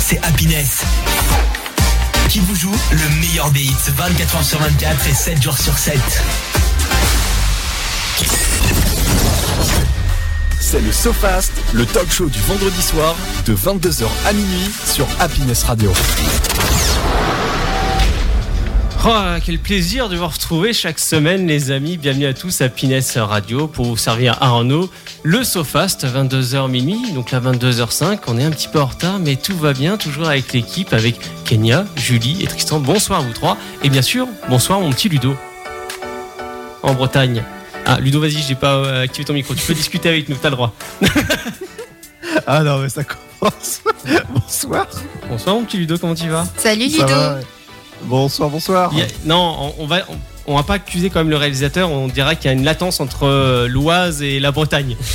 c'est Happiness. Qui vous joue le meilleur des hits 24 h sur 24 et 7 jours sur 7. C'est le SoFast, le talk show du vendredi soir de 22h à minuit sur Happiness Radio. Oh, quel plaisir de vous retrouver chaque semaine, les amis. Bienvenue à tous à Pinesse Radio pour vous servir à Arnaud. Le SoFast, 22h minuit, donc là 22h05. On est un petit peu en retard, mais tout va bien, toujours avec l'équipe, avec Kenya, Julie et Tristan. Bonsoir, vous trois. Et bien sûr, bonsoir, mon petit Ludo. En Bretagne. Ah, Ludo, vas-y, j'ai pas euh, activé ton micro. Tu peux discuter avec nous, t'as le droit. Ah non, mais ça commence. bonsoir. Bonsoir, mon petit Ludo, comment tu vas Salut Ça Ludo va Bonsoir, bonsoir. Il y a- non, on, on va. on- on va pas accuser quand même le réalisateur, on dira qu'il y a une latence entre euh, l'Oise et la Bretagne.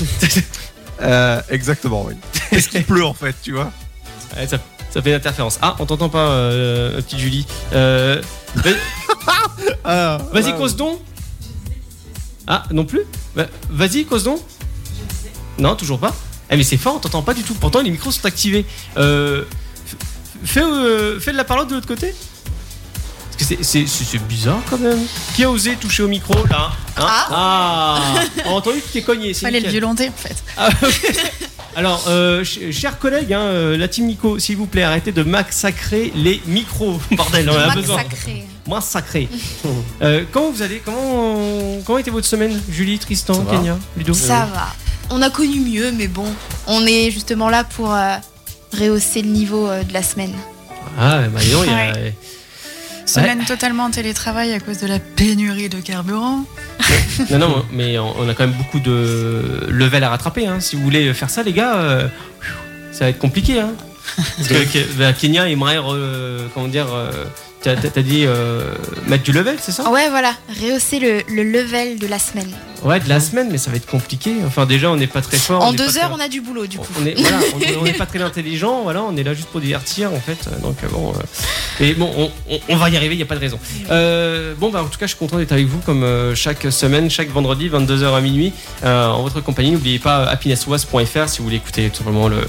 Euh, exactement, oui. Est-ce qu'il pleut en fait, tu vois Ouais, ça, ça fait une interférence. Ah, on t'entend pas, euh, petite Julie. Euh, Ah, vas-y, ah, cause donc. Ah, non plus Va- Vas-y, cause donc. Non, toujours pas. Ah, mais c'est fort, on t'entend pas du tout. Pourtant, les micros sont activés. Euh, f- fais, euh, fais de la parole de l'autre côté. Parce que c'est- c'est c'est- c'est bizarre quand même. Qui a osé toucher au micro là Hein Ah On a entendu que tu t'es cogné. c'est Fallait le nickel. violenter en fait. Ah, ok. Alors, euh, ch- chers collègues, hein, euh, la team Nico, s'il vous plaît, arrêtez de massacrer les micros. Bordel, on en a Max besoin. sacré. Massacrer. Euh, comment vous allez comment, comment était votre semaine, Julie, Tristan, Ça va. Kenya, Ludo Ça va. On a connu mieux, mais bon, on est justement là pour euh, rehausser le niveau euh, de la semaine. Ah, bah dis donc, il y a- Semaine totalement en télétravail à cause de la pénurie de carburant. Non, non, mais on on a quand même beaucoup de level à rattraper. hein. Si vous voulez faire ça, les gars, euh, ça va être compliqué. hein. Parce que que- bah, Kenya aimerait, euh, comment dire, euh, t'as t'as- t'as dit euh, mettre du level, c'est ça Ouais, voilà, rehausser le, le level de la semaine. Ouais, de la semaine, mais ça va être compliqué. Enfin, déjà, on n'est pas Oh. très fort. en deux heures, on a du boulot du coup. on est, voilà, on est- on n'est pas très intelligent, voilà, on est là juste pour divertir en fait. euh, Donc euh, bon, euh, mais bon, on, on- on va y arriver, il n'y a pas de raison. Euh, bon, bah en tout cas, je suis content d'être avec vous comme euh, chaque semaine, chaque vendredi, 22h à minuit, euh, en votre compagnie. N'oubliez pas happinesswas.fr si vous voulez écouter tout simplement le,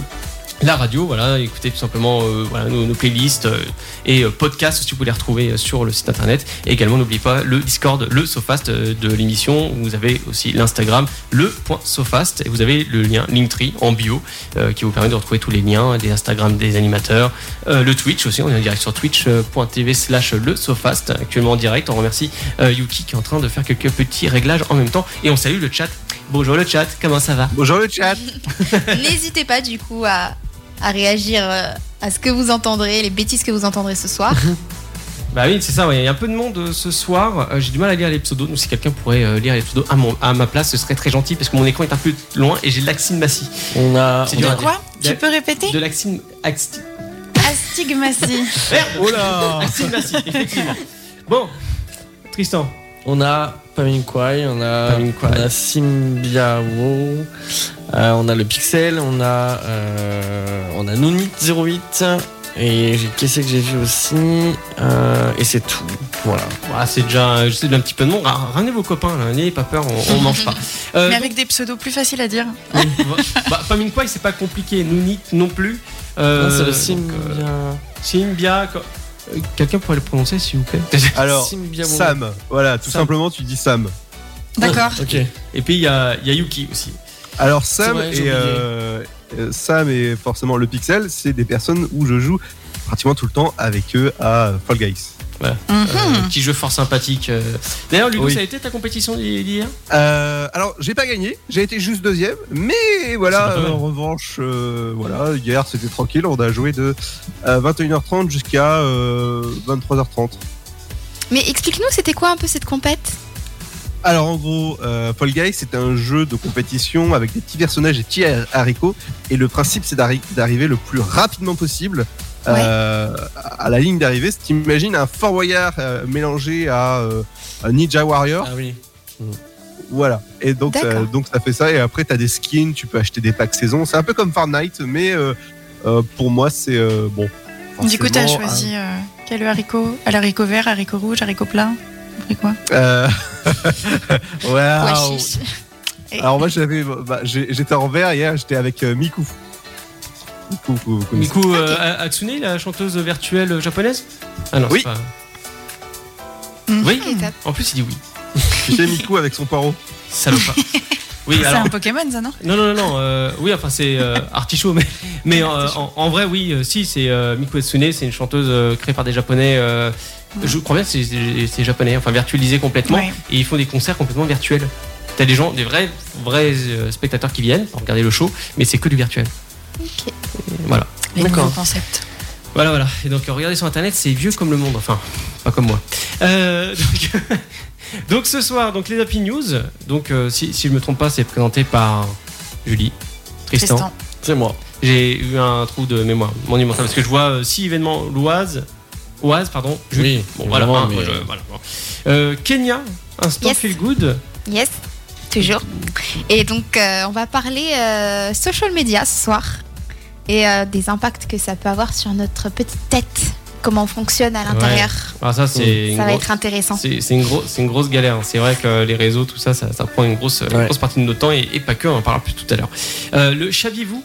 la radio, voilà, écoutez tout simplement euh, voilà, nos, nos playlists euh, et euh, podcasts si vous pouvez les retrouver euh, sur le site internet. Et également, n'oubliez pas le Discord, le Sofast euh, de l'émission. Vous avez aussi l'Instagram, le.sofast. Et vous avez le lien Linktree en bio euh, qui vous permet de retrouver tous les liens, les Instagram des animateurs, euh, le Twitch aussi. On est en direct sur twitch.tv slash le Sofast, actuellement en direct. On remercie euh, Yuki qui est en train de faire quelques petits réglages en même temps. Et on salue le chat. Bonjour le chat, comment ça va Bonjour le chat. N'hésitez pas du coup à, à réagir euh, à ce que vous entendrez, les bêtises que vous entendrez ce soir. Bah oui, c'est ça, ouais. il y a un peu de monde euh, ce soir. Euh, J'ai du mal à lire les pseudos, donc si quelqu'un pourrait euh, lire les pseudos à, mon- à ma place, ce serait très gentil parce que mon écran est un peu loin et j'ai de l'axine massif. On a. C'est on dur a- à De dire. quoi De- Tu peux répéter Ah, De Euh, l'axine. axti- Astigmatie. Merde Oh là Axine massif, effectivement. Bon, Tristan. On a Paminkwai, on a, Paminkwai. on a Symbiao, euh, on a le Pixel, on a, euh, on a Noonit08, et j'ai- qu'est-ce que j'ai vu aussi euh, Et c'est tout, voilà. Ouah, c'est déjà euh, c'est déjà un petit peu de monde. Ah, Ramenez vos copains, là, n'ayez pas peur, on, on mange pas. Euh, Mais avec des pseudos plus faciles à dire. donc, bah, Paminkwai, c'est pas compliqué, Nounit non plus. Euh, Non, c'est le donc, Symbia. euh, Symbia. co- euh, Quelqu'un pourrait le prononcer, s'il vous plaît Alors, Symbiao. Sam, voilà, tout Sam. simplement tu dis Sam. D'accord. Ok. Et puis, il y a, il y a Yuki aussi. Alors Sam vrai, j'ai et euh, euh, Sam et forcément le Pixel, c'est des personnes où je joue pratiquement tout le temps avec eux à Fall Guys. Mhm. Euh, Hmm. petit jeu fort sympathique. euh. D'ailleurs, Ludo, Oui. ça a été ta compétition d'hi- d'hier Euh, alors j'ai pas gagné, j'ai été juste deuxième, mais C'est voilà. pas mal. euh, en revanche, euh, voilà, hier c'était tranquille, on a joué de euh, 21h30 jusqu'à euh, 23h30. Mais explique-nous, c'était quoi un peu cette compète Alors en gros, euh, Fall Guys, c'est un jeu de compétition avec des petits personnages et petits har- haricots. Et le principe, c'est d'arri- d'arriver le plus rapidement possible euh, à à la ligne d'arrivée. Si T'imagines un Fort Boyard euh, mélangé à euh, un Ninja Warrior. Ah oui. Voilà. Et donc, D'accord. euh, donc ça fait ça. Et après, t'as des skins, tu peux acheter des packs saison. C'est un peu comme Fortnite, mais euh, euh, pour moi, c'est euh, bon. Du coup, hein. t'as forcément, choisi euh, quel haricot À l'haricot vert, haricot rouge, haricot plein Après quoi un- euh, waouh. Ah, oh. Ouais, chiche. Alors moi j'avais, bah, j'ai- j'étais en vert hier, j'étais avec euh, Miku. Miku que vous connaissez. Miku euh, A- Hatsune, la chanteuse virtuelle japonaise Ah non, c'est Oui. pas- Mhm. Oui, Ok, top. en plus il dit oui. Tu sais, Miku avec son poireau. Salopard. Oui, C'est alors. un Pokémon, ça, non Non, non, non, non. euh, oui, enfin, c'est euh, artichaut, mais, mais euh, en, en vrai, oui, euh, si, c'est euh, Miku Hatsune, c'est une chanteuse euh, créée par des japonais. euh, Je crois bien que c'est- c'est c'est japonais, enfin, virtualisé complètement. Ouais. Et ils font des concerts complètement virtuels. T'as des gens, des vrais, vrais euh, spectateurs qui viennent pour regarder le show, mais c'est que du virtuel. Ok. Et Voilà. Les D'accord. nouveaux concepts. Voilà, voilà. Et donc, euh, regardez sur internet, c'est vieux comme le monde. Enfin, pas comme moi. Euh, donc, donc, ce soir, donc les Happy News. Donc, euh, si, si je me trompe pas, c'est présenté par Julie, Tristan. Tristan. C'est moi. J'ai eu un trou de mémoire monumental parce que je vois 6 événements l'Oise. Oise, pardon. Julie. Oui, Bon, voilà. évidemment, hein, mais, moi, je- voilà, bon. Euh, Kenya, instant Yes. feel good. Yes, toujours. Et donc, euh, on va parler euh, social media ce soir et euh, des impacts que ça peut avoir sur notre petite tête, comment on fonctionne à l'intérieur. Alors, Ah, ça, Mm. c'est une Ça va grosse- être intéressant. C'est c'est une, grosse- c'est une grosse galère. hein. C'est vrai que les réseaux, tout ça, ça, ça prend une grosse, une Ouais. grosse partie de notre temps et, et pas que, on en parlera plus tout à l'heure. Euh, le saviez-vous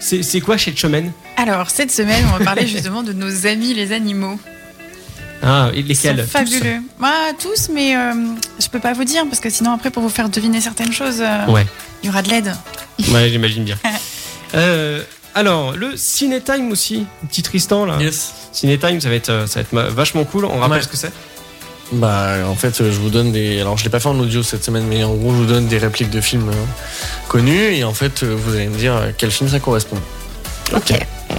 c'est c'est quoi chez Chomen Alors, cette semaine, on va parler justement de nos amis les animaux. Ah, et Ils sont lesquels Fabuleux. Moi, tous, mais euh, je peux pas vous dire parce que sinon, après, pour vous faire deviner certaines choses, euh, Ouais, il y aura de l'aide. ouais j'imagine bien. Euh, alors, le Ciné Time aussi, Un petit Tristan là. Yes. Ciné Time, ça va être, euh, ça va être ma- vachement cool. On rappelle Ouais. ce que c'est Bah, en fait, euh, je vous donne des. Alors, je l'ai pas fait en audio cette semaine, mais en gros, je vous donne des répliques de films euh, connus et en fait, euh, vous allez me dire euh, quel film ça correspond. Ok.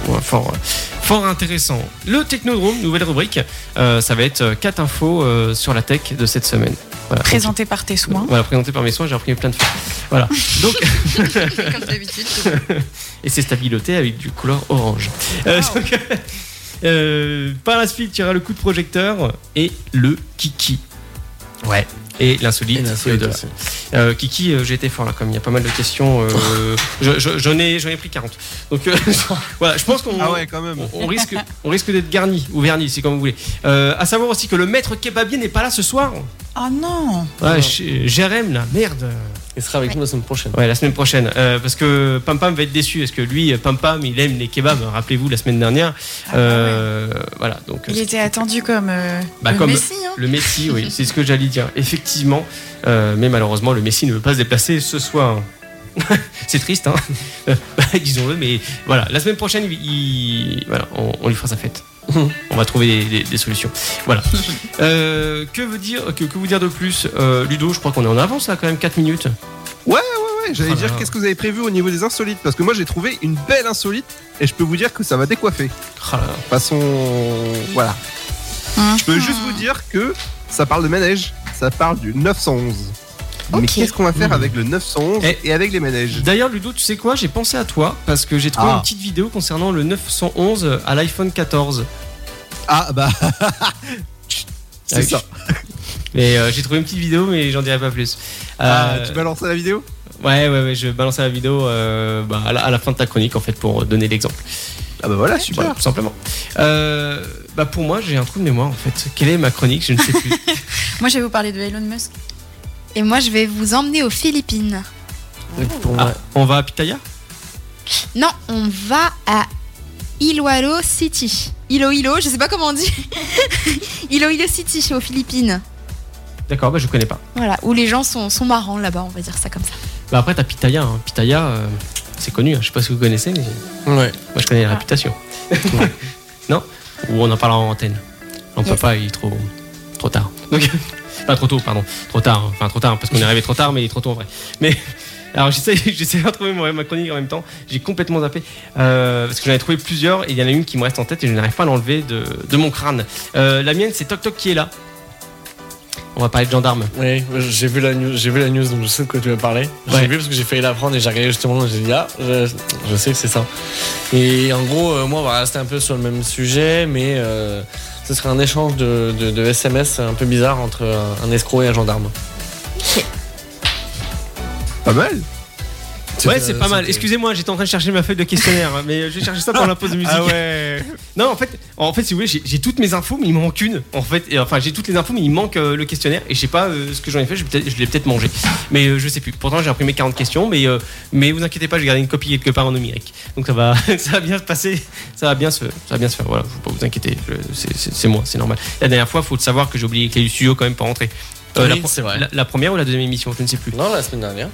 Ouais, fort, euh, fort intéressant. Le Technodrome, nouvelle rubrique. Euh, ça va être 4 infos euh, sur la tech de cette semaine. Voilà. Présenté par tes soins. Voilà, présenté par mes soins, j'ai appris plein de fois. Voilà. Donc, Comme d'habitude. et ses stabilités avec du couleur orange. Euh, Wow. donc, euh, par la suite, il y aura le coup de projecteur et le kiki. Ouais. Et Et l'insolite. l'insolite et au-delà. aussi. Euh, kiki, euh, j'ai été fort là, comme il y a pas mal de questions. euh, je- je- J'en ai, j'en ai pris 40. Donc euh, voilà, je pense qu'on Ah ouais, quand même. on- on risque, on risque d'être garni ou verni, c'est comme vous voulez. Euh, à savoir aussi que le maître kebabier n'est pas là ce soir. Oh non Ouais, Non. J- Jérém, la merde. Il sera avec Ouais. nous la semaine prochaine. Ouais, la semaine prochaine. Euh, parce que Pam Pam va être déçu. Parce que lui, Pam Pam, il aime les kebabs. hein, Rappelez-vous la semaine dernière. Ah, Euh, Voilà, donc Il était attendu comme euh, Bah, le comme- Messie. hein. le Messi, oui, c'est ce que j'allais dire. Effectivement, euh, mais malheureusement, le Messi ne veut pas se déplacer ce soir. c'est triste, hein Euh, disons-le, mais voilà, la semaine prochaine, il- il- voilà, on, on lui fera sa fête. on va trouver des, des- des solutions. Voilà. Euh, que, veut dire, que, que vous dire de plus Euh, Ludo, je crois qu'on est en avance là quand même, 4 minutes. Ouais, j'allais Oh là là. dire qu'est-ce que vous avez prévu au niveau des insolites parce que moi j'ai trouvé une belle insolite et je peux vous dire que ça va décoiffer. Ah là là. Façon voilà. Je Mhm. peux juste vous dire que ça parle de manège, ça parle du 911. Mais Ok. qu'est-ce qu'on va faire Mmh. avec le 911 Eh. et, avec les manèges D'ailleurs, Ludo, tu sais quoi J'ai pensé à toi parce que j'ai trouvé Ah. une petite vidéo concernant le 911 à l'iPhone 14. Ah bah Ah c'est oui. ça. Mais euh, j'ai trouvé une petite vidéo, mais j'en dirai pas plus. Ah, Euh, tu vas lancer la vidéo ouais, ouais, ouais, je vais balancer la vidéo euh, bah, à, la, à la fin de ta chronique en fait pour donner l'exemple. Ah bah voilà, super. Voilà, tout simplement. Euh, bah pour moi, j'ai un trou de mémoire en fait. Quelle est ma chronique Je ne sais plus. Moi, je vais vous parler de Elon Musk. Et moi, je vais vous emmener aux Philippines. Et pour Ah, moi, on va à Pitaya Non, on va à Iloilo City. Iloilo, je sais pas comment on dit. Iloilo City, chez aux Philippines. D'accord, bah je connais pas. Voilà, où les gens sont, sont marrants là-bas, on va dire ça comme ça. Bah après, t'as Pitaya. hein. Pitaya, euh, c'est connu. hein. Je sais pas si vous connaissez, mais moi ouais. je connais la Ah. réputation. non Ou on en parlera en antenne. On peut Yes. pas, il est trop, trop tard. Donc, pas trop tôt, pardon. Trop tard, hein. enfin trop tard, parce qu'on est arrivé trop tard, mais il est trop tôt en vrai. Mais alors j'essaie j'essaie de retrouver mon- ma chronique en même temps. J'ai complètement zappé. euh, parce que j'en ai trouvé plusieurs et il y en a une qui me reste en tête et je n'arrive pas à l'enlever de, de mon crâne. Euh, la mienne, c'est Toc Toc qui est là. On va parler de gendarme. Ouais, j'ai vu la news, j'ai vu la news, donc je sais de quoi tu veux parler. Ouais. J'ai vu parce que j'ai failli la prendre et j'ai regardé justement, j'ai dit ah, je, je sais que c'est ça. Et en gros, euh, moi, on va rester un peu sur le même sujet, mais euh, ce serait un échange de, de- de SMS un peu bizarre entre un, un escroc et un gendarme. Pas mal. Ouais, c'est pas mal. Excusez-moi, j'étais en train de chercher ma feuille de questionnaire, hein, mais je vais chercher ça pour la pause musicale. Ah ouais. Non, en fait, en fait, si vous voulez, j'ai- j'ai toutes mes infos, mais il m'en manque une. En fait, Et, enfin, j'ai toutes les infos, mais il me manque euh, le questionnaire et je sais pas euh, ce que j'en ai fait. Je, vais peut-être- je l'ai peut-être mangé, mais euh, je sais plus. Pourtant, j'ai imprimé 40 questions, mais euh, mais vous inquiétez pas, j'ai gardé une copie quelque part en numérique. Donc ça va, ça va bien se passer, ça va bien se, ça va bien se faire. Voilà, faut pas vous inquiéter. Je- c'est- C'est c'est moi, c'est normal. La dernière fois, faut savoir que j'ai oublié les clés du studio quand même pour rentrer. Euh, Oui, la, pro- c'est vrai. la- la première ou la deuxième émission, je ne sais plus. Non, la semaine dernière.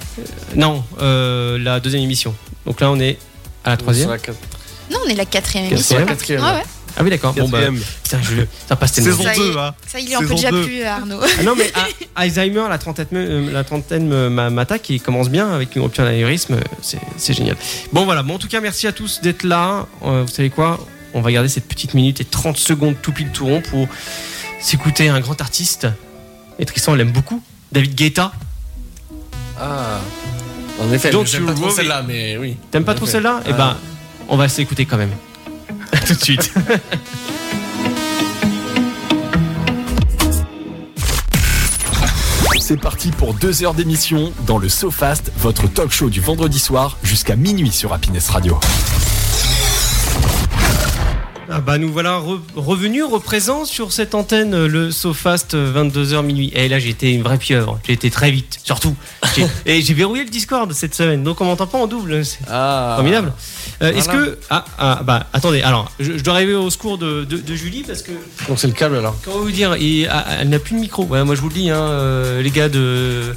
Non, euh, la deuxième émission. Donc là, on est à la troisième. Sur la quatrième. Non, on est la quatrième Sur émission. la là. quatrième. Ouais, ouais. Ah oui, d'accord. Bon, bah, Quatrième. putain, je- ça passe tellement Saison Ça y est. 2, hein. Ça, il est un peu Saison déjà deux. plus, euh, Arnaud. Ah non, mais à- Alzheimer, la trentaine, euh, la trentaine me- m'a- m'attaque et commence bien avec une rupture d'anévrisme. euh, C'est c'est génial. Bon, voilà. Bon, en tout cas, merci à tous d'être là. Euh, vous savez quoi On va garder cette petite minute et 30 secondes tout pile tout rond pour s'écouter un grand artiste. Et Tristan, on l'aime beaucoup. David Guetta. Ah. En effet, Donc, j'aime tu pas trop vois, celle-là, mais oui. T'aimes pas En trop effet. celle-là Eh Euh. Ah. ben, on va s'écouter quand même. À tout de suite. C'est parti pour deux heures d'émission dans le SoFast, votre talk show du vendredi soir jusqu'à minuit sur Happiness Radio. Ah bah nous voilà re- revenus, représents sur cette antenne euh, le SoFast euh, 22h minuit. Et là j'ai été une vraie pieuvre, j'ai été très vite, surtout. J'ai- Et j'ai verrouillé le Discord cette semaine, donc on m'entend pas en double, c'est Ah. formidable. Euh, Est-ce Voilà. que... Ah, ah, bah attendez, alors je, je dois arriver au secours de, de- de Julie parce que... Donc c'est le câble alors. Comment vous dire il- ah, Elle n'a plus de micro, ouais, moi je vous le dis, hein, euh, les gars de...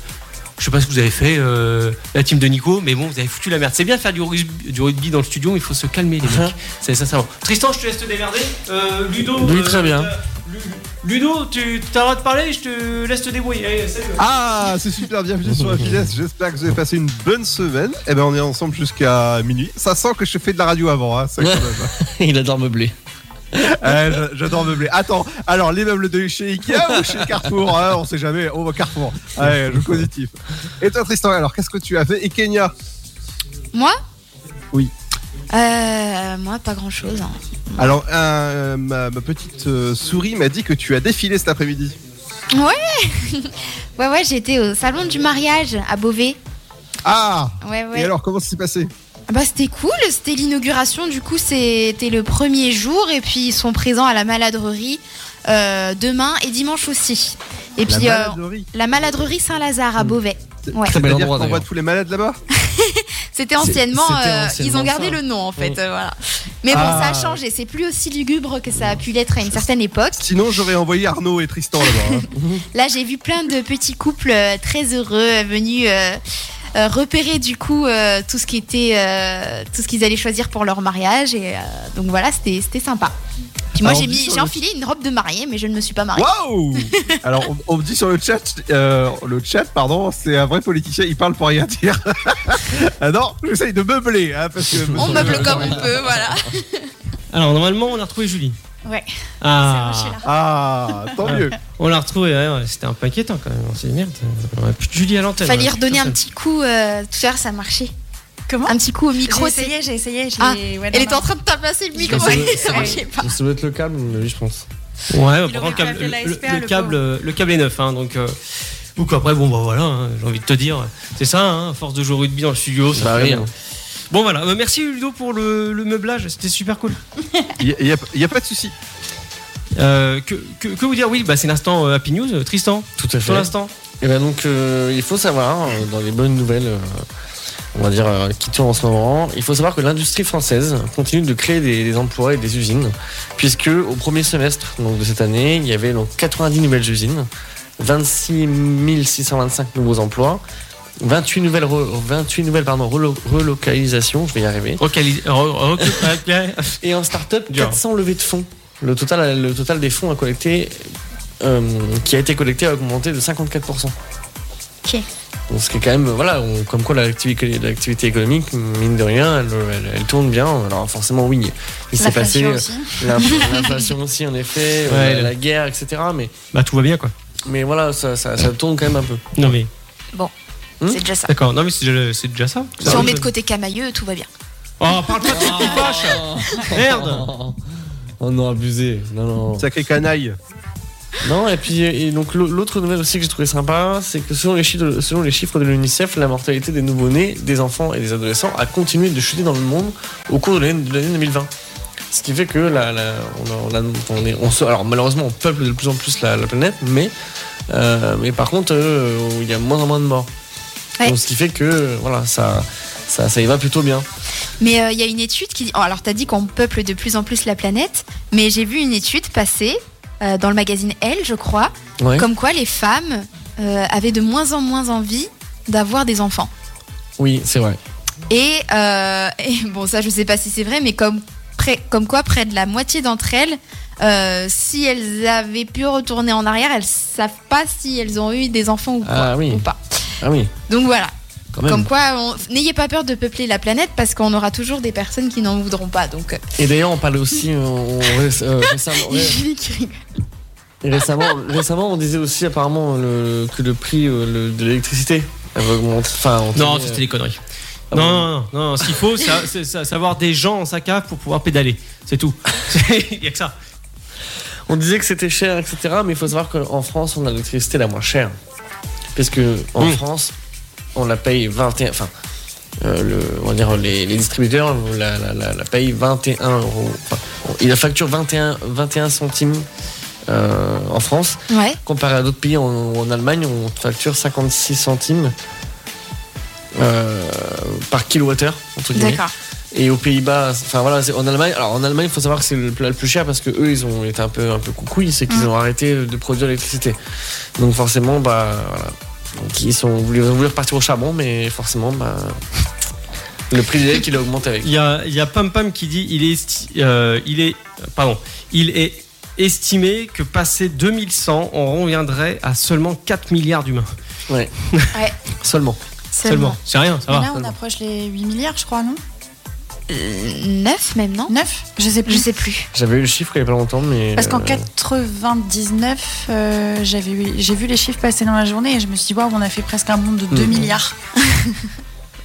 Je sais pas ce que vous avez fait, euh, la team de Nico, mais bon, vous avez foutu la merde. C'est bien de faire du rugby, du rugby dans le studio, mais il faut se calmer, les Ah. mecs. C'est ça, ça va. Tristan, je te laisse te démerder. Euh, Ludo. Oui, euh, très bien. euh, Lu- Ludo, tu t'as le droit de parler, je te laisse te débrouiller. Allez, salut. Ah, c'est super, bienvenue sur Happiness. J'espère que vous avez passé une bonne semaine. Eh ben, on est ensemble jusqu'à minuit. Ça sent que je fais de la radio avant, hein, ça quand même. Il adore meubler. Ouais, j'a- J'adore meubler. Attends, alors les meubles de chez Ikea ou chez Carrefour hein, On sait jamais. On va Carrefour. Allez, je positif. Et toi, Tristan, alors qu'est-ce que tu as fait Et Kenya Moi Oui. Euh, moi, pas grand chose. Alors, euh, ma, ma petite euh, souris m'a dit que tu as défilé cet après-midi. Ouais, ouais, j'étais au salon du mariage à Beauvais. Ah Ouais, ouais. Et alors, comment ça s'est passé Ah Bah c'était cool, c'était l'inauguration, du coup c'était le premier jour et puis ils sont présents à la maladrerie euh, demain et dimanche aussi. Et puis euh, La Hmm. maladrerie. la maladrerie Saint-Lazare à Beauvais. Ouais. Très bel C'est-à-dire endroit qu'on voit d'ailleurs. tous les malades là-bas C'était anciennement, c'était euh, ils anciennement ont gardé ça. le nom en fait, Mm. euh, voilà. Mais bon, ça Hmm. Ah. a changé, c'est plus aussi lugubre que ça a pu l'être à une certaine époque. Sinon, j'aurais envoyé Arnaud et Tristan là-bas. hein. Là, j'ai vu plein de petits couples euh, très heureux euh, venus euh, euh, repérer du coup euh, tout ce qui était euh, tout ce qu'ils allaient choisir pour leur mariage et euh, donc voilà, c'était c'était sympa. Puis moi, Alors, j'ai dis mis sur j'ai le- enfilé une robe de mariée, mais je ne me suis pas mariée. Waouh Alors, on, on me dit sur le chat, euh, le chat, pardon, c'est un vrai politicien, il parle pour rien dire. ah non, j'essaye de meubler, hein, parce que. on meuble comme on peut, voilà. Alors normalement, on a retrouvé Julie. Ouais. Ah, C'est vrai, je suis là. Ah, tant mieux. on l'a retrouvée. ouais, ouais, C'était un peu inquiétant quand même. On s'est dit merde. On a plus de Julie à l'antenne. hein. Fallait y Ouais, redonner putain, un petit coup. euh, tout à l'heure, ça marchait. Comment Un petit coup au J'ai Ah, micro. c'est- essayé, j'ai essayé. j'ai- Ah, ouais, non, Elle était non. en train de tabasser le micro. Je sais, ça ouais. marchait pas. Ça doit être le câble, mais oui, je pense. Ouais, bah, Il par aurait contre, câble- fallu le, appeler la le- SPA, le le câble, euh, le câble est neuf, hein, donc. euh, donc après, bon, bah voilà, hein, j'ai envie de te dire, c'est ça, hein, à force de jouer au rugby dans le studio, ça Bah fait oui. rien. Bon voilà, Euh, merci Ludo pour le, le meublage, c'était super cool. Il n'y a, y a pas de souci. Euh, que, que, que vous dire Oui, bah c'est l'instant euh, Happy News. Tristan, Tout à ton fait. instant. Et ben donc, euh, il faut savoir, euh, dans les bonnes nouvelles, euh, on va dire, euh, qui tournent en ce moment, il faut savoir que l'industrie française continue de créer des, des emplois et des usines, puisque au premier semestre donc, de cette année, il y avait donc 90 nouvelles usines, 26 625 nouveaux emplois, 28 nouvelles, re- 28 nouvelles pardon, relo- relocalisations, je vais y arriver, Recalis- re- re- et en start-up, Dur. 400 levées de fonds. Le total, le total des fonds à collecter, euh, qui a été collecté a augmenté de 54%. Ok. Donc, ce qui est quand même, voilà, on- comme quoi l'activité, l'activité économique, mine de rien, elle, elle- elle tourne bien. Alors forcément, oui, il s'est passé L'inflation euh, aussi. l'inf- l'inflation aussi, en effet, euh, Ouais, la, le- guerre, etc. Mais, bah tout va bien quoi. mais voilà, ça, ça, ça tourne quand même un peu. Non mais Hmm C'est déjà ça. d'accord, non mais c'est déjà, c'est déjà ça. Si on met de côté Camailleux, tout va bien. Oh parle pas de cette petite vache. Merde. Oh non, abusé. Non, non. Sacré canaille. Non, et puis et donc l'au- l'autre nouvelle aussi que j'ai trouvé sympa, c'est que selon les chiffres, selon les chiffres de l'UNICEF, la mortalité des nouveau-nés, des enfants et des adolescents a continué de chuter dans le monde au cours de l'année de l'année 2020. Ce qui fait que la- la- on, a- on a- on est, on se- alors malheureusement on peuple de plus en plus la, la planète, mais euh, mais par contre euh, il y a moins en moins de morts. Ouais. Donc, ce qui fait que voilà ça ça, ça y va plutôt bien. Mais euh, il y a une étude qui dit. oh, alors, t'as dit qu'on peuple de plus en plus la planète, mais j'ai vu une étude passer euh, dans le magazine Elle, je crois, Ouais. comme quoi les femmes euh, avaient de moins en moins envie d'avoir des enfants. Oui c'est vrai. Et, euh, et bon, ça, je sais pas si c'est vrai, mais comme, près- comme quoi, près de la moitié d'entre elles, euh, si elles avaient pu retourner en arrière, elles savent pas si elles ont eu des enfants ou pas. Ah oui. ou pas. Ah oui Donc voilà. quand même. Comme quoi, on- n'ayez pas peur de peupler la planète parce qu'on aura toujours des personnes qui n'en voudront pas. Donc, euh, Et d'ailleurs on parlait aussi on- on- euh, récemment- ouais. Julie qui rigole. Et récemment, récemment, on disait aussi apparemment le- que le prix euh, le- de l'électricité avait augmenté. Enfin, on Non, tenait- ça, c'était des conneries. Ah non, bon non, non, non, ce qu'il faut, ça- c'est ça- savoir des gens en sa cave pour pouvoir pédaler. C'est tout. Il n'y a que ça. on disait que c'était cher, etc. Mais il faut savoir qu'en France, on a l'électricité la moins chère. Parce que en Mm. France, on la paye 21. Enfin, euh, le, on va dire les, les distributeurs la, la, la, la payent 21 euros. Enfin, on- ils la facturent 21, 21 centimes euh, en France. Ouais. Comparé à d'autres pays en, en Allemagne, on facture 56 centimes euh, par kilowattheure, entre guillemets. D'accord. Et aux Pays-Bas, enfin voilà, c'est- en Allemagne, alors en Allemagne, il faut savoir que c'est le plat le plus cher parce que eux, ils ont été un peu, un peu coucouilles, c'est qu'ils Mm. Mhm. ont arrêté de produire l'électricité. Donc forcément, bah voilà. Donc ils sont voulu, ils ont voulu repartir au charbon, mais forcément, bah. Le prix de l'électricité, il a augmenté avec. Il y a, il y a Pam Pam qui dit il est, esti- euh, il est, pardon, il est estimé que passé 2100, on reviendrait à seulement 4 milliards d'humains. Seulement. Seulement. C'est rien, ça Mais va. Ah, là, on approche les 8 milliards, je crois, non Euh, neuf même, non 9 Je sais Je plus. sais plus. J'avais eu le chiffre il y a pas longtemps, mais. Parce qu'en euh, 99, euh, j'avais eu- j'ai vu les chiffres passer dans la journée et je me suis dit, waouh, on a fait presque un monde de 2 Mhm. milliards.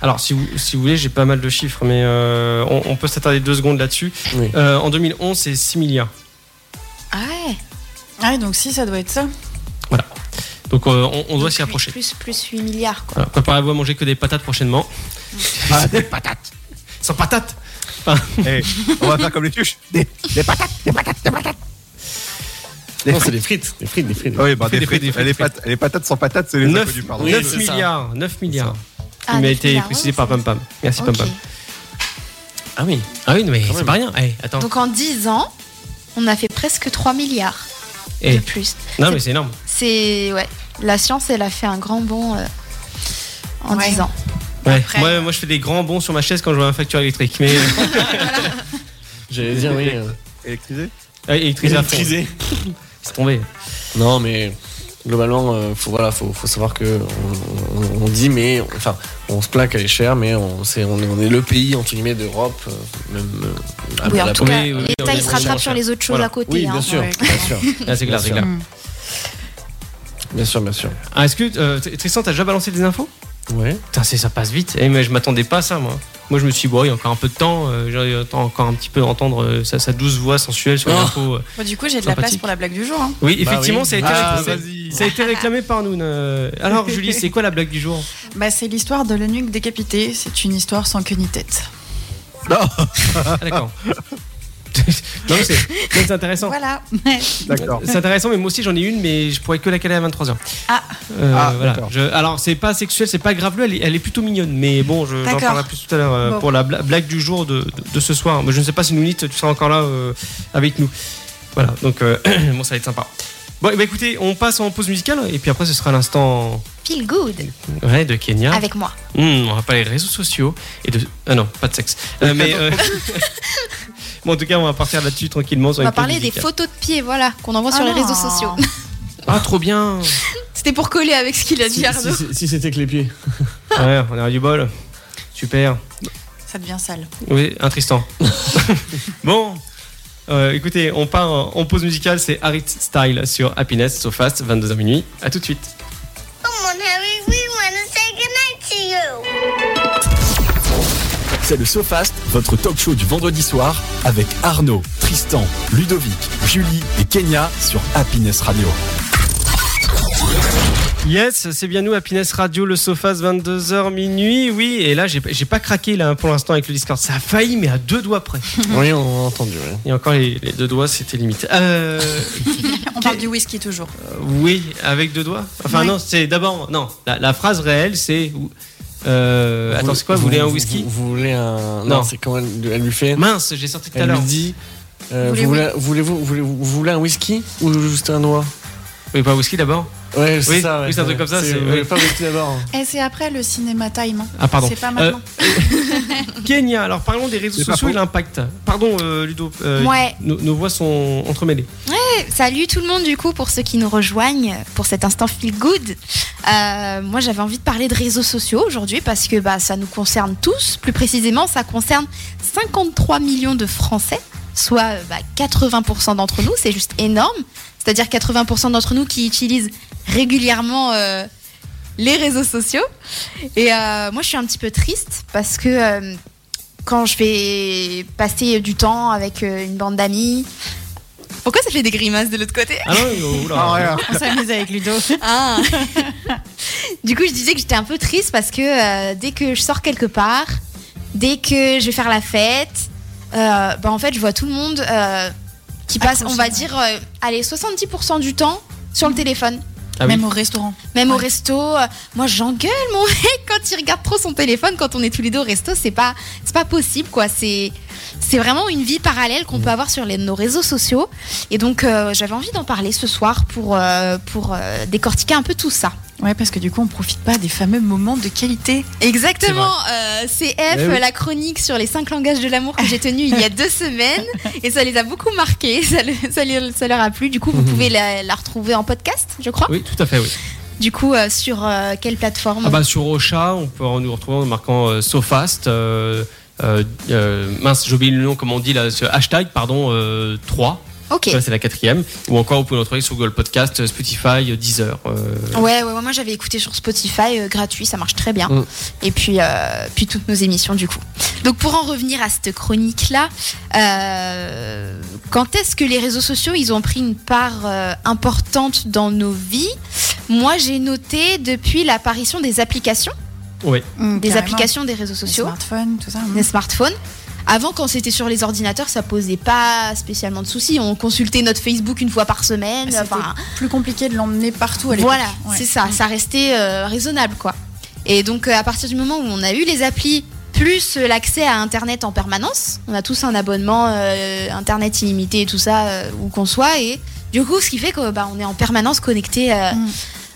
Alors, si vous, si vous voulez, j'ai pas mal de chiffres, mais euh, on, on peut s'attarder deux secondes là-dessus. Oui. Euh, en 2011, c'est 6 milliards. Ah ouais. Ah, ouais, donc si, ça doit être ça. Donc, euh, on, on doit Donc, s'y approcher. Plus, plus 8 milliards, quoi. Voilà, Préparez-vous à manger que des patates prochainement. Ah, des patates Sans patates Eh, on va faire comme les tuches. Des, des patates, des patates, des patates. Des Non, c'est frites. des frites, des frites, des frites. Ah Oui, bah, Des des, frites, frites, des frites, les, frites. pat- les patates sans patates, c'est les Neuf- inconnus, pardon. oui. 9 c'est ça. milliards, 9 milliards. Ah, Il m'a neuf été milliards, précisé ouais, par c'est Pam Pam. Merci Pam Ok. Pam. Ah oui. Ah oui, mais Quand c'est même. pas rien. Eh, attends. Donc en 10 ans, on a fait presque 3 milliards Eh, de plus. non, mais c'est énorme. C'est. Ouais. La science, elle a fait un grand bond euh, en Ouais. 10 ans. Ouais. euh, Après- Moi, moi, je fais des grands bons sur ma chaise quand je vois ma facture électrique. Mais euh, J'allais dire, oui. euh, Électrisé électrisé euh, à fond. C'est tombé. Ah, Non, mais globalement, euh, faut, voilà, faut, faut savoir que on, on- on dit, mais enfin, on se plaint qu'elle est chère, mais on, c'est, on, est, on est le pays entre guillemets d'Europe, euh, même. euh, à Oui, en la- tout oui, cas, oui, oui, l'État, oui, il se oui, rattrape oui, sur oui. les autres choses Voilà. à côté. Oui, hein. bien sûr, ouais, bien sûr, Ah, c'est clair, Bien c'est sûr. clair. Mhm. bien sûr, bien sûr. Ah, Est-ce que euh, Tristan, t'as déjà balancé des infos Ouais. Putain, c'est- ça passe vite. Eh, mais je m'attendais pas à ça, moi. Moi, je me suis dit, bon, il y a encore un peu de temps. euh, J'attends encore un petit peu d'entendre euh, sa, sa douce voix sensuelle sur euh, les Oh. infos. Bon, du coup, j'ai de la place Sympathique. pour la blague du jour. hein. Bah Oui, effectivement, oui. ça, a été Ah, réclamé, ça a été réclamé par nous. euh. Alors, Julie, c'est quoi la blague du jour Bah, c'est l'histoire de l'eunuque décapité. C'est une histoire sans queue ni tête. Ah, d'accord. non, mais c'est mais c'est intéressant. Voilà. D'accord. C'est intéressant, mais moi aussi j'en ai une, mais je pourrais que la caler à 23h. Ah. Ah, voilà. d'accord. Je- alors, c'est pas sexuel, c'est pas grave, elle est, elle est plutôt mignonne, mais bon, je- j'en D'accord. parlerai plus tout à l'heure euh, Bon. pour la bla- blague du jour de, de- de ce soir. Mais je ne sais pas si Nounit, tu seras encore là euh, avec nous. Voilà, donc euh, bon, ça va être sympa. Bon, eh ben, écoutez, on passe en pause musicale, et puis après, ce sera l'instant Feel good ouais, de Kenya. avec moi. Hmm, on va pas les réseaux sociaux et de ah non pas de sexe Euh, mais euh, bon en tout cas on va partir là-dessus tranquillement sur On une va pause parler des musicale. photos de pieds, voilà, qu'on envoie sur Ah. les réseaux sociaux. ah trop bien C'était pour coller avec ce qu'il a dit, Si, Arnaud. si- si c'était que les pieds. ouais on a du bol super Ça devient sale. oui un Tristan bon euh, écoutez on part en pause musicale c'est Harit Style sur Happiness So Fast 22h minuit à tout de suite Come on, Harry, we want to say goodnight to you. C'est le SoFast, votre talk show du vendredi soir avec Arnaud, Tristan, Ludovic, Julie et Kenya sur Happiness Radio. Yes, c'est bien nous, Happiness Radio, le Sofas, 22h minuit. Oui, et là, j'ai j'ai pas craqué là pour l'instant avec le Discord. Ça a failli, mais à deux doigts près. Oui, on a entendu. ouais. Et encore, les, les deux doigts, c'était limite. Euh, On parle du whisky toujours. oui, avec deux doigts. Enfin, Ouais. non, c'est d'abord. Non, la, la phrase réelle, c'est. euh, attends, c'est quoi Vous voulez un whisky Vous, vous voulez un. Non. Non, c'est quand elle, elle lui fait. Mince, j'ai sorti tout à Elle lui l'heure. dit. euh, Voulez- vous voulez, voulez-vous, voulez-vous- vous voulez un whisky ou juste un doigt Oui, pas whisky d'abord Ouais, c'est Oui, ça. ouais. oui, c'est un truc comme ça, c'est- vous oui. voulez pas un whisky d'abord. Et c'est après le cinéma time. hein. Ah, pardon. C'est pas maintenant. Kenya, alors parlons des réseaux C'est pas sociaux et faux. l'impact. Pardon, euh, Ludo. euh, Ouais. nos- nos voix sont entremêlées. Salut tout le monde du coup pour ceux qui nous rejoignent pour cet instant feel good. Euh, moi j'avais envie de parler de réseaux sociaux aujourd'hui parce que bah, ça nous concerne tous. Plus précisément ça concerne 53 millions de Français, soit euh, bah, 80% d'entre nous. C'est juste énorme. C'est-à-dire 80% d'entre nous qui utilisent régulièrement euh, les réseaux sociaux. Et euh, moi je suis un petit peu triste parce que euh, quand je vais passer du temps avec euh, une bande d'amis... Pourquoi ça fait des grimaces de l'autre côté Ah non, oula. On s'amuse avec Ludo. Ah. du coup, je disais que j'étais un peu triste parce que euh, dès que je sors quelque part, dès que je vais faire la fête, euh, bah, en fait, je vois tout le monde euh, qui passe, Accroché, on va ouais. dire, euh, allez, 70% du temps sur le téléphone. Ah oui. Même au restaurant. Même au Ouais. resto, euh, moi j'engueule mon mec quand il regarde trop son téléphone. Quand on est tous les deux au resto, c'est pas, c'est pas possible quoi. C'est, c'est vraiment une vie parallèle Mhm. qu'on peut avoir sur les- nos réseaux sociaux. Et donc euh, j'avais envie d'en parler ce soir pour, euh, pour euh, décortiquer un peu tout ça. Ouais, parce que du coup, on profite pas des fameux moments de qualité. Exactement, euh, c'est F, Eh oui. la chronique sur les cinq langages de l'amour que j'ai tenue il y a deux semaines, et ça les a beaucoup marqués, ça, le- ça les- ça leur a plu, du coup vous pouvez la, la retrouver en podcast, je crois. Oui, tout à fait, oui. Du coup, euh, sur euh, quelle plateforme Ah bah, sur Ocha, on peut nous retrouver en marquant euh, SoFast. euh, euh, euh, mince, j'ai oublié le nom, comme on dit là, ce hashtag, pardon, euh, 3. Ok. Ça, c'est la quatrième. Ou encore, vous pouvez nous retrouver sur Google Podcast, euh, Spotify, euh, Deezer. euh, Ouais, ouais, ouais, moi j'avais écouté sur Spotify euh, gratuit, ça marche très bien. Mm. Et puis, euh, puis toutes nos émissions du coup. Donc pour en revenir à cette chronique-là, euh, quand est-ce que les réseaux sociaux, ils ont pris une part euh, importante dans nos vies Moi j'ai noté depuis l'apparition des applications, des applications des réseaux Mmh, Les sociaux, smartphones, tout ça. mmh. des smartphones. Avant, quand c'était sur les ordinateurs, ça posait pas spécialement de soucis. On consultait notre Facebook une fois par semaine. C'était Enfin, Plus compliqué de l'emmener partout à l'époque. voilà, Ouais. c'est ça, ça restait euh, raisonnable quoi. Et donc euh, à partir du moment où on a eu les applis plus euh, l'accès à internet en permanence, on a tous un abonnement euh, internet illimité et tout ça euh, où qu'on soit et du coup ce qui fait que bah, on est en permanence connecté euh, Mm.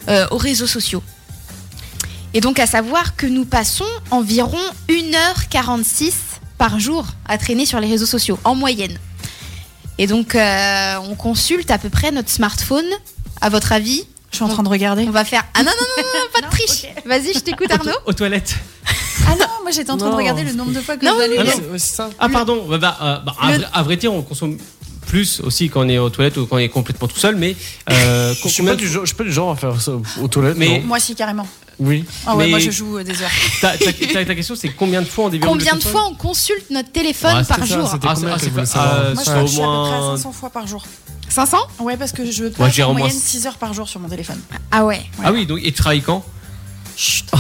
euh, aux réseaux sociaux. Et donc à savoir que nous passons environ 1h46 par jour à traîner sur les réseaux sociaux en moyenne. Et donc euh, on consulte à peu près notre smartphone à votre avis Je suis en train de regarder. on va faire. Ah non, non, non, non, non, pas de triche. Vas-y, je t'écoute, Arnaud. Aux toilettes. Ah non, moi j'étais en train de Non. regarder le nombre de fois que Non, je dois oui, aller. Ah non. C'est- ouais, c'est ça. Ah, pardon. Bah, bah, euh, bah, à, Le- vrai, à vrai dire, on consomme plus aussi quand on est aux toilettes ou quand on est complètement tout seul, mais. euh, Je suis, combien- pas du genre, je suis pas du genre à faire ça aux toilettes. Mais- non. Moi si carrément. Oui. Ah ouais, Mais- moi je joue euh, des heures. ta, ta- ta- ta question, c'est combien de fois on déverrouille le Combien de téléphone fois on consulte notre téléphone Ouais, c'est par ça, jour c'était Ah, combien c'est- ah, que c'est vous voulez pas- savoir euh, Moi je c'est dois au toucher à peu près à moins- 500 fois par jour. 500 Ouais parce que je Moi, passe j'ai en au moins- moyenne 6 heures par jour sur mon téléphone. Ah ouais. Ah oui, donc, et tu travailles quand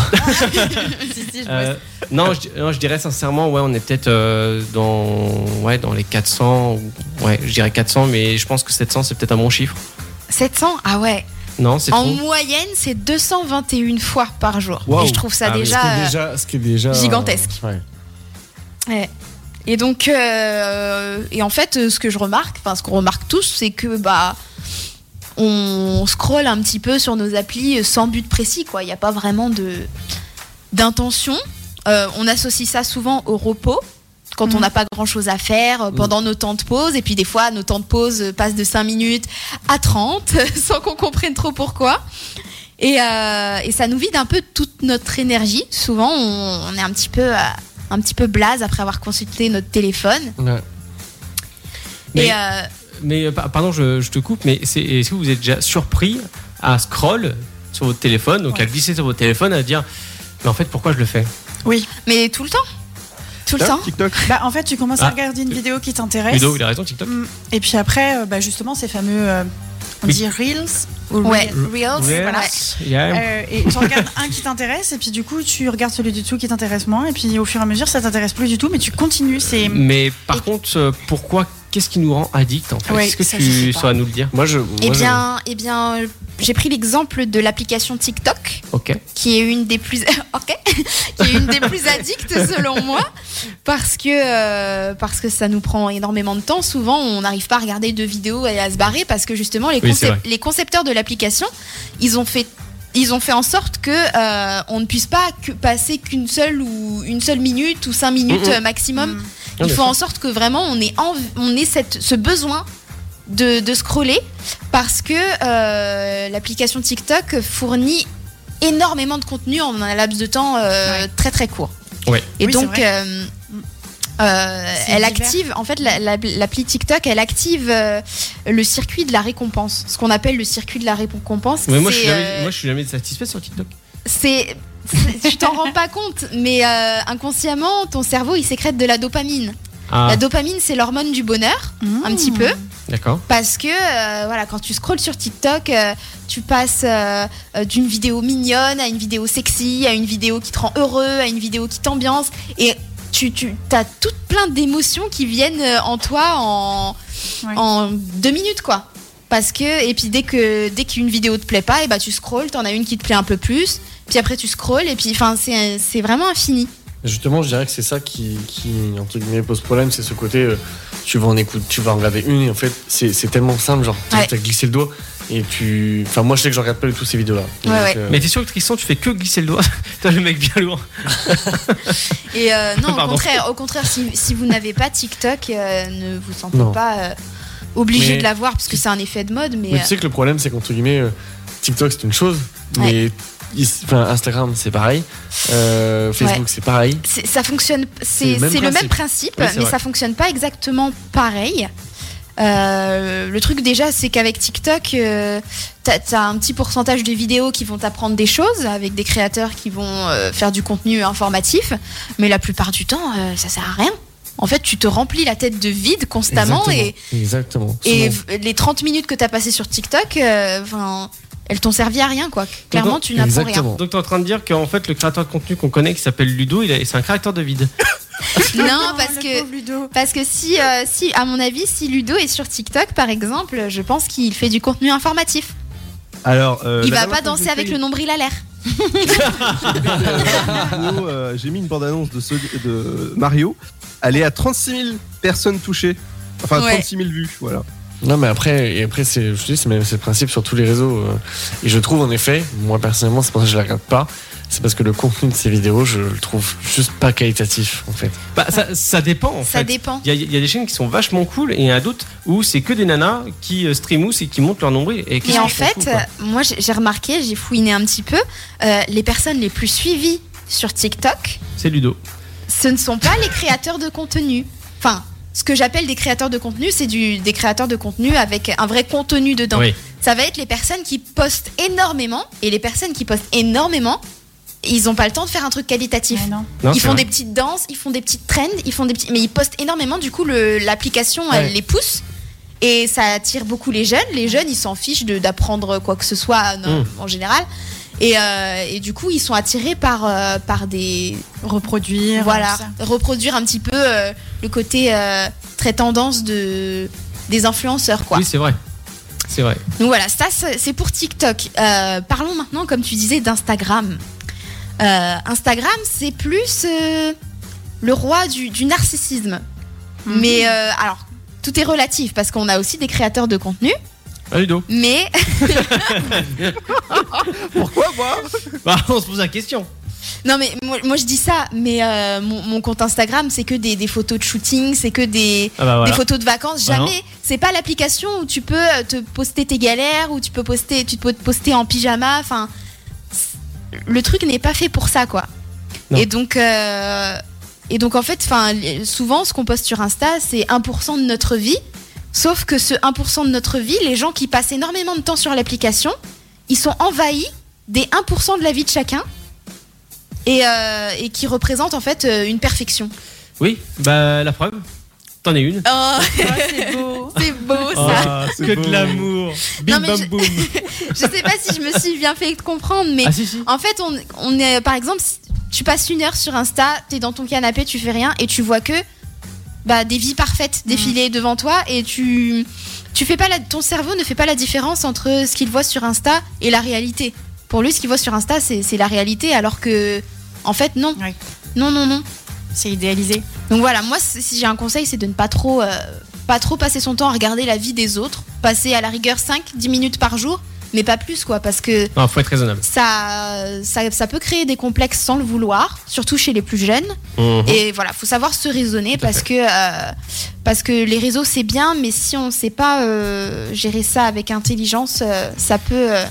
si, si, je Euh, non, je, non, je dirais sincèrement, ouais, on est peut-être euh, dans, ouais, dans les 400. ou- Ouais, je dirais 400, mais je pense que 700, c'est peut-être un bon chiffre. 700 Ah ouais. Non, c'est En trop. moyenne, c'est 221 fois par jour. Waouh. Et je trouve ça Ah oui. déjà. ce qui est euh, déjà, ce qui est déjà gigantesque. euh, ouais. Et donc, euh, et en fait, euh, ce que je remarque, enfin, ce qu'on remarque tous, c'est que bah, on scrolle un petit peu sur nos applis euh, sans but précis, quoi. Il n'y a pas vraiment de d'intention. Euh, on associe ça souvent au repos. Quand on Mhm. n'a pas grand chose à faire euh, pendant nos temps de pause, et puis des fois nos temps de pause euh, passent de 5 minutes à 30 sans qu'on comprenne trop pourquoi. Et, euh, et ça nous vide un peu toute notre énergie. Souvent, on, on est un petit peu euh, un petit peu blaze après avoir consulté notre téléphone. Ouais. Mais- Et euh, Mais euh, pa- pardon, je, je te coupe, mais c'est- est-ce que vous êtes déjà surpris à scroll sur votre téléphone, donc Ouais. à glisser sur votre téléphone, à dire, mais en fait, pourquoi je le fais mais tout le temps. Tout le temps TikTok. Bah, en fait, tu commences à Ah. regarder une vidéo qui t'intéresse. Ludo, il a raison, TikTok. Mm. Et puis après, euh, bah, justement, ces fameux. euh, on Oui. dit Reels ou Ouais, Reels. Reels. Yes, voilà. yeah. Euh, et tu regardes un qui t'intéresse, et puis du coup, tu regardes celui du tout qui t'intéresse moins, et puis au fur et à mesure, ça t'intéresse plus du tout, mais tu continues. C'est. Mais par contre, euh, pourquoi Qu'est-ce qui nous rend addict en fait Ouais, Est-ce que ça, je sais tu pas. sauras nous le dire Moi, je. moi, Eh je- bien, eh bien euh, j'ai pris l'exemple de l'application TikTok, Ok. qui est une des plus, ok, qui est une des plus addictes selon moi, parce que euh, parce que ça nous prend énormément de temps. Souvent, on n'arrive pas à regarder de vidéos et à se barrer parce que justement les, Oui, concep- c'est vrai. les concepteurs de l'application, ils ont fait ils ont fait en sorte que euh, on ne puisse pas que passer qu'une seule ou une seule minute ou cinq minutes Mhm. euh, maximum Ah, il bien faut en sorte que vraiment on ait, env- on ait cette, ce besoin de, de scroller parce que euh, l'application TikTok fournit énormément de contenu en un laps de temps euh, très très court. Ouais. Et Oui, donc, c'est vrai. euh, euh, C'est elle divers. active, en fait, la- la- l'appli TikTok, elle active euh, le circuit de la récompense, ce qu'on appelle le circuit de la récompense. Mais moi, je c'est, suis jamais, euh, moi, je suis jamais satisfait sur TikTok. c'est c'est- tu t'en rends pas compte, mais euh, inconsciemment, ton cerveau il sécrète de la dopamine. Ah, La dopamine, c'est l'hormone du bonheur, un Mmh. petit peu, d'accord. parce que euh, voilà, quand tu scrolles sur TikTok, euh, tu passes euh, euh, d'une vidéo mignonne à une vidéo sexy, à une vidéo qui te rend heureux, à une vidéo qui t'ambiance, et tu, tu as tout plein d'émotions qui viennent euh, en toi en, Ouais. en deux minutes, quoi. Parce que, et puis dès que dès qu'une vidéo te plaît pas, et bah tu scrolles, t'en as une qui te plaît un peu plus, puis après tu scrolles, et puis enfin c'est c'est vraiment infini. Justement, je dirais que c'est ça qui, qui, entre guillemets, pose problème, c'est ce côté, euh, tu vas en écoute, tu vas en regarder une, et en fait, c'est c'est tellement simple, genre, t'as Ouais. t'as glissé le doigt, et tu. Enfin, moi, je sais que je regarde pas du tout ces vidéos-là. Ouais, Donc, ouais. euh, Mais t'es sûr que Tristan, tu fais que glisser le doigt T'as le mec bien lourd. Et euh, non, au Pardon. contraire, au contraire, si, si vous n'avez pas TikTok, euh, ne vous sentez Non. pas euh, obligé Mais- de l'avoir parce que c'est un effet de mode. Mais, euh, Mais tu sais que le problème, c'est qu'entre guillemets, euh, TikTok, c'est une chose, mais il- enfin, Instagram, c'est pareil, euh, Facebook, c'est pareil. euh, c'est- ça fonctionne. C'est C'est le même c'est le même principe, principe. Oui, c'est mais vrai. ça fonctionne pas exactement pareil. Euh, le truc déjà, c'est qu'avec TikTok, euh, t'as as un petit pourcentage de vidéos qui vont t'apprendre des choses avec des créateurs qui vont euh, faire du contenu informatif, mais la plupart du temps, euh, ça sert à rien. En fait, tu te remplis la tête de vide constamment et Exactement. Et Souvent. v- les 30 minutes que t'as passées sur TikTok, euh, enfin, elles t'ont servi à rien, quoi. Clairement, tu n'apprends rien. Exactement. Donc t'es en train de dire qu'en fait, le créateur de contenu qu'on connaît, qui s'appelle Ludo, il a- c'est un créateur de vide. Non, parce le que. pauvre Ludo. Parce que si, euh, si, à mon avis, si Ludo est sur TikTok, par exemple, je pense qu'il fait du contenu informatif. Alors, euh, Il la dernière va pas fois que danser j'ai avec fait le nombril à l'air. une vidéo, euh, J'ai mis une bande-annonce de, ce- de Mario. Elle est à 36 000 personnes touchées. Enfin, Ouais. 36 000 vues, voilà. Non, mais après, et après c'est, je te dis, c'est même- c'est le principe sur tous les réseaux. euh. Et je trouve, en effet, moi personnellement, c'est pour ça que je la regarde pas. C'est parce que le contenu de ces vidéos, je le trouve juste pas qualitatif, en fait. Bah, ça, ça dépend en Ça fait. dépend. Il y, a- il y a des chaînes qui sont vachement cool et il y en a d'autres où c'est que des nanas qui euh, streamoussent et qui montent leur nombril. Et qui Mais en s'en fait, foutent, quoi. euh, moi, j'ai j'ai remarqué, j'ai fouiné un petit peu, euh, les personnes les plus suivies sur TikTok, c'est Ludo. ce ne sont pas les créateurs de contenu. Enfin, ce que j'appelle des créateurs de contenu, c'est du- des créateurs de contenu avec un vrai contenu dedans. Oui. Ça va être les personnes qui postent énormément et les personnes qui postent énormément, ils n'ont pas le temps de faire un truc qualitatif. Ouais, non. Non, ils c'est font vrai. des petites danses, ils font des petites trends, ils font des petits, mais ils postent énormément. Du coup, le- l'application, elle Ouais. les pousse. Et ça attire beaucoup les jeunes. Les jeunes, ils s'en fichent de- d'apprendre quoi que ce soit non, Mm. en général. Et, euh, et du coup, ils sont attirés par, euh, par des, Reproduire. voilà, tout ça. reproduire un petit peu euh, le côté euh, très tendance de, des influenceurs. Quoi. Oui, c'est vrai. C'est vrai. Donc voilà, ça c'est c'est pour TikTok. Euh, parlons maintenant, comme tu disais, d'Instagram. Euh, Instagram, c'est plus euh, le roi du, du narcissisme. Mhm. Mais euh, alors, tout est relatif parce qu'on a aussi des créateurs de contenu, Ah, Ludo. mais Pourquoi moi Bah, on se pose la question. Non mais moi, moi, je dis ça, mais euh, mon, mon compte Instagram c'est que des, des photos de shooting, c'est que des, Ah bah voilà. des photos de vacances, Bah jamais. c'est pas l'application où tu peux euh, te poster tes galères, où tu peux poster, tu peux te poster en pyjama. Enfin, c'est- le truc n'est pas fait pour ça, quoi. Non. Et donc, euh, et donc en fait, enfin, les- souvent, ce qu'on poste sur Insta, c'est 1% de notre vie. Sauf que ce 1% de notre vie, les gens qui passent énormément de temps sur l'application, ils sont envahis des 1% de la vie de chacun. Et, euh, et qui représentent en fait euh, une perfection. Oui, bah la preuve, t'en es une. Oh, Oh, Ah, c'est beau. c'est beau ça. Ah, c'est que beau. de l'amour. Bim mais bam je- boum. Je sais pas si je me suis bien fait comprendre, mais Ah si si. en fait, on, on est par exemple, si tu passes une heure sur Insta, t'es dans ton canapé, tu fais rien et tu vois que bah, des vies parfaites défiler devant toi et tu. Tu fais pas la, ton cerveau ne fait pas la différence entre ce qu'il voit sur Insta et la réalité. Pour lui, ce qu'il voit sur Insta, c'est c'est la réalité, alors que, en fait, non. Ouais. Non, non, non. C'est idéalisé. Donc voilà, moi, c- si j'ai un conseil, c'est de ne pas trop, euh, pas trop passer son temps à regarder la vie des autres. Passer à la rigueur 5-10 minutes par jour, mais pas plus, quoi, parce que Non, faut être raisonnable. ça, ça, ça peut créer des complexes sans le vouloir, surtout chez les plus jeunes. Et voilà, faut savoir se raisonner Mhm. Tout à parce que, euh, parce que les réseaux, c'est bien, mais si on ne sait pas euh, gérer ça avec intelligence, euh, ça peut, euh,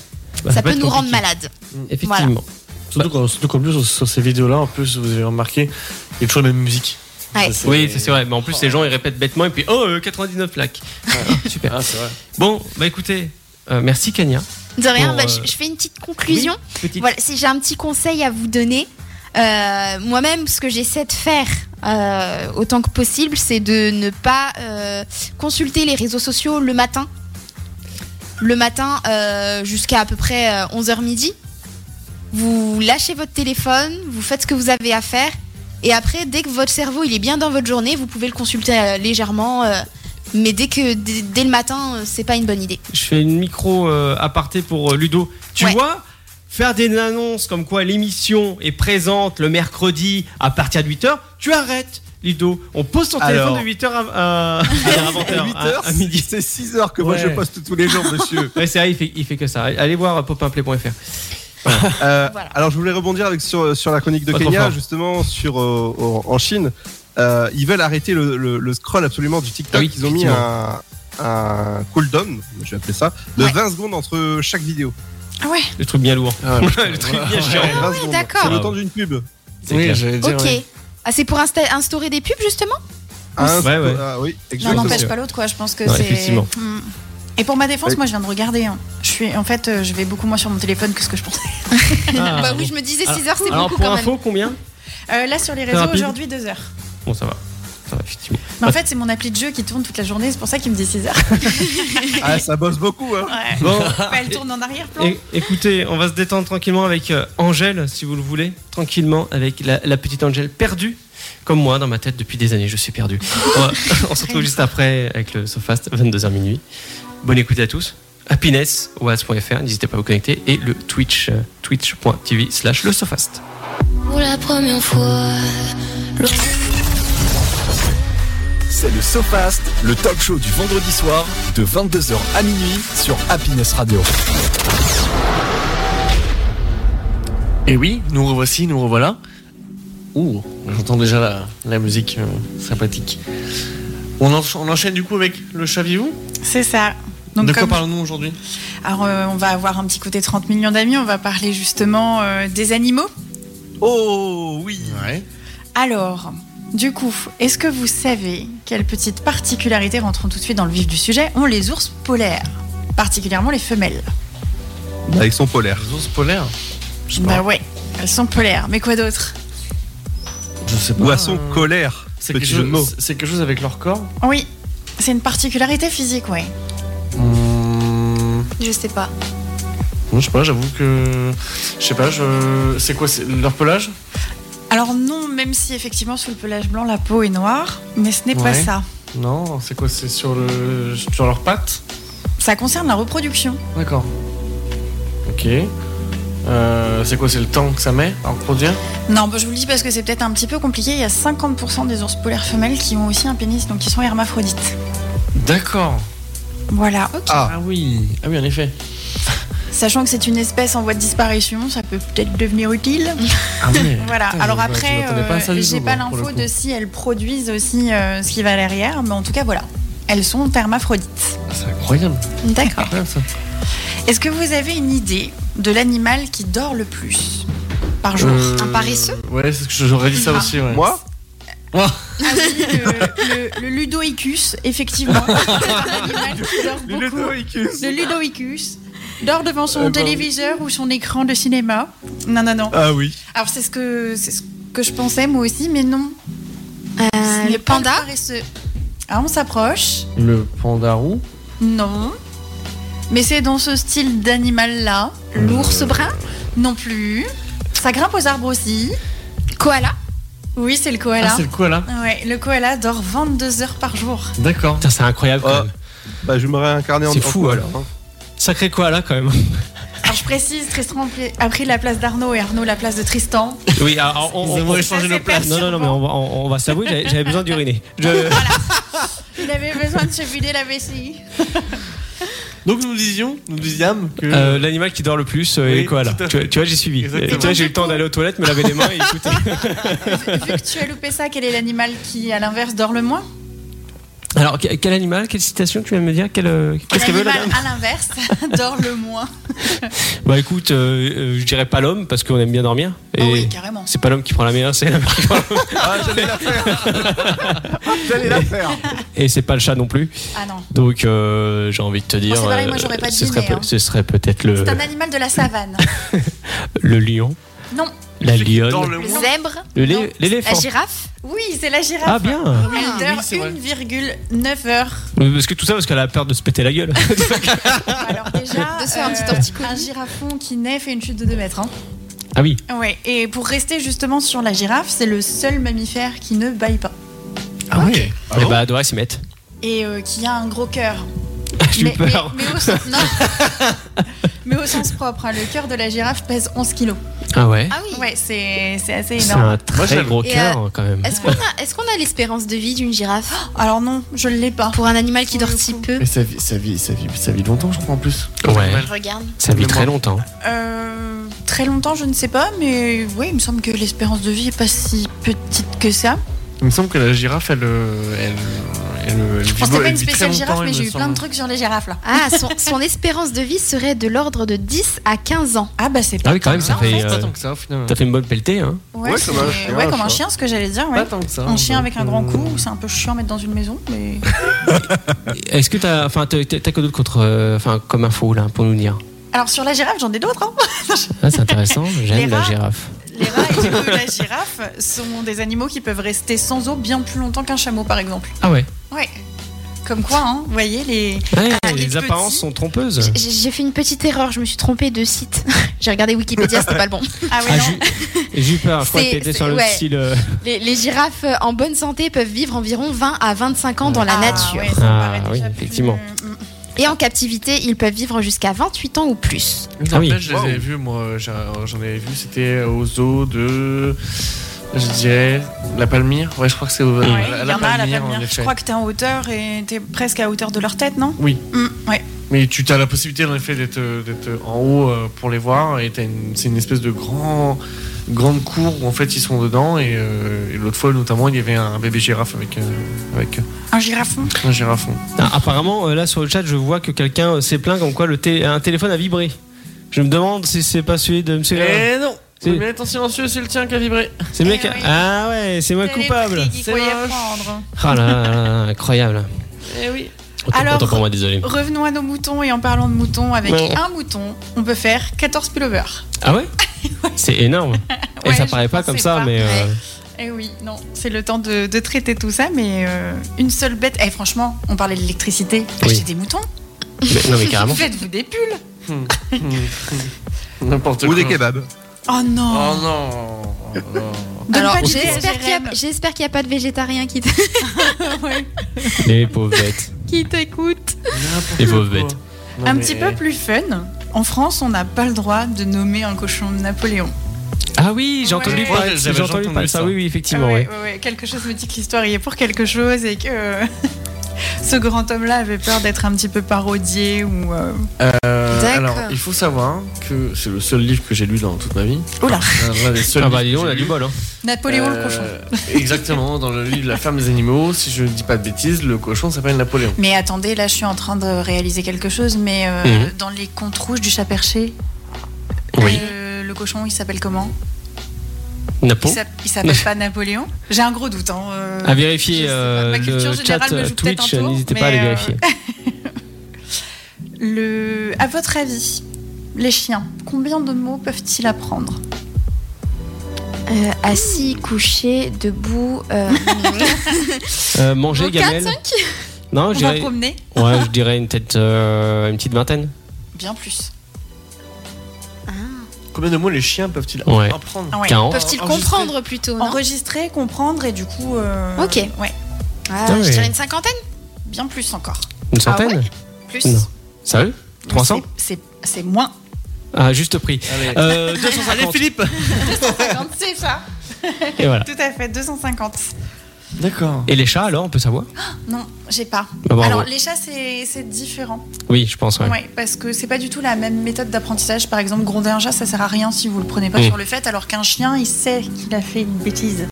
Bah, ça peut peut être nous rendre compliqué. malades. Effectivement. Surtout qu'en surtout qu'en plus, sur, sur ces vidéos-là, en plus, vous avez remarqué, il y a toujours la même musique. Ouais. Ça, c'est- Oui, ça, c'est vrai. Mais en plus, les gens ils répètent bêtement et puis oh euh, 99 plaques. Super. Ah, c'est vrai. Bon, bah écoutez, euh, merci Kanya. De rien, Bon, bah, euh, je, je fais une petite conclusion. Petite. Voilà, si j'ai un petit conseil à vous donner, euh, moi-même, ce que j'essaie de faire euh, autant que possible, c'est de ne pas euh, consulter les réseaux sociaux le matin. Le matin euh, jusqu'à à peu près 11h midi. Vous lâchez votre téléphone, vous faites ce que vous avez à faire. Et après, dès que votre cerveau il est bien dans votre journée, vous pouvez le consulter euh, légèrement. euh, mais dès que dès, dès le matin, euh, c'est pas une bonne idée. Je fais une micro euh, aparté pour euh, Ludo. Tu Ouais. vois Faire des annonces comme quoi l'émission est présente le mercredi à partir de 8h, tu arrêtes, Ludo. On pose ton Alors. téléphone de 8h à, à, à 20 heures, 8 à- heures, à midi. c'est 6 heures que moi Ouais. je poste tous les jours, monsieur. Ouais, c'est vrai, il fait, il fait que ça. Allez voir popinplay.fr. Euh, Voilà. Alors, je voulais rebondir avec, sur, euh, sur la chronique de Pas trop Kenya, fort. justement, sur, euh, en- en Chine. Euh, ils veulent arrêter le, le- le scroll absolument du TikTok. Ah oui, ils ont mis un, un cooldown, je vais appeler ça, de Ouais. 20 secondes entre chaque vidéo. Ah ouais. Le truc bien lourd. le truc bien chiant. 20 secondes. Ah d'accord. C'est le temps d'une pub. C'est Oui, clair. j'allais dire. Ok. ouais. Ah, c'est pour insta- instaurer des pubs justement Un- Ouais, ouais. Ah oui, L'un exactement. n'empêche pas l'autre, quoi. Je pense que Ouais, c'est. effectivement. Mm. Et pour ma défense, Oui. moi, je viens de regarder. hein. Je suis, en fait, euh, je vais beaucoup moins sur mon téléphone que ce que je pensais. Ah, Bah bon. oui, je me disais 6 heures, c'est Alors, beaucoup pour quand même. info, combien Euh, là, sur les réseaux, rapide. aujourd'hui, deux heures. Bon, ça va. Ça va, effectivement. Mais en fait, c'est mon appli de jeu qui tourne toute la journée. C'est pour ça qu'il me dit 6 heures. Ah, ça bosse beaucoup, hein. Ouais. Bon, Bah, elle tourne en arrière-plan. É- écoutez, on va se détendre tranquillement avec euh, Angèle, si vous le voulez, tranquillement avec la, la petite Angèle perdue, comme moi dans ma tête depuis des années, je suis perdu. on, va- on se retrouve juste après avec le Sofast 22h minuit. Bonne écoute à tous. Happiness, oas.fr, n'hésitez pas à vous connecter et le Twitch, euh, twitch.tv slash le Sofast. Ah, Pour la première fois, C'est le SoFast, le talk show du vendredi soir de 22h à minuit sur Happiness Radio. Et oui, nous revoici, nous revoilà. Ouh, j'entends déjà la, la musique euh, sympathique. On, encha- on enchaîne du coup avec le Chavez-vous C'est ça. Donc, De quoi comme- parlons-nous aujourd'hui Alors, euh, on va avoir un petit côté 30 millions d'amis. On va parler justement euh, des animaux. Oh oui. Ouais. Alors, du coup, est-ce que vous savez quelle petite particularité, rentrons tout de suite dans le vif du sujet, ont les ours polaires Particulièrement les femelles. Avec son polaire. Les ours polaires Je sais Bah pas. ouais, elles sont polaires, mais quoi d'autre Je sais pas. Ou à son euh, colère. C'est Petit quelque, jeu de mots. chose- c'est quelque chose avec leur corps Oui, c'est une particularité physique, oui. Mmh, Je sais pas. Je sais pas, j'avoue que. Je sais pas, je. C'est quoi c'est Leur pelage Alors non, même si effectivement sous le pelage blanc, la peau est noire, mais ce n'est pas Ouais. ça. Non, c'est quoi C'est sur, le... sur leurs pattes Ça concerne la reproduction. D'accord. Ok. Euh, c'est quoi C'est le temps que ça met à reproduire Non, bah, je vous le dis parce que c'est peut-être un petit peu compliqué, il y a 50% des ours polaires femelles qui ont aussi un pénis, donc qui sont hermaphrodites. D'accord. Voilà. Ah, oui. Ah oui, en effet. Sachant que c'est une espèce en voie de disparition, ça peut peut-être devenir utile. Ah oui. Voilà. Putain, Alors je- je après, m'attendais pas à euh, ça du j'ai tout, pas moi, pour l'info le coup. de si elles produisent aussi euh, ce qui va derrière, mais en tout cas voilà, elles sont hermaphrodites. Ah, C'est incroyable. D'accord. incroyable, ça. Est-ce que vous avez une idée de l'animal qui dort le plus par jour Euh, Un paresseux Ouais, c'est ce que j'aurais dit ça Ah. aussi. Ouais. moi Ah oui, le, le- le ludoicus, effectivement. C'est un animal qui dort beaucoup. Le ludoicus dort devant son Euh, bah oui. téléviseur ou son écran de cinéma. Non, non, non. Ah oui. Alors c'est ce que c'est ce que je pensais moi aussi, mais non. Ce n'est Euh, le pas panda paresseux. Ah, on s'approche. Le pandarou. Non. Mais c'est dans ce style d'animal-là. L'ours brun Non plus. Ça grimpe aux arbres aussi. Koala Oui, c'est le Ah, koala. c'est le koala. ouais, le koala dort 22 heures par jour. D'accord. Putain, c'est incroyable. quand Ah, même. bah, je me réincarner en C'est en fou, quoi, alors. hein. Sacré quoi là quand même. Alors je précise, Tristan a pris la place d'Arnaud et Arnaud la place de Tristan. Oui, alors on, Ils on, ont on- échangé Ça, nos c'est places. non, non, non, mais on va, on, on va s'avouer, j'avais j'avais besoin d'uriner. Je- Il avait besoin de se vider la vessie. Donc nous disions, nous disions que. Euh, L'animal qui dort le plus euh, Oui, est quoi là tout à tu, vois- tu vois, j'ai suivi. Exactement. Et Tu vois, j'ai eu le temps d'aller aux toilettes, me laver les mains et écouter. Vu que tu as loupé ça, quel est l'animal qui, à l'inverse, dort le moins Alors, que- quel animal, quelle citation tu viens de me dire Quel, euh, Qu'est-ce qu'elle veut la L'animal, dame à l'inverse, dort le moins. Bah écoute, euh, euh, je dirais pas l'homme parce qu'on aime bien dormir. Et Ah oui, carrément. c'est pas l'homme qui prend la meilleure, c'est la meilleure. Ah, j'allais la faire. j'allais la faire. Et c'est pas le chat non plus. Ah non. Donc, euh, j'ai envie de te dire. Oh, c'est pareil, moi, euh, j'aurais pas ce, deviné, serait, pe- hein. ce serait peut-être le, C'est un animal de la savane. le lion, Non. la Celui qui dort lionne, le Le moins. zèbre le Non. lé- La l'éléphant. girafe Oui, c'est la girafe. Ah bien Elle oui, dort c'est vrai. 1,9 heures. Parce que tout ça parce qu'elle a peur de se péter la gueule. Alors déjà, De se faire un petit torticolis. Ah. Un girafon qui naît fait une chute de 2 mètres. hein. ah oui. Ouais. Et pour rester justement sur la girafe, c'est le seul mammifère qui ne baille pas. Ah oui. Ah Et bon bah, elle devrait s'y mettre. et euh, qui a un gros cœur. J'ai eu mais, peur. mais- mais au sens, non. Mais au sens propre, hein, le cœur de la girafe pèse 11 kilos. Ah ouais. Ah oui Ouais, c'est c'est assez C'est énorme. euh, un très j'avoue. gros Et, cœur quand même. Est-ce qu'on a, est-ce qu'on a l'espérance de vie d'une girafe Alors non, je ne l'ai pas. Oh. pour un animal qui Pour dort le si coup. peu Mais ça vit, ça vit, ça vit, ça vit longtemps, je crois en plus. Ouais. Je regarde. Ça vit Mais très moi- longtemps. Euh, très longtemps, je ne sais pas, mais oui, il me semble que l'espérance de vie est pas si petite que ça. Il me semble que la girafe, elle, euh, elle, elle, elle vit, Bon, c'était elle pas une vit très spéciale longtemps, girafe, il mais me j'ai eu semble. plein de trucs sur les girafes là. Ah, son, son espérance de vie serait de l'ordre de 10 à 15 ans. Ah bah c'est Ah pas. oui, quand même, ça Non, en fait. Pas euh, tant que ça, au final. T'as fait une bonne pelletée, hein Ouais, Ouais, c'est- comme un chien, ouais, comme un quoi. chien, ce que j'allais dire. Ouais. Pas tant que ça. Un chien donc, avec un grand euh, cou, c'est un peu chiant à mettre dans une maison, mais Est-ce que t'as, enfin, t'as, t'as- t'as quoi d'autre contre, euh, enfin, comme info là pour nous dire alors sur la girafe, j'en ai d'autres. hein. Ah, c'est intéressant. Les J'aime la rats. girafe. Les rats et du coup, la girafe sont des animaux qui peuvent rester sans eau bien plus longtemps qu'un chameau, par exemple. Ah ouais. Ouais. Comme quoi, hein, vous voyez, les... Ouais, Ah, les les petits. apparences sont trompeuses. J'ai j'ai fait une petite erreur, je me suis trompée de site. J'ai regardé Wikipédia, c'était pas le bon. Ah ouais, Ah, non. j'ai- j'ai eu peur. Je crois C'est- que t'étais c'est- sur le ouais. style. euh, Les, les girafes euh, en bonne santé peuvent vivre environ 20 à 25 ans dans la Ah, nature. ouais, ça me Ah, paraît déjà oui, plus- effectivement. Mm, mm. Et en captivité, ils peuvent vivre jusqu'à 28 ans ou plus. Je Ah me oui. rappelle, je les Wow. avais vus, moi. j'en j'en avais vu, c'était au zoo de. Je dirais. La Palmyre. Ouais, je crois que c'est au. Ouais, à il y en a à la en Palmyre. Je effet. crois que t'es en hauteur et t'es presque à hauteur de leur tête, non Oui. Mm, ouais. Mais tu as la possibilité en effet d'être euh, d'être en haut euh, pour les voir et t'as une- c'est une espèce de grand, grande cour où en fait ils sont dedans et, euh, et l'autre fois notamment il y avait un bébé girafe avec, euh, avec Un girafon. un girafon. Ah, apparemment, euh, là sur le chat, je vois que quelqu'un euh, s'est plaint comme quoi le té- un téléphone a vibré. Je me demande si c'est pas celui de Monsieur. Galland. Eh non Si. Mais attends silencieux c'est le tien qui a vibré. C'est le mec. Eh oui. Ah ouais, c'est moi le T'as les coupable. prix qu'il C'est croyait moche. prendre. Ah là là, là, là, incroyable. Eh oui. Autant, Alors- autant Oh, pour moi, désolé. Revenons à nos moutons et en parlant de moutons, avec Ouais. un mouton, on peut faire 14 pullovers. Ah ouais C'est énorme. Et Ouais, ça je paraît pas comme pensais ça, pas. mais. euh, Ouais. Eh oui, non, c'est le temps de, de traiter tout ça, mais euh, une seule bête. Eh franchement, on parlait de l'électricité. Oui. Achetez des moutons. mais- non mais carrément. Faites-vous des pulls. N'importe quoi. Ou des kebabs. Oh Oh non. non. Oh non. Donne Alors, pas d'idée à j'espère qu'il n'y Jérém. a, j'espère qu'il y a pas de végétariens qui, t- Ouais. Les pauvres bêtes. qui t'écoutent. N'importe Les pauvres quoi. bêtes. Non, Un mais- petit peu plus fun. En France, on n'a pas le droit de nommer un cochon Napoléon. Ah oui, j'ai entendu Ouais. parler. Ouais, J'ai j'avais entendu, entendu parler de ça. ça. Oui, oui, effectivement. Ah ouais. ouais, ouais, ouais. Quelque chose me dit que l'histoire y est pour quelque chose et que euh, ce grand homme-là avait peur d'être un petit peu parodié ou. euh, Euh, D'accord. alors il faut savoir que c'est le seul livre que j'ai lu dans toute ma vie. Oula. Un- un des seuls Ah bah dis donc, livres que on j'ai a lu. du bol. Hein. Napoléon le Euh, cochon. Exactement, dans le livre La ferme des animaux, si je ne dis pas de bêtises, le cochon s'appelle Napoléon. Mais attendez, là, je suis en train de réaliser quelque chose, mais euh, dans les contes rouges du chat perché, Mhm. Oui. euh, le cochon, il s'appelle comment Napo. Il s'app- Il s'appelle pas Napoléon J'ai un gros doute. hein, euh, À je sais vérifier pas, euh, ma culture le générale chat me joue peut-être un Twitch, tour, n'hésitez pas à mais, les euh, vérifier. Le... À votre avis, les chiens, combien de mots peuvent-ils apprendre Euh, assis, couché, debout. euh, Euh, manger, Donc, gamelle. 4-5 Non, On je va dirais, promener ouais, je dirais une tête, euh, une petite vingtaine. Bien plus. Combien de mots les chiens peuvent-ils Ouais. apprendre Ah ouais. 40. Peuvent-ils enregistrer. comprendre plutôt non Enregistrer, comprendre et du coup. euh, Ok. Ouais, Ah, Putain, Je mais- dirais une cinquantaine bien plus encore. Une Ah centaine Plus Non. Sérieux 300 C'est c'est- c'est moins. Ah, juste prix. Allez. Euh, 250. Allez, Philippe 50, c'est ça. Et voilà. Tout à fait, 250. D'accord. Et les chats, alors, on peut savoir Non, j'ai pas. Ah, bravo. Alors, les chats, c'est c'est différent. Oui, je pense, ouais. Ouais, parce que c'est pas du tout la même méthode d'apprentissage. Par exemple, gronder un chat, ça sert à rien si vous le prenez pas Mm. sur le fait, alors qu'un chien, il sait qu'il a fait une bêtise.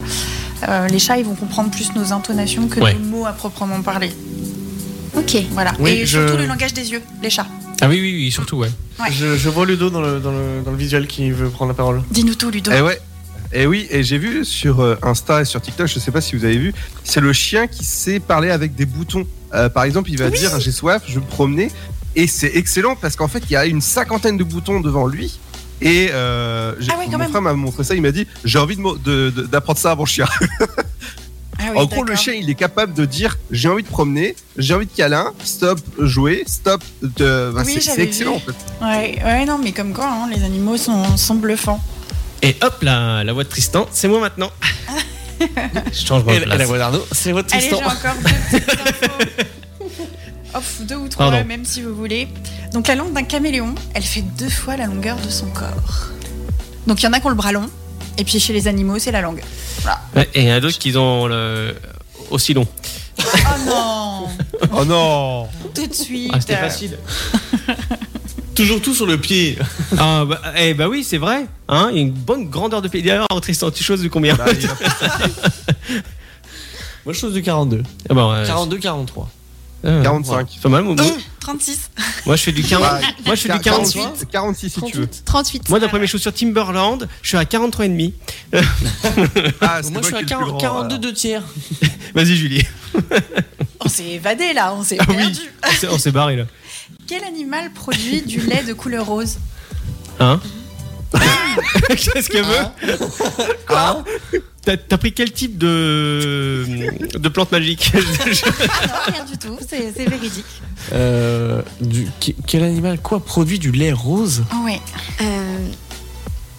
Euh, les chats, ils vont comprendre plus nos intonations que Ouais. nos mots à proprement parler. Ok. Voilà. Oui, et je- surtout le langage des yeux, les chats. Ah oui, oui, oui, surtout, ouais. Ouais. Je, je vois Ludo dans le, dans, le, dans le visuel qui veut prendre la parole. Dis-nous tout, Ludo. Eh ouais. Et oui, et j'ai vu sur euh, Insta et sur TikTok, je sais pas si vous avez vu, c'est le chien qui sait parler avec des boutons. Euh, par exemple, il va dire j'ai soif, je vais me promener. Et c'est excellent parce qu'en fait, il y a une cinquantaine de boutons devant lui. Et euh, j'ai- Ah ouais, quand mon même. frère m'a montré ça, il m'a dit j'ai envie de mo- de- de- d'apprendre ça à mon chien. Ah oui, en gros, le d'accord. chien, il est capable de dire j'ai envie de promener, j'ai envie de câlin, stop, jouer, stop. De... bah, Oui, c'est- j'avais c'est excellent vu. en fait. Ouais, ouais, non, mais comme quoi, hein, les animaux sont, sont bluffants. Et hop là, la voix de Tristan, c'est moi maintenant. je change ma Et la, et la place. voix d'Arnaud, c'est votre Allez, j'ai Tristan. encore deux petites infos. Off, deux ou trois, Pardon. même si vous voulez. Donc, la langue d'un caméléon, elle fait deux fois la longueur de son corps. Donc, il y en a qui ont le bras long, et puis chez les animaux, c'est la langue. Ouais, Et il y en a d'autres qui ont le... aussi long. Oh non Oh non Tout de suite. Ah, c'était facile. Toujours tout sur le pied. Ah, bah, eh bah oui, c'est vrai. Hein, il y a une bonne grandeur de pied. D'ailleurs, Tristan, tu choses de combien Bah, il a- Moi, je chose de 42. Ah bah, ouais. 42, 43. Oh. Ah, 45. C'est pas mal, moi, moi- 36. moi, je fais du 40. Bah, moi, je fais du 48. 46, 46 si tu veux. 38. Moi, d'après mes chaussures Timberland, je suis à 43,5. Ah, c'est Moi, je suis qui à est le plus 40 grand, 42, alors. 2 tiers. Vas-y, Julie. On s'est évadé là, on s'est perdu. On s'est- On s'est barré là. Quel animal produit du lait de couleur rose Hein Qu'est-ce qu'elle veut Hein? Quoi T'as- T'as pris quel type de, de plante magique Non, rien du tout, c'est c'est véridique. euh, du, qui- Quel animal Quoi produit du lait rose Ouais. Euh,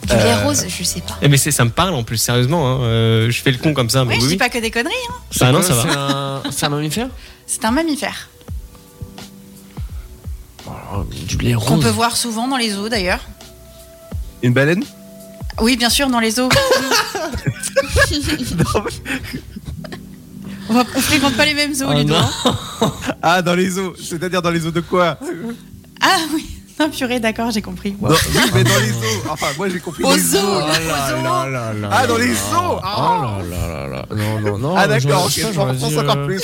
du lait rose, je sais pas. Eh, Mais c'est, ça me parle en plus, sérieusement. hein. Euh, je fais le con comme ça, mais Ouais, oui. je dis oui. pas que des conneries. hein. Ah non, quoi, ça va. c'est un- C'est un mammifère C'est un mammifère. Alors, Ah, Du lait Qu'on rose. peut voir souvent dans les eaux d'ailleurs. Une baleine Oui, bien sûr, dans les eaux. on, va, on fréquente pas les mêmes eaux, Ah, Ludo. non. hein. Ah, dans les eaux. C'est-à-dire dans les eaux de quoi Ah oui, non, purée, d'accord, j'ai compris. Dans- bah, Oui, mais dans les eaux. Enfin, moi j'ai compris. Aux les eaux. Oh là là là là Ah, dans là les là. eaux. Ah. Oh là là là là. Non, non, non. Ah, j'aurais d'accord, dit ok, ça, j'en j'aurais pense dit, encore euh, plus.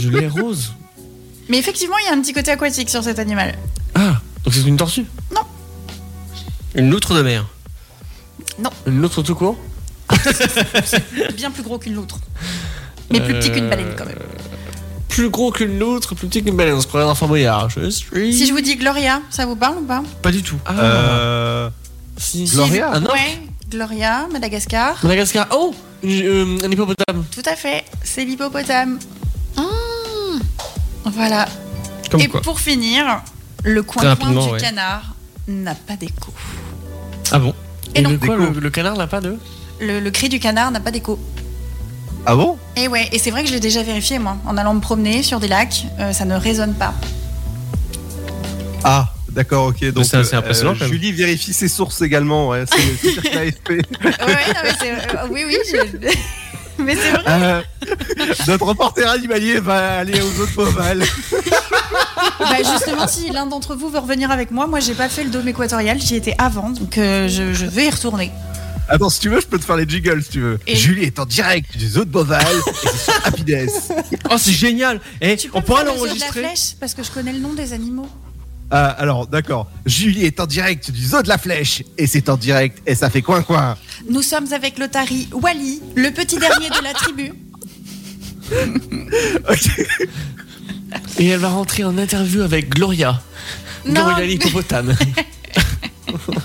Du lait rose. Mais effectivement, il y a un petit côté aquatique sur cet animal. Ah, donc c'est une tortue Une loutre de mer. Une autre tout court Bien plus gros qu'une loutre. Mais plus petit qu'une baleine quand même. Euh, Plus gros qu'une autre, plus petit qu'une baleine. On se prend un enfant boyard. Je suis. Si je vous dis Gloria, ça vous parle ou pas Pas du tout. Ah, Euh, si. Gloria Ah non Ouais, Gloria, Madagascar. Madagascar. Oh J- euh, Un hippopotame. Tout à fait, c'est l'hippopotame. Voilà. Comme Et quoi. pour finir, le Très coin-coin rapidement, du ouais. canard n'a pas d'écho. Ah bon Et non. le, quoi, Déco. le, le canard n'a pas de Le, le cri du canard n'a pas d'écho. Ah bon Et ouais, et c'est vrai que je l'ai déjà vérifié moi. En allant me promener sur des lacs, euh, ça ne résonne pas. Ah, d'accord, ok. Donc, euh, c'est assez impressionnant, quand même. Julie vérifie ses sources également. Ouais, c'est c'est sûr que l'AFP. Ouais, ouais, non, mais c'est- euh, oui, oui, je- mais c'est vrai. Euh, notre reporter animalier va aller aux autres bovales. Bah, justement, si l'un d'entre vous veut revenir avec moi, moi j'ai pas fait le dôme équatorial, j'y étais avant, donc euh, je, je vais y retourner. Attends, si tu veux, je peux te faire les jiggles si tu veux. Et- Julie est en direct des autres bovales. et c'est sur Happiness. Oh, c'est génial Eh, Tu peux On me pourra faire le zoo de la l'enregistrer flèche parce que je connais le nom des animaux. Ah, alors, d'accord. Julie est en direct du zoo de la flèche. Et c'est en direct. Et ça fait coin-coin. Nous sommes avec l'otari Wally, le petit dernier de la tribu. Oh Et elle va rentrer en interview avec Gloria. Non. Gloria l'hippopotame. Oh là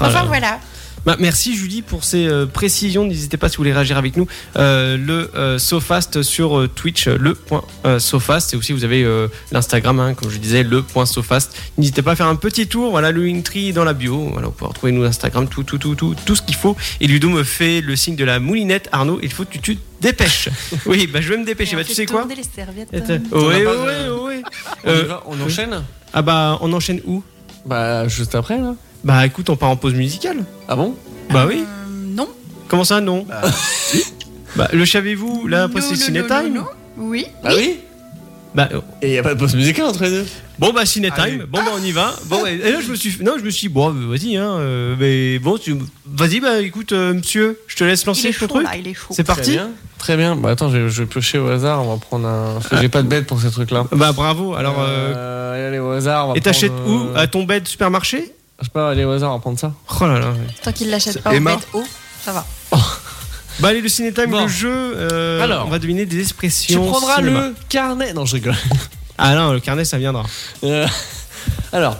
Enfin là. voilà. Bah, merci Julie pour ces euh, précisions. N'hésitez pas si vous voulez réagir avec nous. euh, le euh, Sofast sur euh, Twitch, le point euh, Sofast. Et aussi vous avez euh, l'Instagram, hein, comme je disais, le point Sofast. N'hésitez pas à faire un petit tour. Voilà le Linktree est dans la bio. Voilà, vous pouvez retrouver nous Instagram, tout, tout, tout, tout, tout ce qu'il faut. Et Ludo me fait le signe de la moulinette. Arnaud, il faut que tu te dépêches. oui, bah je vais me dépêcher. Bah, tu sais quoi les serviettes. Euh, Oui, On a oui, pas de- oui. On, y Euh, va, on enchaîne Ah bah on enchaîne où Bah, juste après, là. Bah écoute, on part en pause musicale. Ah bon Bah oui. Euh, non. Comment ça, non Bah, le savez-vous, là, après c'est Ciné Non, non, Time non, non. Oui. Bah oui Bah, euh, Et y a pas de pause musicale entre les deux Bon, bah, Ciné Allez. Time, bon, bah, on y Ah. va. Bon, ouais, et là, je me suis, non, je me suis dit, bon, euh, vas-y, hein, euh, mais bon, tu- vas-y, bah, écoute, euh, monsieur, je te laisse Il est lancer chaud ton truc. là, il est chaud. C'est Très parti bien. Très bien. Bah attends, je vais, je vais piocher au hasard. On va prendre un. parce que J'ai pas de bête pour ces trucs-là. Bah, bravo, alors. euh, Euh, allez, au hasard. on va et t'achètes prendre, où euh, À ton bed supermarché Je sais pas, allez, au hasard, on va prendre ça. Oh là là. ouais. Tant qu'il l'achète pas, on Emma. met haut. Ça va. Bah, allez, le Ciné Time, Bon. le jeu, euh, Alors. on va deviner des Tu expressions. prendras cinéma. le carnet. Non, je rigole. Ah non, le carnet, ça viendra. Euh, alors,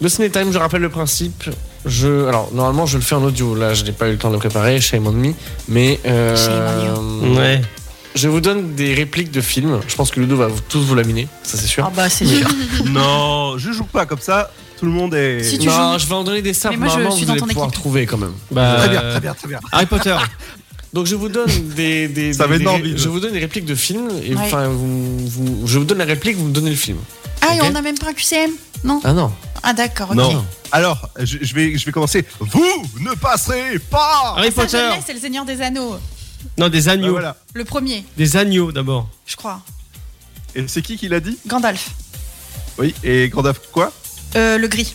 le Ciné Time, je rappelle le principe. Je, alors, normalement, je le fais en audio. Là, je n'ai pas eu le temps de le préparer. Shame on me. Mais. euh, Shame Ouais. Je vous donne des répliques de films. Je pense que Ludo va vous- tous vous laminer. Ça, c'est sûr. Ah bah c'est sûr. non, je joue pas comme ça. Tout le monde est. Si tu non, joues- je vais en donner des simples. Mais moi, je Normalement, suis dans vous allez ton pouvoir équipe. trouver quand même. Bah, Très bien, très bien, très bien. Harry Potter. Donc je vous donne des, des- Ça des- va être des- morbide. je vous donne des répliques de films et Ouais. enfin vous, vous- je vous donne la réplique, vous me donnez le film. Ah, et Ok. on a même pas un QCM Non. Ah non. Ah d'accord, ok. Non. Alors, je, je vais, je vais commencer. Vous ne passerez pas. Harry Ça, je Potter. l'ai, c'est le Seigneur des Anneaux. Non, des Ah, agneaux. voilà. Le premier, Des agneaux d'abord. je crois. Et c'est qui qui l'a dit Gandalf. Oui. Et Grandaf quoi Euh, le gris.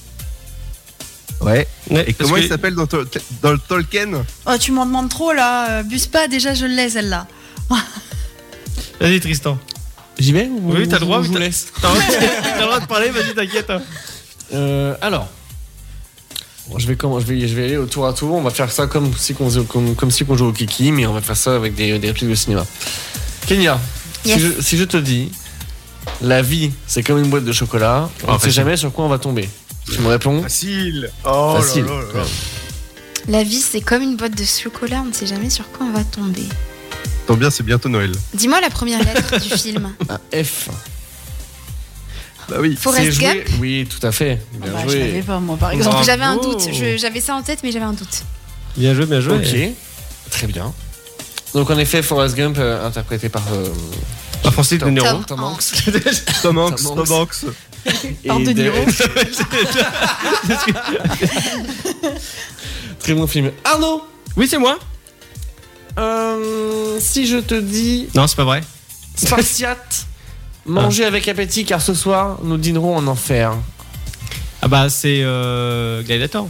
Ouais. Ouais, Et parce comment que- il s'appelle dans, Tol- dans le Tolkien Oh, tu m'en demandes trop là. Euh, Buse pas, déjà je l'ai celle-là. Vas-y, Tristan. J'y vais ou- Oui, t'as le droit, ou oui, Je vous t'as- laisse. T'as le droit de parler, vas-y, t'inquiète. Euh, alors. Bon, je vais comment je vais je vais aller au tour à tour. On va faire ça comme si qu'on comme, comme si qu'on joue au kiki, mais on va faire ça avec des, des répliques de cinéma. Kenya, si, Yes. je, si je te dis, la vie c'est comme une boîte de chocolat. on ne sait jamais sur quoi on va tomber. Tu me réponds. Facile. Oh là Facile. là là là. La vie, c'est comme une boîte de chocolat, on ne sait jamais sur quoi on va tomber. Tant bien, c'est bientôt Noël. Dis-moi la première lettre du film. Un F. Bah oui. C'est Forrest Gump joué. Oui, tout à fait. Ah Bien bah, je l'avais joué. pas moi par exemple. Donc, J'avais un Bravo. doute, Je- j'avais ça en tête, mais j'avais un doute. Bien joué, bien joué. Ok, très bien. Donc en effet, Forrest Gump, euh, interprété par euh, Pas français de Niro. Tom Tom Hanks. Hanks. Tom Hanks. Tom Tom Hanks. Hanks. Par De Niro. très bon film. Arnaud, Oui, c'est moi. euh, si je te dis Non, c'est pas vrai. Spartiate, mangez avec appétit car ce soir nous dînerons en enfer. Ah bah, c'est euh, Gladiator.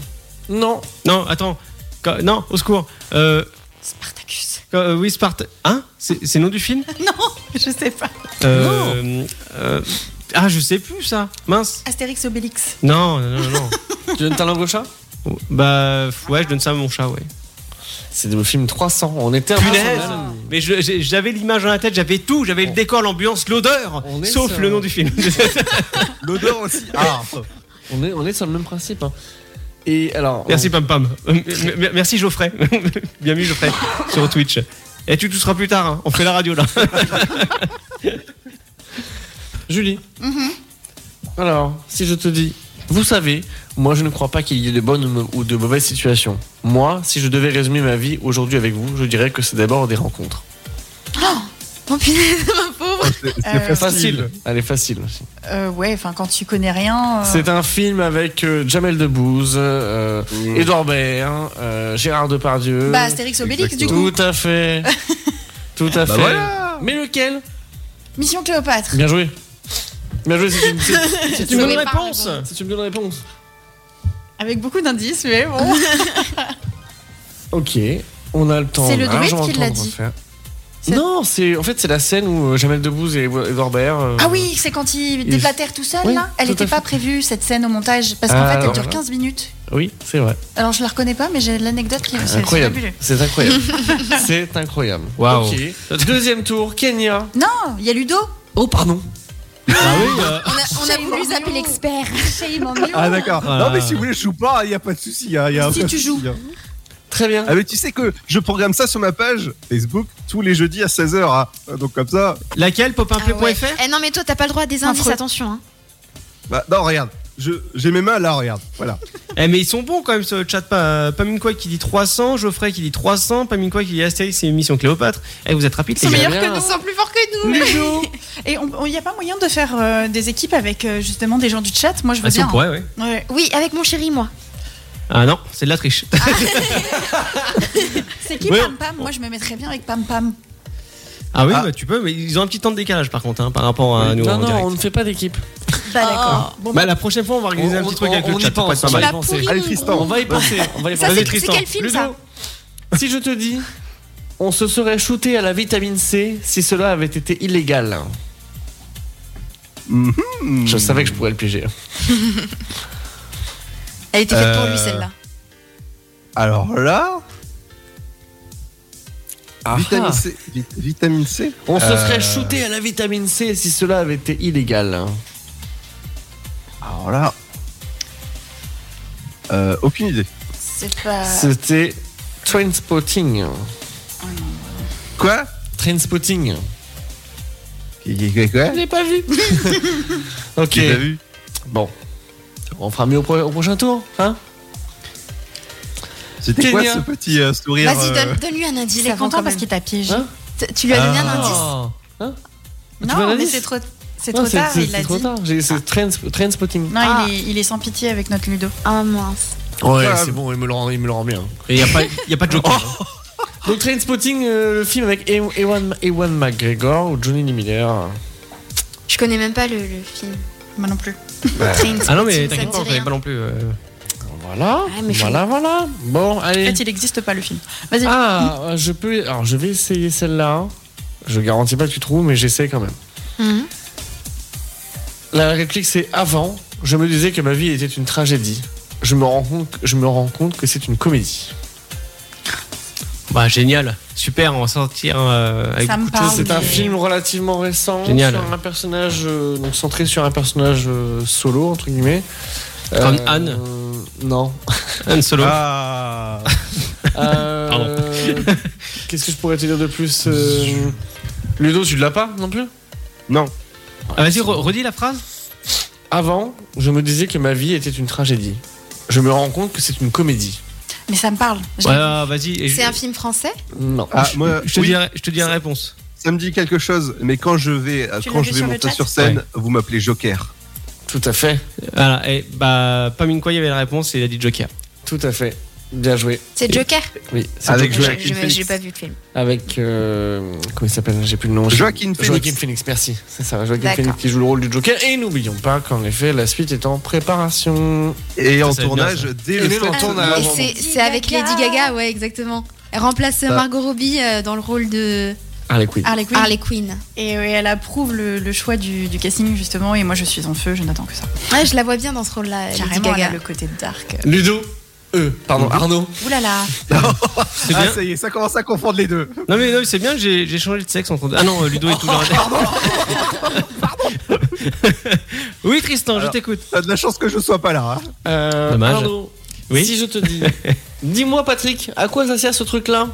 Non, Non, attends. Quand- Non, au secours. Euh, Spartacus. quand- euh, oui, Sparte. Hein C'est c'est le nom du film Non, je sais pas. Euh, euh, Ah, je sais plus ça. Mince. Astérix Obélix. Non, non, non, non. tu donnes ta langue au chat Oh, bah, f- ouais, je donne ça à mon chat, ouais. C'est le film 300. On était un Punaise Mais je- j'ai- j'avais l'image dans la tête, j'avais tout, j'avais le décor, l'ambiance, l'odeur, On est sauf sur- le nom du film. L'odeur aussi. Ah. On est, on est sur le même principe. hein. Et alors, Merci Pam Pam. Euh, m- m- Merci Geoffrey. Bien mis Geoffrey sur Twitch. Et tu tousseras plus tard, hein. on fait la radio là. Julie. Alors, si je te dis, vous savez, moi je ne crois pas qu'il y ait de bonnes ou mau- ou de mauvaises situations. Moi, si je devais résumer ma vie aujourd'hui avec vous, je dirais que c'est d'abord des rencontres. Oh punaise, ma pauvre C'est c'est Euh, Facile. Elle est facile. aussi. Euh, ouais, enfin quand tu connais rien. euh, C'est un film avec euh, Jamel Debbouze, euh, Mm. Edouard Baird, euh, Gérard Depardieu. Bah Astérix Obélix du coup. Tout à fait. Tout à Bah fait. voilà. Mais lequel Mission Cléopâtre. Bien joué. Bien joué, c'est une, c'est- C'est une bonne réponse. c'est une bonne réponse. Avec beaucoup d'indices, mais bon. Ok, on a le temps. C'est le là, druide j'ai le qui temps l'a de dit. refaire. C'est- Non, c'est en fait c'est la scène où euh, Jamel Debbouze et Edouard Baird. euh, Ah oui, c'est quand il déblatère tout seul Oui, là. Elle tout à n'était fait. pas prévue cette scène au montage parce qu'en Ah, fait elle alors dure là. 15 minutes. Oui, c'est vrai. Alors je la reconnais pas, mais j'ai l'anecdote qui c'est- c'est Incroyable. fabuleux. C'est incroyable. c'est incroyable. Waouh. Ok. Deuxième tour, Kenya. Non, il y a Ludo. Oh pardon. Ah oui, euh, Bah, On a, on a voulu zapper l'expert. Ah d'accord. Ah. Voilà. Non mais si vous voulez, je joue pas. Il y a pas de souci. hein, il y a Si aucun tu souci, joues. hein. Très bien. Ah mais tu sais que je programme ça sur ma page Facebook tous les jeudis à 16h. ah. Donc comme ça, Laquelle Ah ouais. popinplay.fr Eh non, mais toi, t'as pas le droit à des indices, Affreux. attention. hein. bah non regarde, je j'ai mes mains là, regarde. Voilà. Eh mais ils sont bons quand même ce chat pas Paminkoy qui dit 300, Geoffrey qui dit 300, Paminkoy qui dit Astérix et Mission Cléopâtre. Eh vous êtes rapides Ils les sont gars. meilleurs bien. que nous. Ils sont plus forts que nous. Ludo. Et il n'y a pas moyen de faire euh, des équipes avec euh, justement des gens du chat Moi, je veux Ah, si bien. on pourrait, ouais. Ouais. Oui, avec mon chéri, moi. Ah non, c'est de la triche. C'est qui Ouais. Pam Pam Moi, je me mettrais bien avec Pam Pam. Ah oui, Ah. bah, tu peux, mais ils ont un petit temps de décalage par contre hein, par rapport à nous non, en non, direct. on ne fait pas d'équipe. Bah, d'accord. Bon, Bah la prochaine fois on va organiser un petit truc avec on le y chat, ça peut pense, être pas on mal. va y Tu m'as penser. pourri Allez, mon Tristan. On va y penser. On va y Ça, penser. c'est- c'est quel film, ça Si je te dis, on se serait shooté à la vitamine C si cela avait été illégal. Mhm. Je savais que je pourrais le piéger. Elle était faite pour Euh, lui, celle-là. Alors là, Ah, vitamine ah. C, vit- vitamine C. On se Euh, serait shooté à la vitamine C si cela avait été illégal. Alors là, euh, aucune idée. C'est pas. C'était Trainspotting. Quoi Trainspotting. Quoi, quoi, quoi Je l'ai pas vu. ok, Tu l'as vu bon. On fera mieux au, pro- au prochain tour, hein C'était quoi Kenya. ce petit euh, sourire Vas-y, euh, donne- donne-lui un indice. Il est avant, content quand parce même. qu'il t'a piégé. Hein T- Tu lui as donné un indice. Ah. Tu veux non, mais l'indice c'est trop, c'est Non, trop tard, c'est- il l'a C'est trop dit. Ah. tard. J'ai- C'est Trains- Trainspotting. Non, Ah. il, est, il est sans pitié avec notre Ludo. Ah mince. Ouais, Ah. c'est bon, il me le rend, il me le rend bien. Et y a pas y a pas de joker. hein. Donc Trainspotting, euh, le film avec Ewan, Ewan- Ewan McGregor ou Johnny Lee Miller. Je connais même pas le, le film. Moi non plus. Train Ah non mais t'inquiète Spotting, ça me pas, dit on savait rien. pas non plus. euh. Voilà, Ouais, Ah, mais je- Ah, voilà, voilà. Bon, En allez. fait, il n'existe pas le film. Vas-y. Ah, euh, je peux. Alors, je vais essayer celle-là. Je garantis pas que tu trouves, mais j'essaie quand même. Mhm. La réplique, c'est avant. Je me disais que ma vie était une tragédie. Je me rends compte, je me rends compte que c'est une comédie. Bah génial, super, on va sortir euh, avec Ça me beaucoup de parle. choses. c'est un mais- film relativement récent, Génial. sur un personnage euh, donc centré sur un personnage euh, solo entre guillemets. Euh, Comme Anne Non. Han Solo. Ah Euh, Pardon. Qu'est-ce que je pourrais te dire de plus euh, Ludo, tu l'as pas non plus Non. Ah, Vas-y, re- redis la phrase. Avant, je me disais que ma vie était une tragédie. Je me rends compte que c'est une comédie. Mais ça me parle. Je- Ouais, ouais, vas-y. et je- euh, C'est un film français Non. Ah, Je- moi, Je te oui, dirai, je te dirai la réponse. ça me dit quelque chose, mais quand je vais, euh, Tu quand l'as je vu vais sur le monter chat sur scène, vous m'appelez Joker. Tout à fait. Voilà, et bah, Paminkoy avait la réponse et il a dit Joker. Tout à fait. Bien joué. C'est Joker Oui. c'est Avec Joker. Joaquin Je- je- Phoenix. J'ai pas vu le film. Avec. euh, comment il s'appelle J'ai plus le nom. Joaquin Phoenix. Joaquin Phoenix, merci. C'est ça, Joaquin D'accord. Phoenix qui joue le rôle du Joker. Et n'oublions pas qu'en effet, la suite est en préparation. Et en ça va être bien, tournage dès Et le même en 7 tournage. Et Ah, novembre. c'est- Lady c'est avec Gaga. Lady Gaga, ouais, exactement. Elle remplace Bah. euh, Ça. Margot Robbie euh, dans le rôle de Allez, quiz. Harley Quinn. Harley Quinn. Et oui, elle approuve le, le choix du, du casting justement. Et moi, je suis en feu. Je n'attends que ça. Ouais, je la vois bien dans ce rôle-là, Lady Carrément, elle a Gaga. le côté dark. Ludo. Euh, pardon, Arnaud. Ouh là là. C'est Ah bien. ça y est, ça commence à confondre les deux. Non mais, non, mais c'est bien, j'ai j'ai changé de sexe entre deux. Ah non, euh, Ludo est toujours. Pardon. oui, Tristan, je Alors. t'écoute. T'as de la chance que je sois pas là. hein. Euh, Dommage. Arnaud, Oui. si je te dis, dis-moi Patrick, à quoi ça sert ce truc-là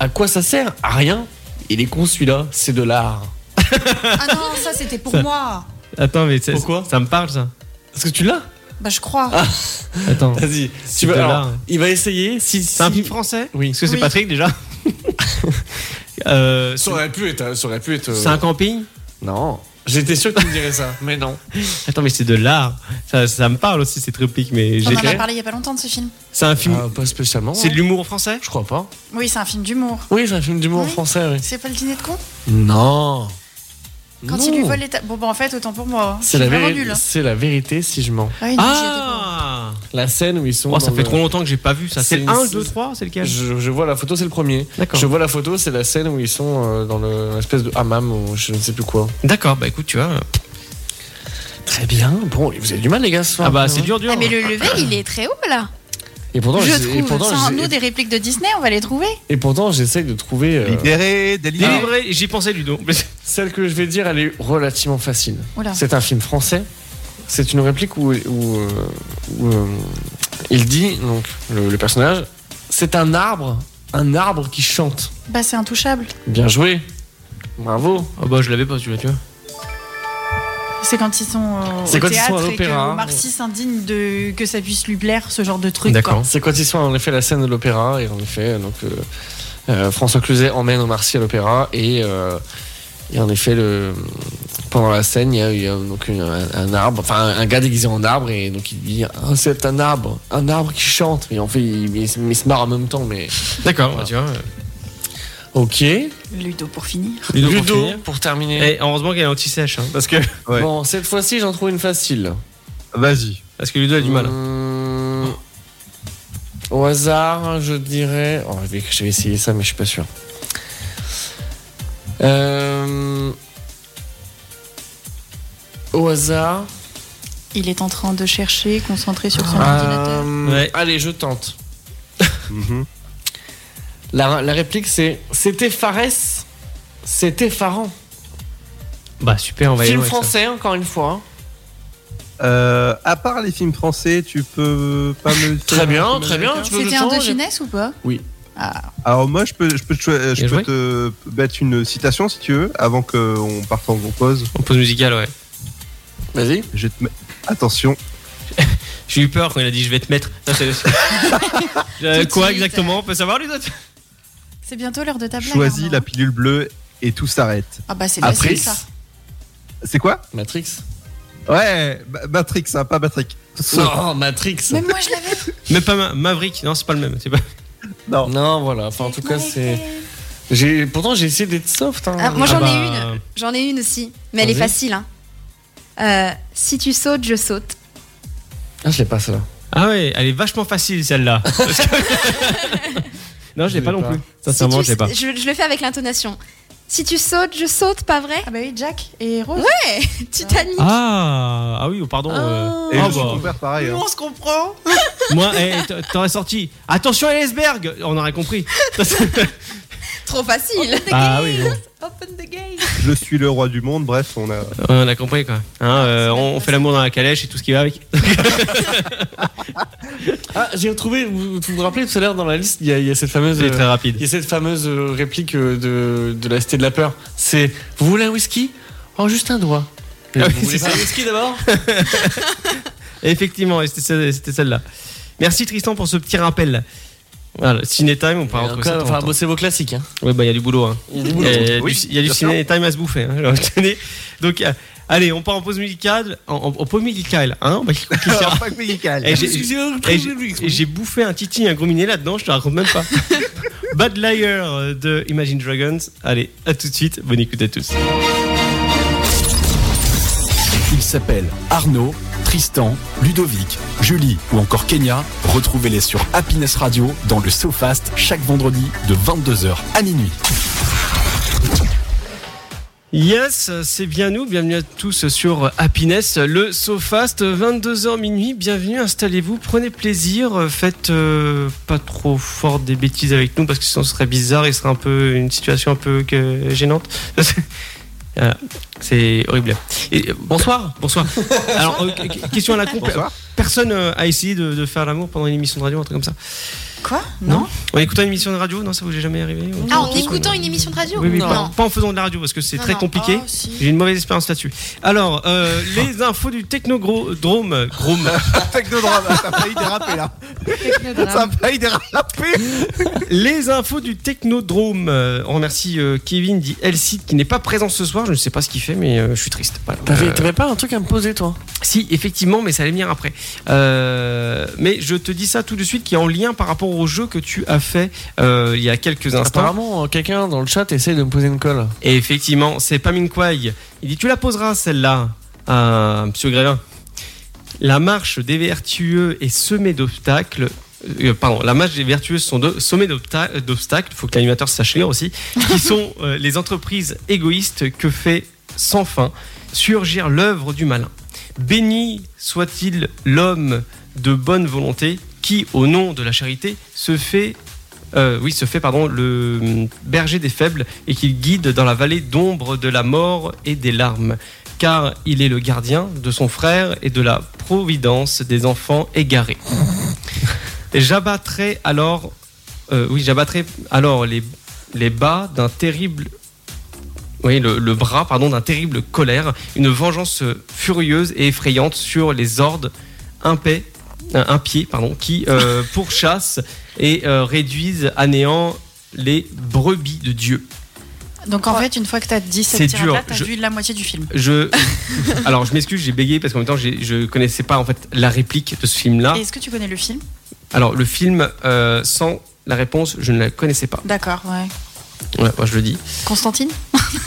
À quoi ça sert À rien. Il est con celui-là, c'est de l'art. Ah non, ça c'était pour moi. Attends, mais c'est- Pourquoi ça me parle ça. Est-ce que tu l'as Bah, je crois. Ah, Attends. Vas-y. C'est Tu vas, de alors, l'art. il va essayer. Si, C'est un si- film français Oui. Parce que c'est Oui. Patrick déjà. Euh, Ça c'est aurait pu être. Ça aurait pu être. euh, c'est un camping Non. J'étais sûr que tu me dirais ça, mais non. Attends, mais c'est de l'art. Ça, ça me parle aussi cette réplique, mais On j'ai. en a J'étais- parlé il y a pas longtemps de ce film. C'est un film. Euh, pas spécialement. c'est de l'humour français Je crois pas. Oui, c'est un film d'humour. Oui, c'est un film d'humour Oui. français, oui. C'est pas le dîner de con Non. Quand Non. il lui vole les tables. Bon, bah en fait, autant pour moi. hein. Je C'est suis la, vraiment véri- nulle. hein. c'est la vérité si je mens. Ah oui, non, j'y étais pas. Ah La scène où ils sont. Oh, ça dans fait le- trop longtemps que j'ai pas vu ça. C'est C'est- le 1, c'est- 2, 3, c'est lequel Je, je vois la photo, c'est le premier. D'accord. Je vois la photo, c'est la scène où ils sont euh, dans le- l'espèce de hammam ou je ne sais plus quoi. D'accord, bah écoute, tu vois. Très bien. Bon, vous avez du mal les gars ce soir. Ah bah c'est dur, dur. Ah, mais le lever, il est très haut là. Et pourtant, Je j'ai- et trouve, pourtant, Sans j'ai- nous, des répliques de Disney, on va les trouver. et pourtant, j'essaye de trouver euh, Libéré, délivré. Ah. Délivré, j'y pensais Ludo. celle que je vais dire. Elle est relativement facile. Oula. C'est un film français. C'est une réplique où, où, euh, où, euh, il dit donc le, le personnage C'est un arbre, un arbre qui chante. Bah, c'est intouchable. Bien joué. Bravo. Ah bah je l'avais pas celui-là, tu vois. C'est quand ils sont euh, C'est au quand ils théâtre sont à et que l'opéra. Omar Sy s'indigne de que ça puisse lui plaire, ce genre de truc. D'accord. C'est quand ils sont en effet à la scène de l'opéra et en effet donc euh, euh, François Cluzet emmène Omar Sy à l'opéra et, euh, et en effet le pendant la scène il y a, il y a donc une- un, un arbre enfin un gars déguisé en arbre et donc il dit Ah, c'est un arbre un arbre qui chante et en fait il, il se- il se marre en même temps mais D'accord, bah, tu vois. euh, ok quoi. Ludo pour finir. Ludo, pour Ludo finir. pour, terminer Eh, heureusement qu'elle est anti-sèche, hein, parce, que, ouais. bon cette fois-ci j'en trouve une facile Vas-y. parce que Ludo a du mal. Mmh. Au hasard, hein, je dirais. Oh, je vais- je vais essayer ça, mais je suis pas sûr. Euh, Au hasard. Il est en train de chercher, concentré sur son ordinateur. Euh, Ouais. Allez, je tente. Mhm. La, la réplique, c'est C'était Fares, c'était Faran. Bah super, on va y aller. Film avec ça. français, encore une fois. hein. Euh, à part les films français, tu peux pas me. dire Très bien, un film très bien. américain Tu veux que je C'était un de change finesse ou pas Alors moi, je peux, je peux, te, choi- je Bien peux te mettre une citation si tu veux, avant qu'on parte en gros pause. En pause musicale, ouais. Bah, Vas-y. Je vais te mettre- Attention. J'ai eu peur quand il a dit je vais te mettre. Non, c'est- Euh, Tout de quoi suite. exactement On peut savoir les autres C'est bientôt l'heure de ta blague. Choisis Arnaud. la pilule bleue et tout s'arrête. Ah bah c'est Matrix. facile ça. C'est quoi Matrix. Ouais, Ma- Matrix, hein, pas Patrick. Saut. Non, Matrix. Même moi je l'avais. Mais pas Ma- Maverick, non, c'est pas le même. c'est Pas... Non. Non, voilà. Enfin, en tout cas, c'est. J'ai pourtant j'ai essayé d'être soft. hein. Ah, moi, j'en ai bah, J'en ai une aussi, mais elle est Vas-y. facile. hein. Euh, si tu sautes, je saute. Ah, je l'ai pas celle-là. Ah ouais, elle est vachement facile celle-là. Parce que- non, je l'ai Je pas l'ai non pas. plus. Si Sincèrement, tu- je l'ai pas. Je, je le fais avec l'intonation. Si tu sautes, je saute, pas vrai Ah bah oui, Jack et Rose. Titanic. Ah, ah oui, oh, pardon. euh, Et ah je suis bah, ton père, pareil. hein. on se comprend. moi, eh, t- t'aurais sorti. Attention, Ellsberg On aurait compris. Trop facile. ah oui, bon. Open the gate. Je suis le roi du monde, bref, on a. on a compris quoi. Hein, euh, on on fait l'amour dans la calèche et tout ce qui va avec. Ah, j'ai retrouvé. Vous vous, vous rappelez tout à l'heure dans la liste, il y, a- il y a cette fameuse. C'est euh, très Il rapide. y a cette fameuse euh, réplique euh, de, de la Cité de la Peur. C'est Vous voulez un whisky Oh, juste un doigt. Ah oui, vous voulez c'est pas ça. un whisky d'abord Effectivement, et c'était celle- c'était celle-là. Merci Tristan pour ce petit rappel. Voilà, ciné time, on pourra Encore, retrouver ça. Enfin, temps en temps. bosser vos classiques. Hein. Ouais, bah il y a du boulot. Hein. Il y a du Il boulot. y a Oui, du, il y a du bien ciné time à se bouffer. hein, je leur reconnais. Donc, euh, allez, on part en pause musicale. En, en- en pause musicale, hein on va- Alors, pas que médical. Eh, j'ai- Et j'ai- et j'ai bouffé un titi, un gros minet là-dedans, je te raconte même pas. Bad Liar euh, de Imagine Dragons. Allez, à tout de suite, bonne écoute à tous. Ils s'appellent Arnaud, Tristan, Ludovic, Julie ou encore Kenya. Retrouvez-les sur Happiness Radio dans le SoFast chaque vendredi de 22h à minuit. Yes, c'est bien nous, bienvenue à tous sur Happiness, le SoFast, 22h minuit, bienvenue, installez-vous, prenez plaisir, faites euh, pas trop fort des bêtises avec nous parce que sinon ce serait bizarre, il serait un peu une situation un peu que- gênante. Voilà, c'est horrible. Et, euh, bonsoir. Bonsoir. Alors, euh, qu- qu- question à la con. Bonsoir. Personne euh, a essayé de, de faire l'amour pendant une émission de radio, un truc comme ça. Quoi Non En écoutant une émission de radio, non, ça vous est jamais arrivé ou- Ah, en écoutant une émission de radio Oui, oui, Non. pas, pas en faisant de la radio parce que c'est Non, très non. compliqué. Oh, si. J'ai une mauvaise expérience là-dessus. Alors, euh, les infos du technodrome. Drome. Drome. Technodrame, ça a failli déraper là. Ça a failli déraper. les infos du technodrome. Euh, on remercie euh, Kevin dit Elcid qui n'est pas présent ce soir. Je ne sais pas ce qu'il fait, mais euh, je suis triste. Voilà. T'avais Euh, t'avais pas un truc à me poser, toi Si, effectivement, mais ça allait venir après. Euh, mais je te dis ça tout de suite qui est en lien par rapport au jeu que tu as fait euh, il y a quelques instants. Apparemment, euh, quelqu'un dans le chat essaye de me poser une colle. Et effectivement, c'est Pamin Quay. Il dit Tu la poseras celle-là à Monsieur Grévin. La marche des vertueux est semée d'obstacles. euh, pardon, la marche des vertueux sont de, sommée d'obta- euh, d'obstacles, il faut que l'animateur sache lire aussi, qui sont euh, les entreprises égoïstes que fait sans fin surgir l'œuvre du malin. Béni soit-il l'homme de bonne volonté qui, au nom de la charité, se fait, euh, oui, se fait pardon, le hum, berger des faibles et qu'il guide dans la vallée d'ombre de la mort et des larmes, car il est le gardien de son frère et de la providence des enfants égarés. J'abattrai alors euh, oui, j'abattrai alors les, les bas d'un terrible. Oui, le, le bras, pardon, d'un terrible colère, une vengeance euh, furieuse et effrayante sur les ordres impais, euh, impieds, pardon, qui euh, pourchassent et euh, réduisent à néant les brebis de Dieu. Donc en fait, une fois que t'as dit C'est cette dur, tirade-là, t'as je- vu la moitié du film. Je, alors, je m'excuse, j'ai bégayé parce qu'en même temps, j'ai- je connaissais pas en fait la réplique de ce film-là. Et Est-ce que tu connais le film Alors, le film euh, sans la réponse, je ne la connaissais pas. D'accord, ouais. Ouais, moi, je le dis. Constantine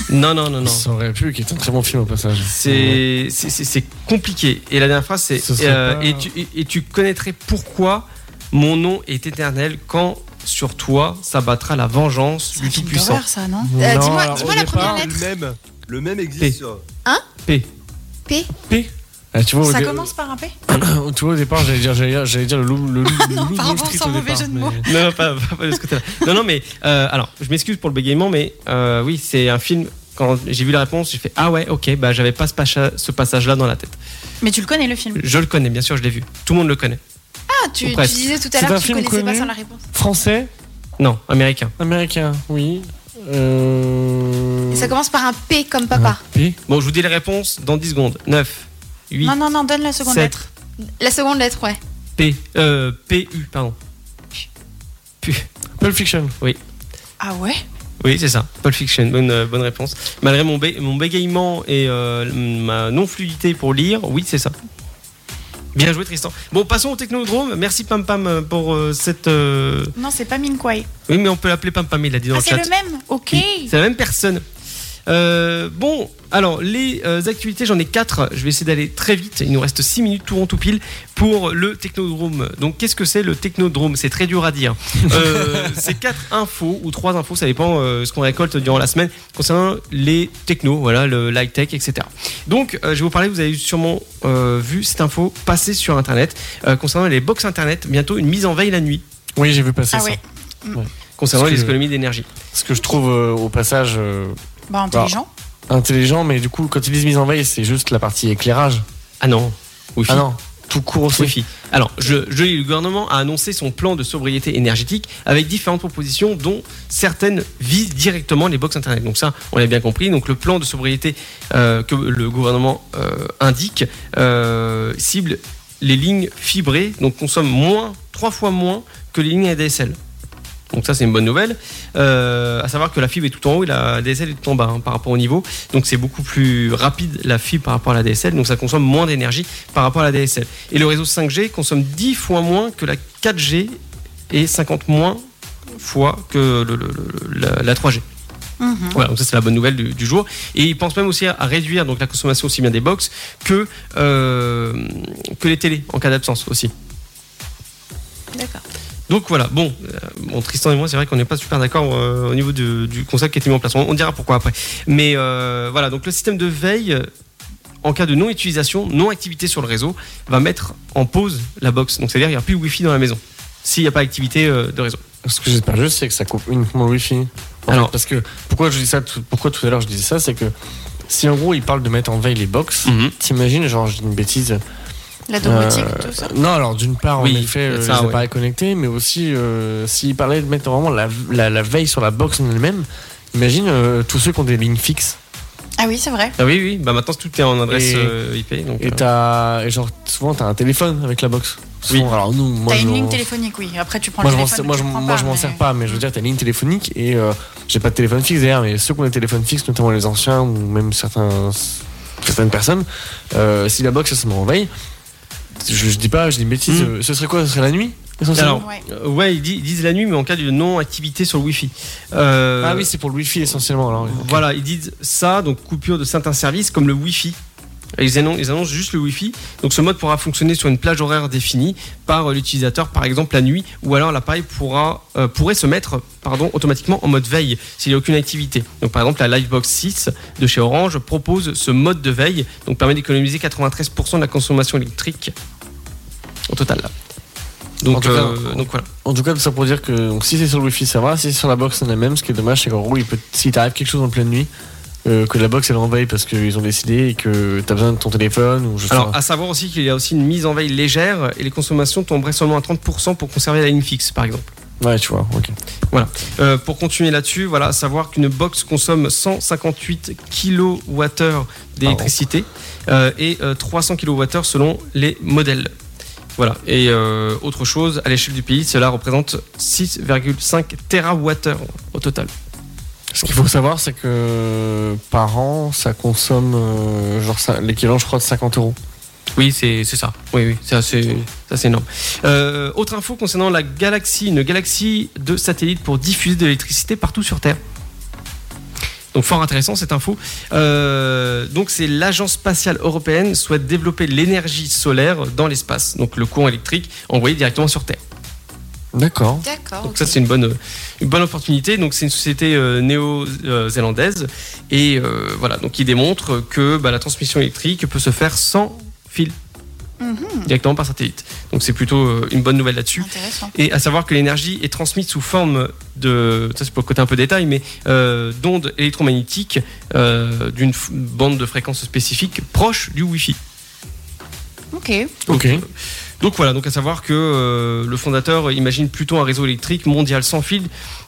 Non, non, non, non. Ça aurait pu, qui est un très bon film au passage. C'est c'est- c'est- c'est compliqué. Et la dernière phrase, c'est Ce serait euh, pas- et, tu, et- et tu connaîtrais pourquoi mon nom est éternel quand sur toi s'abattra la vengeance du C'est un Tout-Puissant. d'horreur, ça, non Euh, Non, dis-moi- alors, dis-moi au la départ- première lettre. Le même, le même P. existe sur. P. Ah, tu vois, au Ça dé- commence par un P tu vois, au départ, j'allais dire, j'allais dire, j'allais dire le loup, le loup, le loup de Pardon, Wall Street sans au mauvais départ, jeu de mais- mots. Non, non, pas, pas- pas de ce côté-là. Non, non, mais euh, alors, je m'excuse pour le bégaiement, mais euh, oui, c'est un film. Quand j'ai vu la réponse, j'ai fait ah ouais, ok, bah j'avais pas ce, pacha- ce passage-là dans la tête. Mais tu le connais, le film Je le connais, bien sûr, je l'ai vu. Tout le monde le connaît. Ah, tu, Ou tu presque. disais tout C'est à un l'heure que tu film connaissais pas connu. sans la réponse. Français, Non, américain. américain, oui. Euh... Et ça commence par un P comme papa. un P. Bon, je vous dis les réponses dans 10 secondes. 9, 8, Non, non, non, donne la seconde 7, lettre. La seconde lettre, ouais. P, euh, PU, pardon. Pulp Fiction. Ah ouais Oui, c'est ça. Pulp Fiction, bonne, euh, bonne réponse. Malgré mon, bé- mon bégaiement et euh, ma non-fluidité pour lire, oui, c'est ça. Bien joué, Tristan. Bon, passons au Technodrome. Merci, Pam Pam, euh, pour euh, cette. euh, Non, c'est pas Min Kwai. Oui, mais on peut l'appeler Pam Pam, il l'a dit dans Ah, le c'est chat. le même Ok. Oui, C'est la même personne. Euh, bon, alors les euh, activités, j'en ai quatre. Je vais essayer d'aller très vite. Il nous reste 6 minutes tout rond tout pile pour le technodrome. Donc, qu'est-ce que c'est le technodrome C'est très dur à dire. Euh, c'est quatre infos ou trois infos, ça dépend euh, ce qu'on récolte durant la semaine concernant les technos, voilà, le high tech, etc. Donc, euh, je vais vous parler. Vous avez sûrement euh, vu cette info passer sur Internet euh, concernant les box Internet. Bientôt une mise en veille la nuit Oui, j'ai vu passer Ah ça. ouais. concernant Parce que- les économies d'énergie. Ce que je trouve euh, au passage euh, Bah, intelligent. intelligent, mais du coup, quand ils disent mise en veille, c'est juste la partie éclairage. Ah non, Wi-Fi. Ah non, tout court aussi. Wi-Fi. Alors, je, je lis, le gouvernement a annoncé son plan de sobriété énergétique avec différentes propositions, dont certaines visent directement les box internet. Donc ça, on l'a bien compris. Donc le plan de sobriété euh, que le gouvernement euh, indique euh, cible les lignes fibrées, donc consomment moins, trois fois moins que les lignes ADSL. Donc ça c'est une bonne nouvelle. Euh, à savoir que la fibre est tout en haut et la DSL est tout en bas hein, par rapport au niveau. Donc c'est beaucoup plus rapide la fibre par rapport à la DSL. Donc ça consomme moins d'énergie par rapport à la DSL. Et le réseau 5G consomme 10 fois moins que la 4G et 50 moins fois que le- le- le- la, la 3G. Mhm. Voilà, donc ça c'est la bonne nouvelle du, du jour. Et ils pensent même aussi à, à réduire donc la consommation aussi bien des box que euh, que les télés en cas d'absence aussi. D'accord. Donc voilà, bon, euh, bon, Tristan et moi, c'est vrai qu'on n'est pas super d'accord euh, au niveau de- du concept qui a été mis en place. On, on dira pourquoi après. Mais euh, voilà, donc le système de veille, euh, en cas de non-utilisation, non-activité sur le réseau, va mettre en pause la box. Donc c'est-à-dire qu'il n'y aura plus de Wi-Fi dans la maison s'il n'y a pas activité euh, de réseau. Ce que j'espère juste, c'est que ça coupe uniquement le Wi-Fi. En Alors- fait, parce que pourquoi je dis ça, tout- pourquoi tout à l'heure je disais ça, c'est que si en gros ils parlent de mettre en veille les Mm. box, t'imagines, genre je dis une bêtise. La domotique, euh, tout ça. Non, alors d'une part, Oui, en effet, ça, euh, les ouais. appareils connectés, mais aussi euh, s'ils parlaient de mettre vraiment la, la- la veille sur la box en elle-même, imagine euh, tous ceux qui ont des lignes fixes. Ah oui, c'est vrai. Ah oui, oui, bah maintenant tout est en adresse Et- euh, IP. Donc, Et, euh, t'as, et genre souvent t'as un téléphone avec la box. Oui. Souvent, alors nous, moi T'as je une ligne m'en- téléphonique, oui. Après, tu prends Moi, le je m'en téléphone. sers, moi, tu je, le prends moi, je m'en mais- sers pas, mais je veux dire, t'as une ligne téléphonique et euh, j'ai pas de téléphone fixe derrière, mais ceux qui ont des téléphones fixes, notamment les anciens ou même certains, certaines personnes, euh, si la box ça se met en veille, je, je dis pas, je dis une bêtise, Mhm. euh, ce serait quoi Ce serait la nuit essentiellement Alors, Ouais. euh, ouais, ils di- ils disent la nuit, mais en cas de non-activité sur le Wi-Fi. Euh, Ah oui, c'est pour le wifi essentiellement. Alors, Voilà, ils disent ça, donc coupure de certains services comme le Wi-Fi. Et Ils annoncent, ils annoncent juste le Wi-Fi. Donc ce mode pourra fonctionner sur une plage horaire définie par euh, l'utilisateur, par exemple la nuit, ou alors l'appareil pourra, euh, pourrait se mettre pardon, automatiquement en mode veille s'il n'y a aucune activité. Donc par exemple la Livebox 6 de chez Orange propose ce mode de veille, donc permet d'économiser 93% de la consommation électrique au total. là. En Donc, tout cas, euh, donc voilà. En tout cas, tout ça pour dire que donc, si c'est sur le wifi ça va, si c'est sur la box, c'est la même. Ce qui est dommage, c'est qu'en gros, il peut, si t'arrive quelque chose en pleine nuit, euh, que la box elle est en veille parce qu'ils ont décidé et que t'as besoin de ton téléphone ou je sais Alors, pas. à savoir aussi qu'il y a aussi une mise en veille légère et les consommations tomberaient seulement à 30% pour conserver la ligne fixe, par exemple. Ouais, tu vois, ok. Euh, pour continuer là-dessus, voilà, à savoir qu'une box consomme 158 kWh d'électricité euh, et euh, 300 kWh selon les modèles. Voilà. Et euh, autre chose, à l'échelle du pays, cela représente 6,5 TWh au total. Ce qu'il faut savoir, c'est que par an, ça consomme euh, genre ça- l'équivalent, je crois, de 50 euros. Oui, c'est c'est ça. Oui, oui, c'est assez, c'est assez énorme. Euh, autre info concernant la galaxie, une galaxie de satellites pour diffuser de l'électricité partout sur Terre. Donc fort intéressant cette info. Euh, donc c'est l'agence spatiale européenne souhaite développer l'énergie solaire dans l'espace, donc le courant électrique envoyé directement sur Terre. D'accord. D'accord. Donc ça c'est une bonne, une bonne opportunité. Donc c'est une société euh, néo-zélandaise et euh, voilà donc qui démontre que bah, la transmission électrique peut se faire sans fil directement par satellite. Donc c'est plutôt euh, une bonne nouvelle là-dessus. Intéressant. Et à savoir que l'énergie est transmise sous forme de, ça c'est pour le côté un peu détail, mais euh, d'ondes électromagnétiques euh, d'une f- bande de fréquence spécifique proche du Wi-Fi. Ok. Ah Ok. Donc voilà, donc à savoir que euh, le fondateur imagine plutôt un réseau électrique mondial sans fil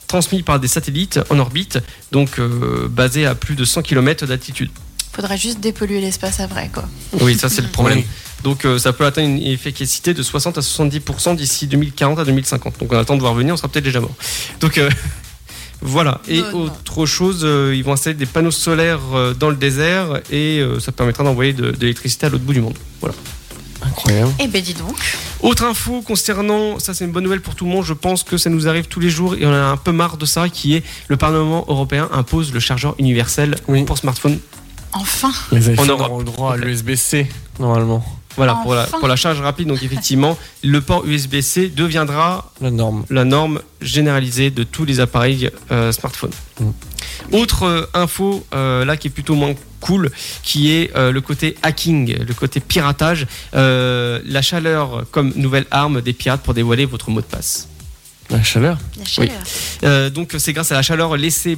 transmis par des satellites en orbite, donc euh, basé à plus de 100 km d'altitude. Faudrait juste dépolluer l'espace après, quoi. Oui, ça c'est le problème. Oui. Donc euh, ça peut atteindre une efficacité de 60 à 70% d'ici 2040 à 2050. Donc on attend de voir venir, on sera peut-être déjà mort. Donc euh, voilà. Et Non, non. autre chose, euh, ils vont installer des panneaux solaires euh, dans le désert et euh, ça permettra d'envoyer de, de l'électricité à l'autre bout du monde. Voilà. Incroyable. Eh ben, dis donc. Autre info concernant, ça c'est une bonne nouvelle pour tout le monde, je pense que ça nous arrive tous les jours et on a un peu marre de ça, qui est le Parlement européen impose le chargeur universel Oui. pour smartphone. Enfin. Les iPhones En Europe. auront le droit à l'USB-C, normalement. Voilà, pour, la, Enfin. pour la charge rapide, donc effectivement, le port USB-C deviendra La norme. la norme généralisée de tous les appareils euh, smartphones. Mm. Autre euh, info euh, là qui est plutôt moins cool, qui est euh, le côté hacking, le côté piratage, euh, la chaleur comme nouvelle arme des pirates pour dévoiler votre mot de passe. La chaleur. La chaleur. Euh, donc c'est grâce à la chaleur laissée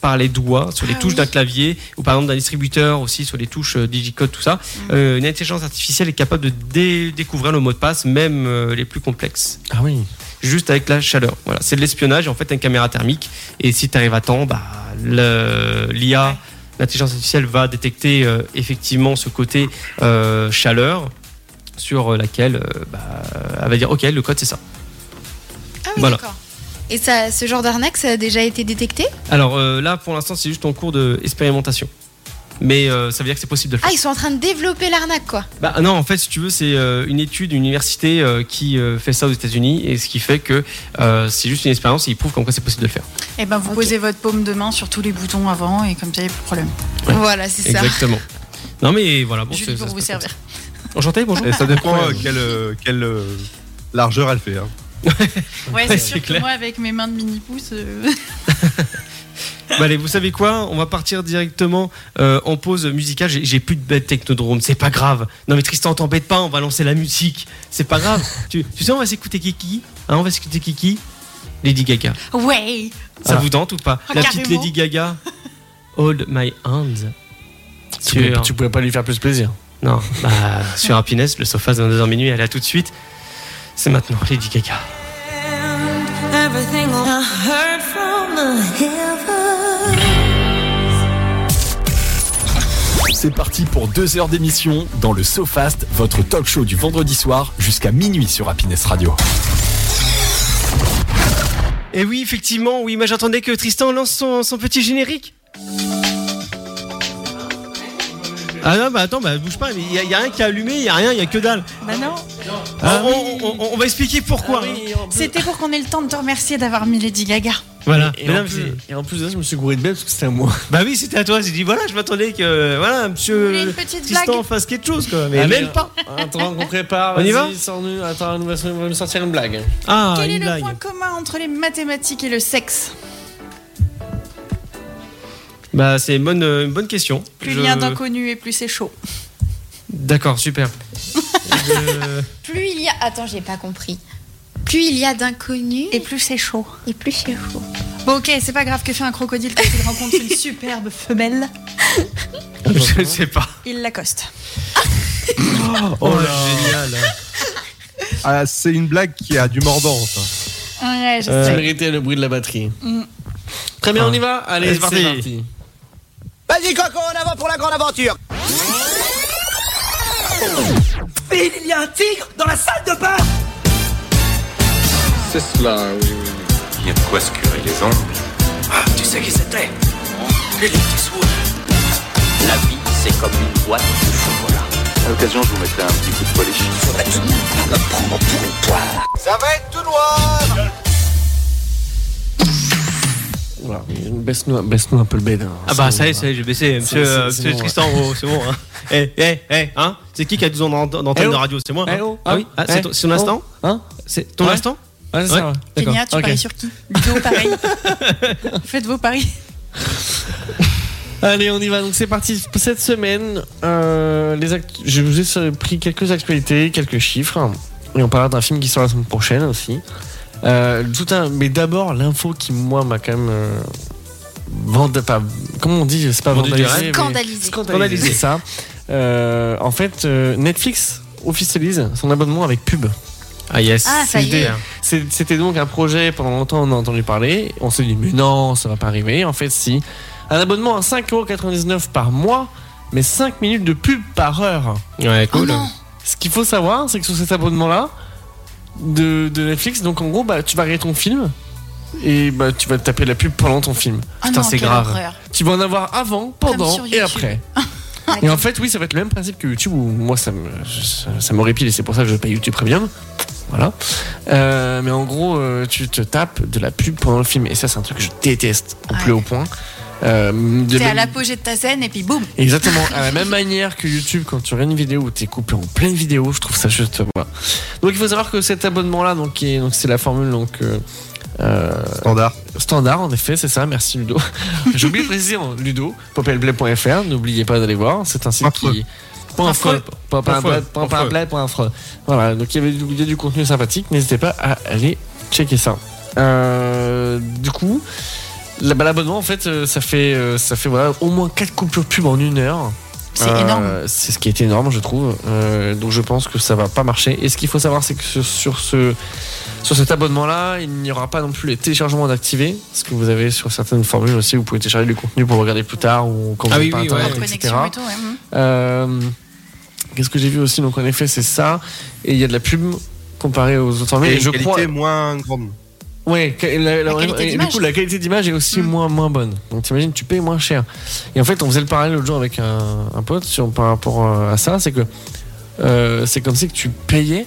par les doigts sur les Ah touches oui. d'un clavier ou par exemple d'un distributeur aussi sur les touches euh, digicode Mm. tout ça, euh, une intelligence artificielle est capable de dé- découvrir le mot de passe même euh, les plus complexes Ah oui. juste avec la chaleur. Voilà, c'est de l'espionnage en fait t'as une caméra thermique et si tu arrives à temps, bah le- l'IA, l'intelligence artificielle va détecter euh, effectivement ce côté euh, chaleur sur laquelle euh, bah, elle va dire ok le code c'est ça. Ah oui, Voilà. d'accord. Et ça, ce genre d'arnaque, ça a déjà été détecté Alors euh, là pour l'instant c'est juste en cours d'expérimentation. Mais euh, ça veut dire que c'est possible de le faire. Ah, ils sont en train de développer l'arnaque, quoi. Bah, non, en fait, si tu veux, c'est euh, une étude, une université euh, qui euh, fait ça aux États-Unis, et ce qui fait que euh, c'est juste une expérience et ils prouvent qu'en quoi c'est possible de le faire. Eh ben, vous Ok. posez votre paume de main sur tous les boutons avant et comme ça, il n'y a plus de problème. Ouais. Voilà, c'est ça. Exactement. Non mais voilà, bon, Juste c'est- pour ça se vous passe comme ça. servir. Enchanté, bonjour. Et ça dépend euh, quelle, euh, quelle euh, largeur elle fait. hein. Ouais, Ouais, c'est c'est sûr que clair. moi, avec mes mains de mini-pouce. euh, Bah allez, vous savez quoi On va partir directement euh, en pause musicale. J'ai j'ai plus de bête technodrome, c'est pas grave. Non mais Tristan, t'embête pas, on va lancer la musique. C'est pas grave. tu, tu sais, on va s'écouter Kiki. Hein, on va s'écouter Kiki. Lady Gaga. Ouais. Ça vous tente ou pas Ah, La petite carrément. Lady Gaga. Hold my hand. Tu, pouvais, Sur- tu pouvais pas lui faire plus plaisir. Non, bah, sur Happiness, le sofa de 22h minuit, elle est là tout de suite. C'est maintenant Lady Gaga. Everything I heard from the heavens. C'est parti pour deux heures d'émission dans le SoFast, votre talk show du vendredi soir jusqu'à minuit sur Happiness Radio. Et oui, effectivement, oui, moi j'attendais que Tristan lance son, son petit générique. Ah non, bah attends, bah bouge pas, mais il y, a rien qui a allumé, il y a rien, il y a que dalle. Bah non. Oh, on, on- on- on va expliquer pourquoi. C'était pour qu'on ait le temps de te remercier d'avoir mis Lady Euh, Gaga. Voilà. Et, Mais non, en mais plus, c'est- et en plus de ça, je me suis gouré de bête parce que c'était à moi. bah oui, c'était à toi, j'ai dit voilà, je m'attendais que voilà, voulez monsieur une petite Tristan blague fasse quelque chose quoi, mais Ah, mais- même pas. Attends qu'on prépare. On y vas-y, va sors-nous- Attends, nous va nous va nous sortir une blague. Ah, Quel est une le blague. point commun entre les mathématiques et le sexe Bah c'est une bonne, euh, une bonne question. Plus Je- il y a d'inconnus et plus c'est chaud. D'accord, super. Je- Plus il y a. Attends, j'ai pas compris. Plus il y a d'inconnus Et plus c'est chaud. et plus c'est fou. Bon ok, c'est pas grave que fait un crocodile quand il rencontre une superbe femelle. Je sais pas. Il l'accoste. Oh, génial. Ah, c'est une blague qui a du mordant. ça. Ouais, je Tu sais. méritais le bruit de la batterie. Mm. Très bien, on y va Allez, Allez, c'est parti. c'est Vas-y, Coco, en avant pour la grande aventure Il y a un tigre dans la salle de bain C'est cela, oui, oui. Il y a de quoi se curer les ongles. Ah, tu sais qui c'était La vie, c'est comme une boîte de chocolat. À l'occasion, je vous mettrai un petit coup de polish. Faudrait tout la prendre pour une poire. Ça va être tout noir Voilà, Baisse-nous baisse-nous un peu le bed. hein. Ah bah ça y est, ça y est, j'ai baissé. Monsieur, c'est- euh, c'est monsieur bon, Tristan, oh, c'est bon. Hein. Eh, eh, eh, hein C'est qui qui a 12 ans d'an- d'antenne Eh oh. de radio C'est moi. hein Eh oh, ah oui, ah, ah, c'est eh, ton, c'est ton instant oh, hein C'est ton Ouais. instant Ah, c'est Ouais. ça, d'accord. Kenya, tu Ok. paries sur qui Ludo, pareil. Faites vos paris. Allez, on y va. Donc c'est parti pour cette semaine. euh, les act- je vous ai pris quelques actualités, quelques chiffres, et on parlera d'un film qui sort la semaine prochaine aussi. Euh, tout un, mais d'abord l'info qui moi m'a quand même euh, vanda- pas- comment on dit, c'est pas Vendu du vandalisé, mais- Scandalisé. Scandalisé. c'est ça. Euh, en fait, euh, Netflix officialise son abonnement avec pub. Ah yes. Ah, ça y est. hein. C'est- C'était donc un projet, pendant longtemps on a entendu parler, on s'est dit mais non, ça va pas arriver, en fait si. Un abonnement à 5,99€ par mois, mais 5 minutes de pub par heure. Ouais, Oh cool. Ce qu'il faut savoir, c'est que sur cet abonnement-là, de, de Netflix, donc en gros, bah, tu vas regarder ton film, et bah, tu vas te taper la pub pendant ton film. Ah Putain, c'est grave. Tu vas en avoir avant, pendant sur et YouTube. après. Et en fait, oui, ça va être le même principe que YouTube, où moi ça me, ça, ça m'horripile et c'est pour ça que je paye YouTube Premium. Voilà. Euh, mais en gros, euh, tu te tapes de la pub pendant le film. Et ça, c'est un truc que je déteste au plus Ouais. haut point. Euh, de T'es à même- l'apogée de ta scène et puis boum. Exactement, à la même manière que YouTube, quand tu regardes une vidéo où t'es coupé en pleine vidéo, je trouve ça juste. voilà. Donc il faut savoir que cet abonnement-là, donc, qui est- donc c'est la formule donc, euh, euh, Standard. standard, en effet, c'est ça, merci Ludo. J'ai oublié de préciser, hein, Ludo, popelblé.fr, n'oubliez pas d'aller voir, c'est un site Affreux. qui. Point affreux, point- point Affreux. blé, point- point blé, point affreux. Voilà, donc il y, avait, du- il y a du contenu sympathique, n'hésitez pas à aller checker ça. Euh, du coup, la- bah, l'abonnement, en fait, euh, ça fait, euh, ça fait voilà, au moins 4 coupures pub en une heure. C'est Euh, énorme. C'est ce qui est énorme, je trouve. Euh, donc je pense que ça va pas marcher. Et ce qu'il faut savoir, c'est que sur, sur ce, sur cet abonnement-là, il n'y aura pas non plus les téléchargements d'activer. Ce que vous avez sur certaines formules aussi, vous pouvez télécharger du contenu pour le regarder plus tard ou quand Ah vous oui, n'avez pas oui, internet, ouais. etc. Connexion et tout, ouais. mhm. Euh, Qu'est-ce que j'ai vu aussi Donc en effet, c'est ça. Et il y a de la pub comparée aux autres formules. Et Et, une je qualité crois. moins grande. Ouais, que- la- la- qualité et du d'image. coup, la qualité d'image Mm. est aussi moins, moins bonne. Donc, t'imagines, tu payes moins cher. Et en fait, on faisait le parallèle l'autre jour avec un, un pote sur, par rapport euh, à ça. C'est que euh, c'est comme si que tu payais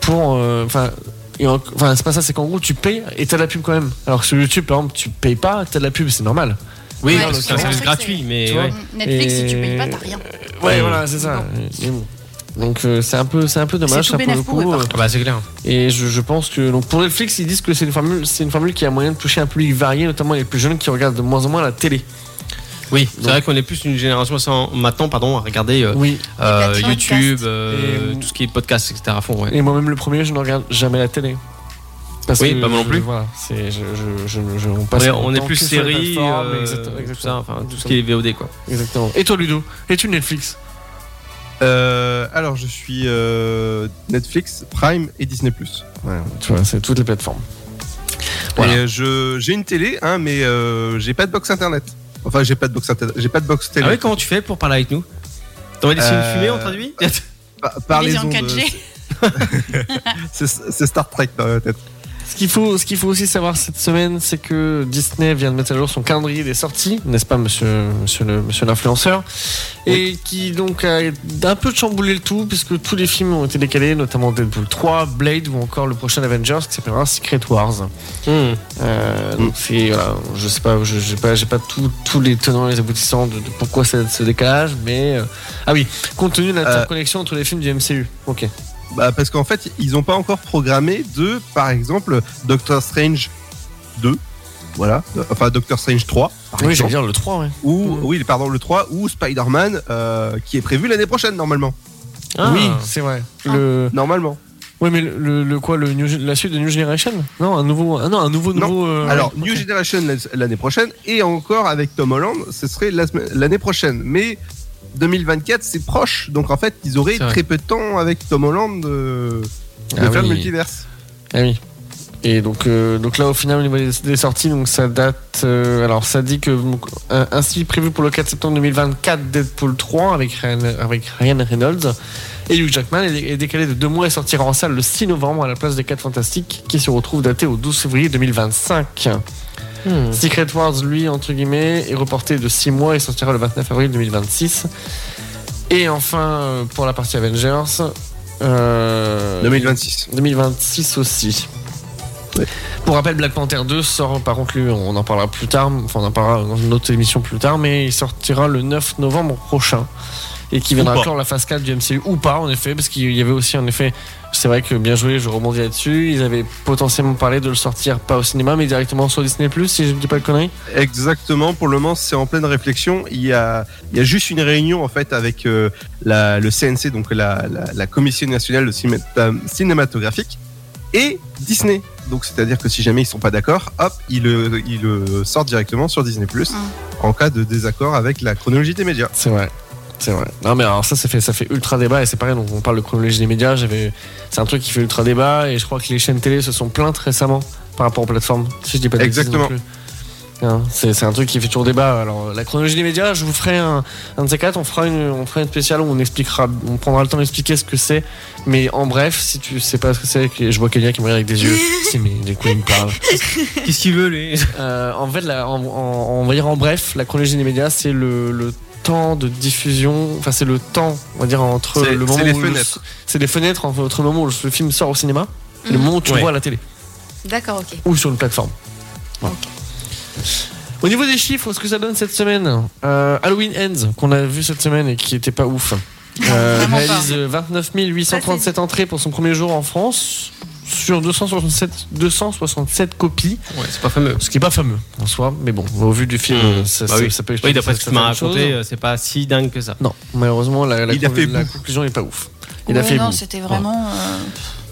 pour. euh, Enfin, et en- enfin, c'est pas ça, c'est qu'en gros, tu payes et t'as de la pub quand même. Alors que sur YouTube, par exemple, tu payes pas, t'as de la pub, c'est normal. Oui, Ouais, parce que c'est un c'est service vrai que gratuit, c'est- mais. Tu vois ouais. mm. Netflix, Et- si tu payes pas, t'as rien. Ouais, voilà, c'est ça. Euh, Mais bon. Donc, euh, c'est un, peu- c'est un peu dommage, tout ça, pour le bénef pour coup. eux, euh, par Ah bah c'est clair. Et je, je pense que donc pour Netflix, ils disent que c'est une formule, c'est une formule qui a moyen de toucher un public varié, notamment les plus jeunes qui regardent de moins en moins la télé. Oui, c'est Donc- vrai qu'on est plus une génération sans- maintenant pardon, à regarder euh, Oui. euh, plateformes YouTube, podcast. euh, Et- tout ce qui est podcast, etc. à fond, ouais. Et moi-même le premier, je ne regarde jamais la télé. Parce Oui, pas moi non je- plus. Voilà, c'est je, je, je- je- on On passe est, mon on est temps plus que sur les série, plateformes, euh, exact- exactement. tout ça, enfin tout ce qui est VOD quoi. Exactement. Et toi Ludo, es-tu Netflix Euh, alors, je suis euh, Netflix, Prime et Disney+. Tu vois, c'est toutes les plateformes. Voilà. Et euh, je j'ai une télé, hein, mais euh, j'ai pas de box internet. Enfin, j'ai pas de box internet, j'ai pas de box télé. Ah ouais, comment tu fais pour parler avec nous T'envoies des signes Euh, fumés, on traduit Pa- par Il est les en ondes, euh, 4G. C'est c'est Star Trek dans la tête. Ce qu'il faut, ce qu'il faut aussi savoir cette semaine, c'est que Disney vient de mettre à jour son calendrier des sorties, n'est-ce pas, monsieur, monsieur le, monsieur l'influenceur, et qui donc a un peu chamboulé le tout, puisque tous les films ont été décalés, notamment Deadpool 3, Blade ou encore le prochain Avengers, qui s'appellera Secret Wars. Hmm. Euh, donc c'est, voilà, je sais pas, je, j'ai pas, j'ai pas tout- tous les tenants et les aboutissants de, de pourquoi ce, ce décalage, mais euh, ah oui, compte tenu de l'interconnexion entre les films du MCU. Ok. Bah, parce qu'en fait, ils n'ont pas encore programmé de, par exemple, Doctor Strange 2. Voilà. Enfin, Doctor Strange 3. par Oui, j'allais exemple. dire le 3, ouais. Ou, oui, pardon, le 3. Ou Spider-Man, euh, qui est prévu l'année prochaine, normalement. Oui, c'est vrai. Ah. Le Normalement. Ouais, mais le, le- le quoi, le new, la suite de New Generation Non, un nouveau, ah non, un nouveau, Non. nouveau. euh, Alors, ok. New Generation l'an- l'année prochaine. Et encore avec Tom Holland, ce serait la semaine- l'année prochaine. Mais 2024, c'est proche. Donc, en fait, ils auraient C'est vrai. très peu de temps avec Tom Holland euh, de Ah faire le oui. multiverse. Ah oui. Et donc, euh, donc là, au final, au niveau des, des sorties, donc ça date. euh, alors, ça dit que donc, un- ainsi prévu pour le 4 septembre 2024, Deadpool 3 avec Ryan, avec Ryan Reynolds et Hugh Jackman est, est décalé de deux mois et sortira en salle le 6 novembre à la place des 4 Fantastiques qui se retrouve daté au 12 février 2025. Hmm. Secret Wars, lui, entre guillemets, est reporté de 6 mois et sortira le 29 avril 2026. Et enfin, euh, pour la partie Avengers. euh, 2026. 2026 aussi. Pour rappel, Black Panther 2 sort, par contre, lui, on en parlera plus tard, enfin, on en parlera dans une autre émission plus tard, mais il sortira le 9 novembre prochain. Et qui Ou viendra pas. clore la phase 4 du MCU ou pas, en effet, parce qu'il y avait aussi, en effet, c'est vrai que bien joué, je rebondis là-dessus. Ils avaient potentiellement parlé de le sortir pas au cinéma, mais directement sur Disney, si je ne dis pas de conneries. Exactement, pour le moment c'est en pleine réflexion. Il y a, il y a juste une réunion en fait avec euh, la, le CNC, donc la, la, la Commission nationale de Cinéma- cinématographique, et Disney. Donc c'est-à-dire que si jamais ils sont pas d'accord, hop, ils le, ils le sortent directement sur Disney Plus Ah. en cas de désaccord avec la chronologie des médias. C'est vrai. C'est vrai. Non, mais alors ça, ça fait, ça fait ultra débat et c'est pareil. Donc, on parle de chronologie des médias. J'avais, c'est un truc qui fait ultra débat et je crois que les chaînes télé se sont plaintes récemment par rapport aux plateformes. Si je dis pas de bêtises Exactement. non plus. Hein, c'est, c'est un truc qui fait toujours débat. Alors, la chronologie des médias, je vous ferai un, un de ces quatre. On fera une, on fera une spéciale où on expliquera, on prendra le temps d'expliquer ce que c'est. Mais en bref, si tu sais pas ce que c'est, que- je vois quelqu'un qui me regarde avec des yeux. si, mais du coup, il me parle. Qu'est-ce qu'il veut, lui Euh, en fait, la- en- en- on va dire en bref, la chronologie des médias, c'est le, le temps de diffusion, enfin c'est le temps, on va dire entre C'est- le moment c'est les où le- fenêtres. c'est les fenêtres entre- entre le moment où le film sort au cinéma, et le Mhm. moment où tu le Ouais. vois à la télé D'accord, ok. ou sur une plateforme. Voilà. Au niveau des chiffres, ce que ça donne cette semaine, euh, Halloween Ends qu'on a vu cette semaine et qui était pas ouf. euh, vraiment pas. Ah, réalise 29 837 entrées pour son premier jour en France sur 267, 267 copies. Ouais, c'est pas fameux. Ce qui est pas fameux en soi, mais bon, au vu du film, Mmh. ça, Bah ça- oui. ça peut Oui, d'après ce que tu m'as certaines raconté, choses. euh, c'est pas si dingue que ça. Non, malheureusement, la, la, Il a fait la bouf. conclusion est pas ouf. Il a Ouais, fait non, bouf. c'était Voilà. vraiment. euh,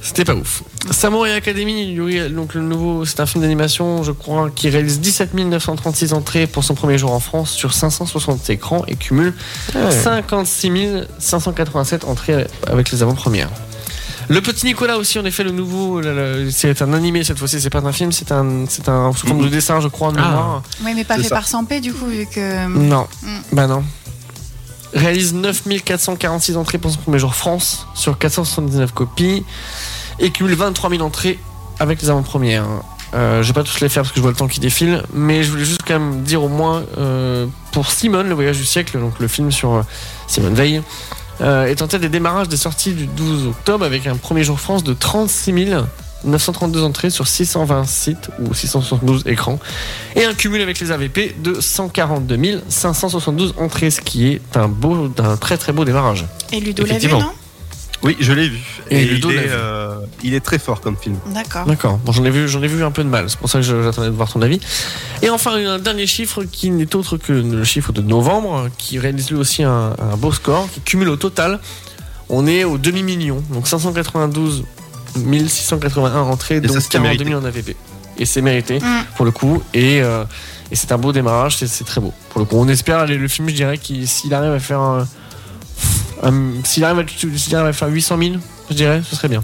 C'était pas ouf. Samurai Academy, Yuri- donc le nouveau, c'est un film d'animation, je crois, qui réalise 17 936 entrées pour son premier jour en France sur 560 écrans et cumule Ouais. 56 587 entrées avec les avant-premières. Le petit Nicolas aussi, en effet, le nouveau, le- le- c'est un animé cette fois-ci, c'est pas un film, c'est un, c'est un sous Mmh. forme de dessin, je Ah. crois, de mémoire. Oui, mais pas C'est fait ça. par Sampé du coup, vu que. Non. Mm. Bah non. Réalise 9446 entrées pour son premier jour France sur 479 copies et cumule 23 000 entrées avec les avant-premières. Euh, je vais pas tous les faire parce que je vois le temps qui défile, mais je voulais juste quand même dire au moins euh, pour Simone, le voyage du siècle, donc le film sur euh, Simone Veil, euh, est en tête des démarrages des sorties du 12 octobre avec un premier jour France de 36 932 entrées sur 620 sites ou 672 écrans et un cumul avec les AVP de 142 572 entrées, ce qui est un beau, d'un très très beau démarrage. Et Ludo l'a vu, Effectivement. non Oui, je l'ai vu. Et Et, Ludo il, l'a est, vu. euh, il est très fort comme film. D'accord. D'accord. Bon, j'en ai vu, j'en ai vu un peu de mal. C'est pour ça que je- j'attendais de voir ton avis. Et enfin, un dernier chiffre qui n'est autre que le chiffre de novembre, qui réalise lui aussi un, un beau score, qui cumule au total. On est au demi-million, donc 592 681 entrées, ça, donc c'était 42 mérité. 000 en AVP. Et c'est mérité Mm. pour le coup. Et, euh, et c'est un beau démarrage, c'est- c'est très beau. Pour le coup, on espère aller le film, je dirais, qu'il- s'il arrive à faire un- un- s'il arrive, à- s'il arrive à faire 800 000, je dirais, ce serait bien.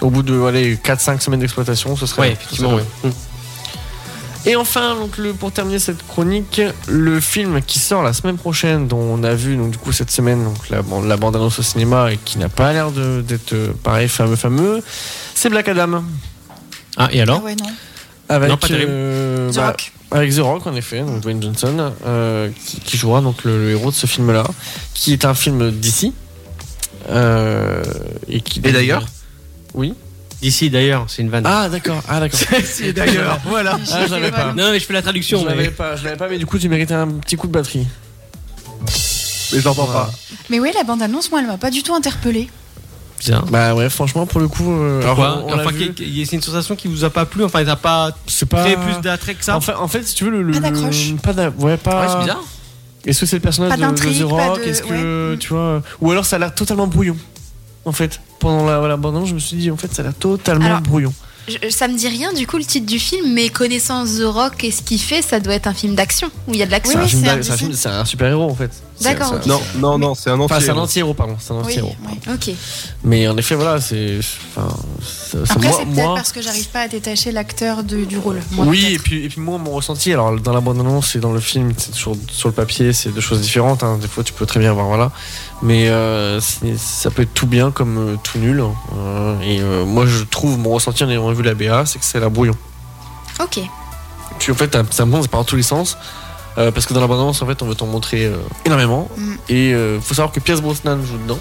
Au bout de allez, 4-5 semaines d'exploitation, ce serait Ouais, bien. effectivement, Ce ouais. serait bien. Et enfin, donc, le, pour terminer cette chronique, le film qui sort la semaine prochaine, dont on a vu donc, du coup cette semaine donc, la, ban- la bande-annonce au cinéma et qui n'a pas l'air de- d'être euh, pareil, fameux, fameux, c'est Black Adam. Ah, et Ah alors ouais, non. Avec, Non, pas terrible. euh, The bah, Rock. avec The Rock, en effet, donc Dwayne Johnson, euh, qui, qui jouera donc le, le héros de ce film-là, qui est un film d'ici. euh, et qui- Et d'ailleurs Oui. D'ici, Hmm. d'ailleurs, c'est une vanne. Ah, d'accord. Ah, d'accord. D'ici d'ailleurs, voilà. Ah, je l'avais pas. Non, mais je fais la traduction. Je mais- l'avais pas, je l'avais pas, mais du coup, tu méritais un petit coup de batterie. Mais je l'entends pas. Mais ouais, la bande-annonce, moi, elle m'a pas du tout interpellée. Bizarre. Bah ouais, franchement, pour le coup. euh, Pourquoi alors, on- on l'a Enfin, vu. qu'il- qu'il- c'est une sensation qui vous a pas plu. Enfin, elle a pas c'est pas. créé plus d'attrait que ça. en, fait, en fait, si tu veux, le. le- Pas d'accroche. le- Pas d'a- Ouais, pas. ouais, c'est bizarre. Est-ce que c'est le personnage Pas de- de, d'intrigue, The pas Rock de- Est-ce que ouais. tu vois Ou alors ça a l'air totalement brouillon. En fait, pendant la voilà, bande annonce, je me suis dit en fait ça a l'air totalement Alors- brouillon. Je- ça me dit rien du coup le titre du film, mais connaissant The Rock et ce qu'il fait, ça doit être un film d'action où il y a de C'est l'action. un, oui, film c'est d'a- un c'est un dessin. film- c'est un super héros en fait. D'accord, C'est- ok. Ah, c'est- Non, non, non, c'est un Enfin, c'est un anti-héros. anti-héros, pardon. C'est un Oui, anti-héros. oui. Ok. Mais en effet, voilà, c'est. Enfin, ça- ça- Après, moi- c'est moi- peut-être parce que j'arrive pas à détacher l'acteur de- du rôle. Moi, Oui, et puis, et puis moi, mon ressenti, alors dans la bande-annonce et dans le film, c'est sur, sur le papier, c'est deux choses différentes. hein. Des fois, tu peux très bien voir, voilà. Mais euh, c'est- ça peut être tout bien comme euh, tout nul. Euh, et euh, moi, je trouve, mon ressenti en ayant vu la BA, c'est que c'est la brouillon. Ok. Tu, en fait, t'as- ça monte par tous les sens. euh, parce que dans la bande-annonce, en fait, on veut t'en montrer euh, énormément. Mm. Et euh, faut savoir que Pierce Brosnan joue dedans.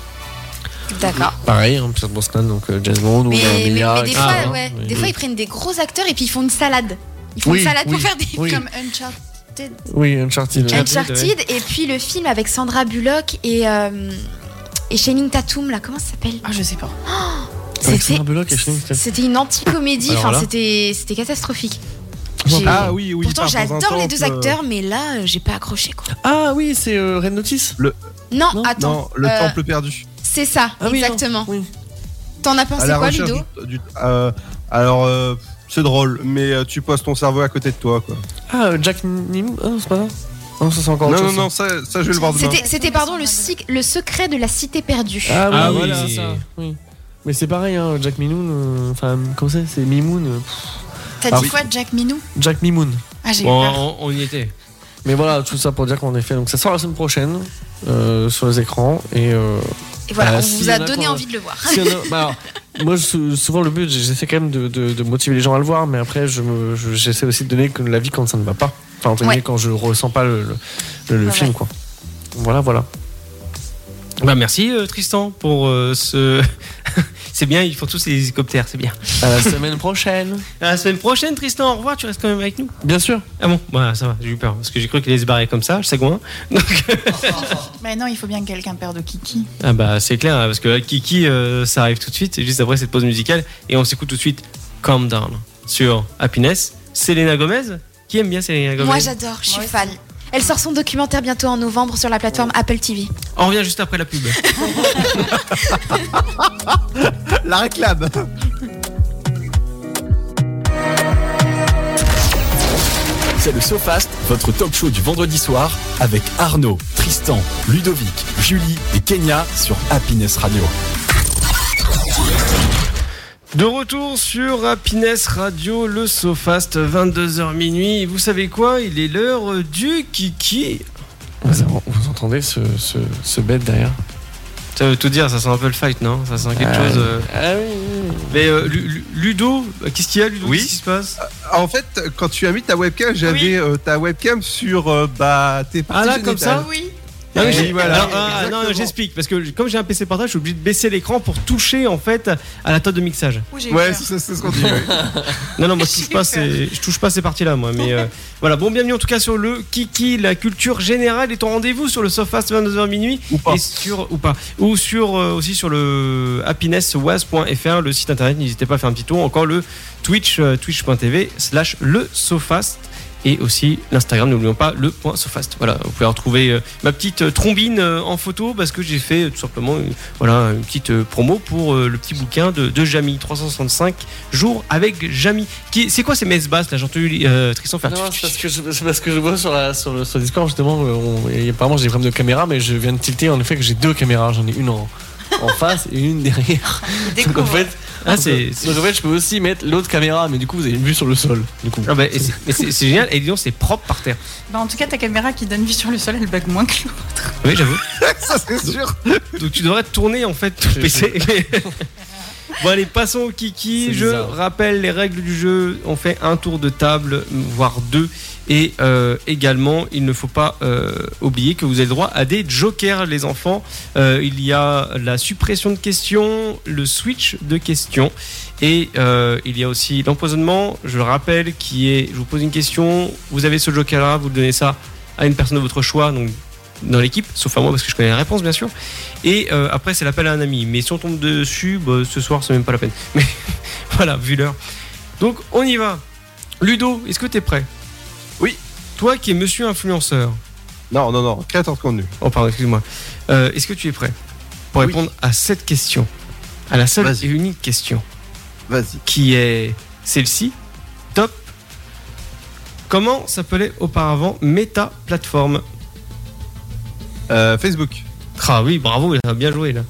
D'accord. Pareil, hein, Pierce Brosnan, donc euh, James Bond Mais, ou mais- mais Mia, des, etc. fois, hein. ouais, Mais- des fois, ils prennent des gros acteurs et puis ils font une salade. Ils font Oui, une salade pour oui, faire des oui. comme Uncharted. Oui, Uncharted. Uncharted et puis le film avec Sandra Bullock et euh, et Channing Tatum là, comment ça s'appelle Ah, je sais pas. C'était Avec Sandra Bullock et Channing Tatum. c'était une anti-comédie, Alors enfin là. c'était c'était catastrophique. Moi, J'ai- Ah oui, oui. Pourtant par exemple, j'adore les un deux temple, acteurs mais là euh, j'ai pas accroché quoi. Ah oui, c'est euh, Red Notice. Non, Non, attends. Non, le euh, temple perdu. C'est ça, Ah oui, non. exactement. Oui. T'en as pensé quoi Ah, recherche Ludo du- du- euh, alors, euh, c'est drôle, mais euh, tu poses ton cerveau à côté de toi, quoi. Ah, euh, Jack Nim. Ah non, c'est pas ça. Non, ça c'est encore autre non, non, chose. non, ça, ça, je vais le voir demain. C'était c'était, pardon le, sic- le secret de la cité perdue. Ah, oui, Ah oui. voilà, ça. Oui. Mais c'est pareil, hein, Jack Mimoun. euh, Enfin, comment c'est C'est Mimoun. euh, pff, T'as Ah dit oui. quoi, Jack Minou Jack Mimoun. Ah, j'ai eu Bon, peur. on, on y était. Mais voilà, tout ça pour dire qu'en effet, donc ça sort la semaine prochaine euh, sur les écrans. Et euh, Et voilà, Ah, on si, vous y a en a donné qu'on- envie de le voir. si on a- bah, alors, moi, je sou- souvent, le but, j'essaie quand même de, de- de motiver les gens à le voir. Mais après, je me- je- j'essaie aussi de donner que l'avis quand ça ne va pas. Enfin, entre Ouais. guillemets, quand je ressens pas le, le- le- le Ouais, film, ouais. quoi. Voilà, voilà. Bah, merci euh, Tristan pour euh, ce. c'est bien, ils font tous les hélicoptères, c'est bien. À la semaine prochaine. À la semaine prochaine, Tristan, au revoir, tu restes quand même avec nous. Bien sûr. Ah bon, bah, ça va, j'ai eu peur, parce que j'ai cru qu'il allait se barrer comme ça, je sais quoi. Mais non, il faut bien que quelqu'un perde Kiki. Ah bah c'est clair, parce que là, Kiki, euh, ça arrive tout de suite, et juste après cette pause musicale, et on s'écoute tout de suite Calm Down sur Happiness. Selena Gomez, qui aime bien Selena Gomez Moi j'adore, je suis fan. Elle sort son documentaire bientôt en novembre sur la plateforme Apple TV. On revient juste après la pub. La réclame. C'est le SoFast, votre talk show du vendredi soir avec Arnaud, Tristan, Ludovic, Julie et Kenya sur Happiness Radio. De retour sur Happiness Radio, le SoFast, 22h minuit. Et vous savez quoi Il est l'heure euh, du Kiki. Vous, vous entendez ce, ce, ce bête derrière Ça veut tout dire, ça sent un peu le fight, non Ça sent quelque Ah, chose. euh. Ah oui. Mais euh, Lu- Lu- Ludo, euh, qu'est-ce qu'il y a, Ludo Oui. Qu'est-ce qui se passe Ah, En fait, quand tu as mis ta webcam, j'avais euh, ta webcam sur euh, bah, tes parties Ah là, comme génitales. Euh, ça Oui. Ah oui, Oui, j'ai- voilà, Alors, ah, exactement. non, j'explique parce que comme j'ai un PC portable, je suis obligé de baisser l'écran pour toucher en fait à la table de mixage. Ouh, j'ai eu Ouais, peur. c'est ça, c'est ce qu'on dit. ouais. Non, non, moi, ce qui se passe, c'est- je touche pas ces parties-là, moi. Mais euh, voilà, bon, bienvenue en tout cas sur le Kiki, la culture générale et ton rendez-vous sur le Sofast 22h minuit. Ou pas. Et sur, ou pas. Ou sur, euh, aussi sur le happinesswas.fr, le site internet. N'hésitez pas à faire un petit tour. Encore le Twitch, euh, twitch.tv slash le Sofast. Et aussi l'Instagram, n'oublions pas le point Sofast. Voilà, vous pouvez retrouver euh, ma petite euh, trombine euh, en photo parce que j'ai fait euh, tout simplement une, voilà, une petite euh, promo pour euh, le petit bouquin de, de Jamy, 365 jours avec Jamy. Qui, c'est quoi ces messes basses là J'ai entendu euh, Tristan faire. Non, c'est parce que je, c'est parce que je vois sur, la, sur, le, sur Discord justement. euh, on- et apparemment, j'ai des problèmes de caméra, mais je viens de tilter en effet que j'ai deux caméras. J'en ai une en, en face et une derrière. Donc en fait, Ah, c'est. c'est- donc, en fait, je peux aussi mettre l'autre caméra, mais du coup, vous avez une vue sur le sol. Du coup. Ah, bah, et c'est, mais c'est- c'est génial, et disons, c'est propre par terre. Bah, en tout cas, ta caméra qui donne vue sur le sol, elle bug moins que l'autre. Oui, j'avoue. ça, c'est sûr. Donc tu devrais tourner en fait tout le PC. Bon allez, passons au kiki. C'est Je bizarre. rappelle les règles du jeu. On fait un tour de table, voire deux. Et euh, également, il ne faut pas euh, oublier que vous avez le droit à des jokers, les enfants. Euh, il y a la suppression de questions, le switch de questions. Et euh, il y a aussi l'empoisonnement, je le rappelle, qui est, je vous pose une question, vous avez ce joker-là, vous donnez ça à une personne de votre choix, donc dans l'équipe, sauf à moi parce que je connais la réponse bien sûr. Et euh, après, c'est l'appel à un ami. Mais si on tombe dessus, bah, ce soir, c'est même pas la peine. Mais voilà, vu l'heure. Donc, on y va. Ludo, est-ce que t'es prêt Oui. Toi qui es monsieur influenceur. Non, non, non, créateur de contenu. Oh, pardon, excuse-moi. Euh, Est-ce que tu es prêt pour Oui. répondre à cette question À la seule Vas-y. et unique question Vas-y. qui est celle-ci. Top. Comment s'appelait auparavant Meta Platform Euh, Facebook. Ah oui, bravo, il a bien joué là.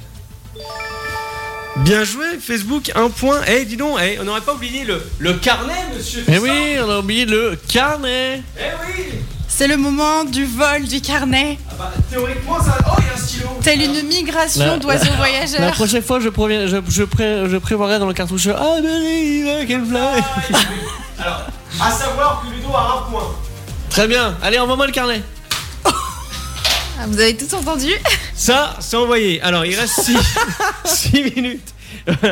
Bien joué, Facebook, un point. Eh, dis donc, eh, on n'aurait pas oublié le, le carnet, monsieur. Mais Eh oui, on a oublié le carnet. Eh oui C'est le moment du vol du carnet. Ah bah, théoriquement, ça. Oh, il y a un stylo Telle une migration La- d'oiseaux La voyageurs. prochaine fois, je, préviens- je, je, pré- je prévoirai dans le cartouche. Ah, ben, quel fly Ah, Alors, à savoir que Ludo a un point. Très bien, allez, envoie-moi le carnet. Ah, Vous avez tout entendu Ça, c'est envoyé. Alors, il reste 6 minutes.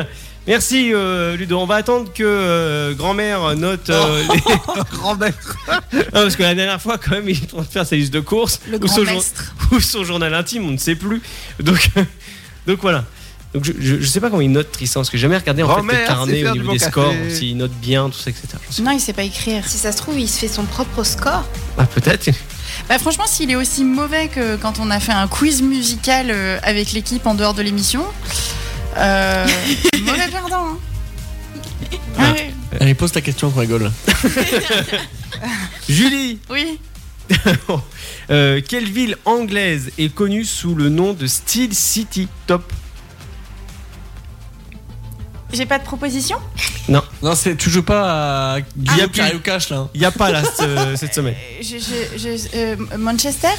Merci euh, Ludo. On va attendre que euh, grand-mère note euh, les... grand-mère. parce que la dernière fois, quand même, il est en train de faire sa liste de courses Le ou, son jour- grand-mestre. ou son journal intime, on ne sait plus. Donc, donc voilà. Donc je, je, je sais pas comment il note Tristan, parce que j'ai jamais regardé en fait les Grand-mère, c'est carnets faire au du niveau bon des café. scores, s'il note bien, tout ça, etc. J'en sais- Non, il sait pas écrire. Si ça se trouve, il se fait son propre score. Ah peut-être. Bah franchement, s'il est aussi mauvais que quand on a fait un quiz musical euh, avec l'équipe en dehors de l'émission, euh, mauvais perdant. hein. Ah. Ouais, Allez, pose ta question, qu'on rigole. Julie, oui. euh, quelle ville anglaise est connue sous le nom de Steel City Top J'ai pas de proposition Non, c'est, tu joues pas à Ah, Guillaume oui. Carré ou Cash là. Il n'y a pas là ce- cette semaine. Euh, je- je- je- euh, Manchester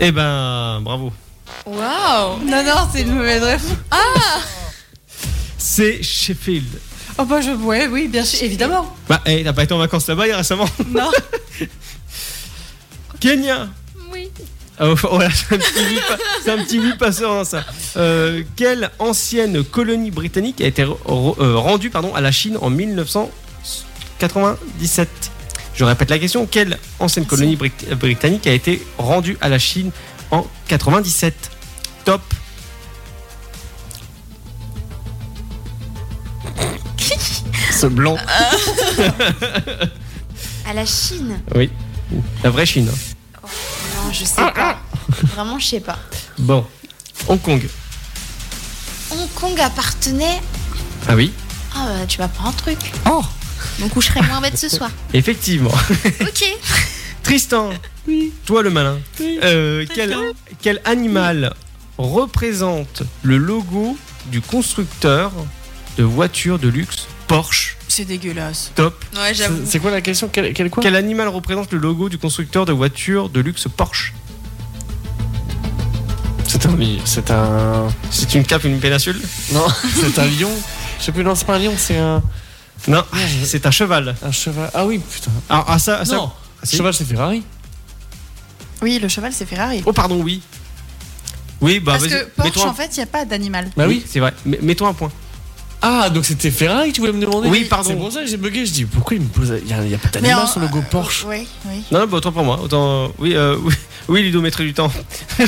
Eh ben, bravo. Waouh Non, non, c'est une mauvaise réponse. C'est Sheffield. Oh bah je... Ouais, oui, bien sûr, évidemment. Bah, eh, t'as pas été en vacances là-bas hier récemment Non. Kenya Oui. Oh, oh là, c'est un petit oui pa- c'est un petit oui passeur, hein, ça. Euh, quelle ancienne colonie britannique a été re- re- euh, rendue pardon, à la Chine en 1997 Je répète la question. Quelle ancienne colonie brit- britannique a été rendue à la Chine en 97 Top Ce blanc. À la Chine Oui, la vraie Chine. hein. Non, je sais pas. Vraiment, je sais pas. Bon, Hong Kong. Hong Kong appartenait. Ah oui Ah, bah, tu m'apprends un truc. Oh Donc, où je serai moins bête ce soir. Ah, Effectivement. Ok. Tristan, toi le malin, Euh, quel, quel animal représente le logo du constructeur de voitures de luxe Porsche C'est dégueulasse. Top. Ouais, C'est, c'est quoi la question quel, quel quoi Quel animal représente le logo du constructeur de voitures de luxe Porsche C'est un. C'est un. C'est une cape, une péninsule Non, c'est un lion. Je sais plus, non, c'est pas un lion, c'est un, Non, Ah, c'est un cheval. un cheval. Ah oui, putain. Ah, ah, ça, ah, ça- non, si. cheval, c'est Ferrari. Oui, le cheval, c'est Ferrari. Oh pardon, oui. Oui, bah Parce vas-y. que Porsche, mets-toi un- en fait, il n'y a pas d'animal. Bah oui. c'est vrai. Mais- Mets-toi un point. Ah, donc c'était Ferrari que tu voulais me demander Oui, pardon. C'est pour ça que j'ai bugué. Je dis, pourquoi il me pose. Il n'y a, il y a pas Mais d'animal en- sur le logo Porsche. Oui, oui. Non, bah, autant pour moi. Autant... Oui, euh, oui, oui, Ludo mettrait du temps.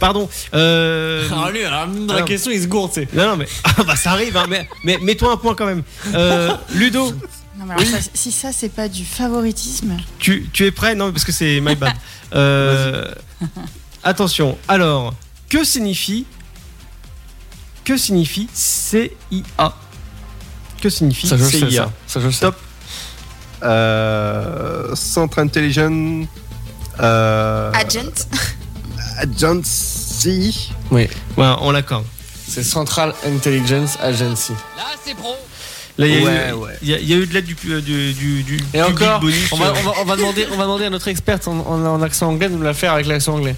Pardon. Euh... Ah, lui, alors, même dans Ah. la question, il se gourde, c'est. Non, non, mais ah, bah, ça arrive, hein, mais, mais mets-toi un point quand même. Euh, Ludo, Non, mais alors, ça, si ça, c'est pas du favoritisme. tu, tu es prêt Non, parce que c'est my bad. Euh, attention, alors, que signifie. Que signifie CIA Que signifie Ça, je le sais. CIA Ça, Ça, je le sais. Top. Euh, Centre Intelligent. bah, Euh, Agent. Agency. Oui, Ouais, on l'accorde. c'est Central Intelligence Agency. Là, il y, a Ouais, eu- ouais. il y a- il y a eu de l'aide du, pu- du, du, du Et public encore, bonus. euh. on va, on, va, on va demander, on va demander à notre experte en, en- en accent anglais de nous la faire avec l'accent anglais.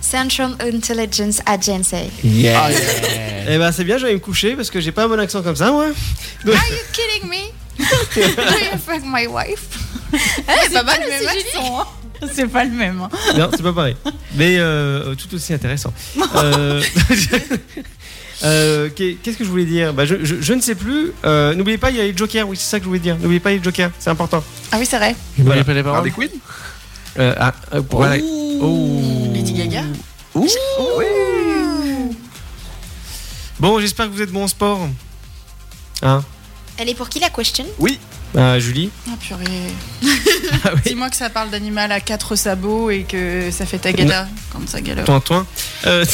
Central Intelligence Agency. Ah, yeah. Eh ben c'est bien, j'allais me coucher parce que j'ai pas un bon accent comme ça, moi. Are you kidding me? Do you fuck my wife? Oh, c'est Eh, pas, le même accent. hein. C'est pas le même. hein. Non, c'est pas pareil. Mais euh, tout aussi intéressant. Euh, euh, qu'est- Qu'est-ce que je voulais dire bah, je, je- je ne sais plus. Euh, N'oubliez pas, il y a les jokers. Oui, c'est ça que je voulais dire. N'oubliez pas les jokers, c'est important. Ah oui, c'est vrai. Il Voilà. n'oubliez pas les Par paroles. des Queen Euh, ah, euh, pour la- Oh. Lady Gaga. Bon, j'espère que vous êtes bon en sport. Hein Elle est pour qui la question? Euh, Julie Ah purée. Ah oui. Dis-moi que ça parle d'animal à quatre sabots et que ça fait tagada quand ça galope. Toi, toi Euh,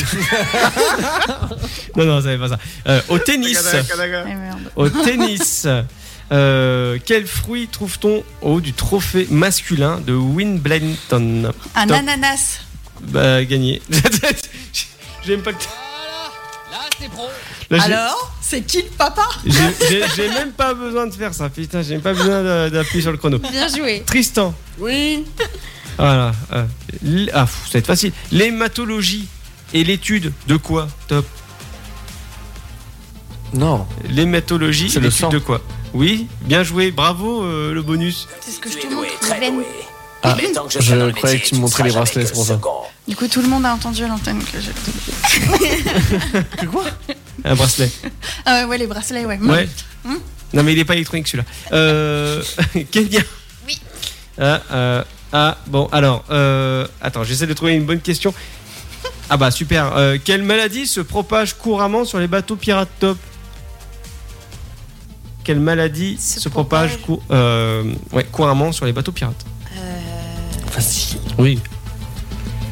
Non, non, ça fait pas ça. Euh, au tennis. Tagada, tagada. Eh merde. Au tennis. Euh, quel fruit trouve-t-on au haut du trophée masculin de Winblenton Un Top. ananas. Bah, gagné. J'aime pas que. Là, j'ai- Alors, c'est qui le papa j'ai- J'ai j'ai même pas besoin de faire ça, putain, j'ai même pas besoin d'a- d'appuyer sur le chrono. Bien joué. Tristan, Oui. voilà. euh, l- ah, pff, ça va être facile. L'hématologie et l'étude de quoi, Top Non. L'hématologie C'est et le l'étude sang. de quoi Oui, bien joué, bravo euh, le bonus. C'est ce que je te montre. Ah, je croyais que tu me montrais les bracelets, c'est pour ça. Du coup, tout le monde a entendu à l'antenne que j'ai. Un bracelet. Ah ouais, ouais, les bracelets, ouais. Mmh. Ouais. Hmm. Non, mais il est pas électronique celui-là. Euh, Kenya. Oui. Ah, euh, ah, bon, alors, euh, attends, j'essaie de trouver une bonne question. Ah bah super. Euh, quelle maladie se propage couramment sur les bateaux pirates top Quelle maladie se, propage, cou- euh, ouais, couramment sur les bateaux pirates Facile. Oui.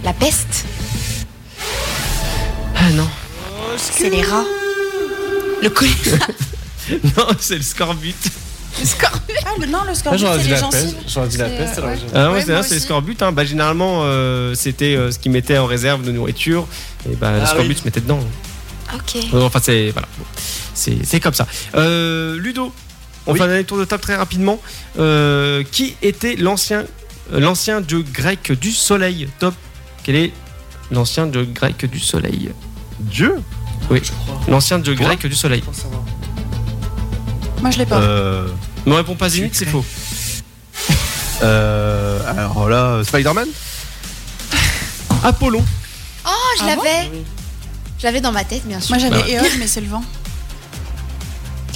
La peste, Ah non. c'est les rats. Le colère. non, c'est le scorbut. Le scorbut. Ah, le, non, le Ah, scorbut, J'aurais c'est dit les la gencives. peste. J'aurais dit la C'est- euh, peste. alors ouais. j'ai- Ah ouais, Ouais, c'est moi là, c'est le aussi. scorbut. Hein. Bah, généralement, euh, c'était euh, ce qu'ils mettaient en réserve de nourriture. Et bah, le Ah scorbut oui. se mettait dedans. Ok. Enfin, c'est voilà, Bon. c'est c'est comme ça. Euh, Ludo, on Oui. fait un dernier tour de table très rapidement. Euh, qui était l'ancien euh, l'ancien dieu grec du soleil Top. Quel est l'ancien dieu grec du soleil Dieu Je crois. L'ancien dieu Toi grec du soleil. Je pense savoir. Moi, je l'ai pas. euh, Ne réponds pas Zénith, c'est faux. euh, Alors là, euh, Spider-Man Apollon. Oh, je Ah bon l'avais. je l'avais dans ma tête, bien sûr. Moi, j'avais Bah ouais. Éole, mais c'est le vent.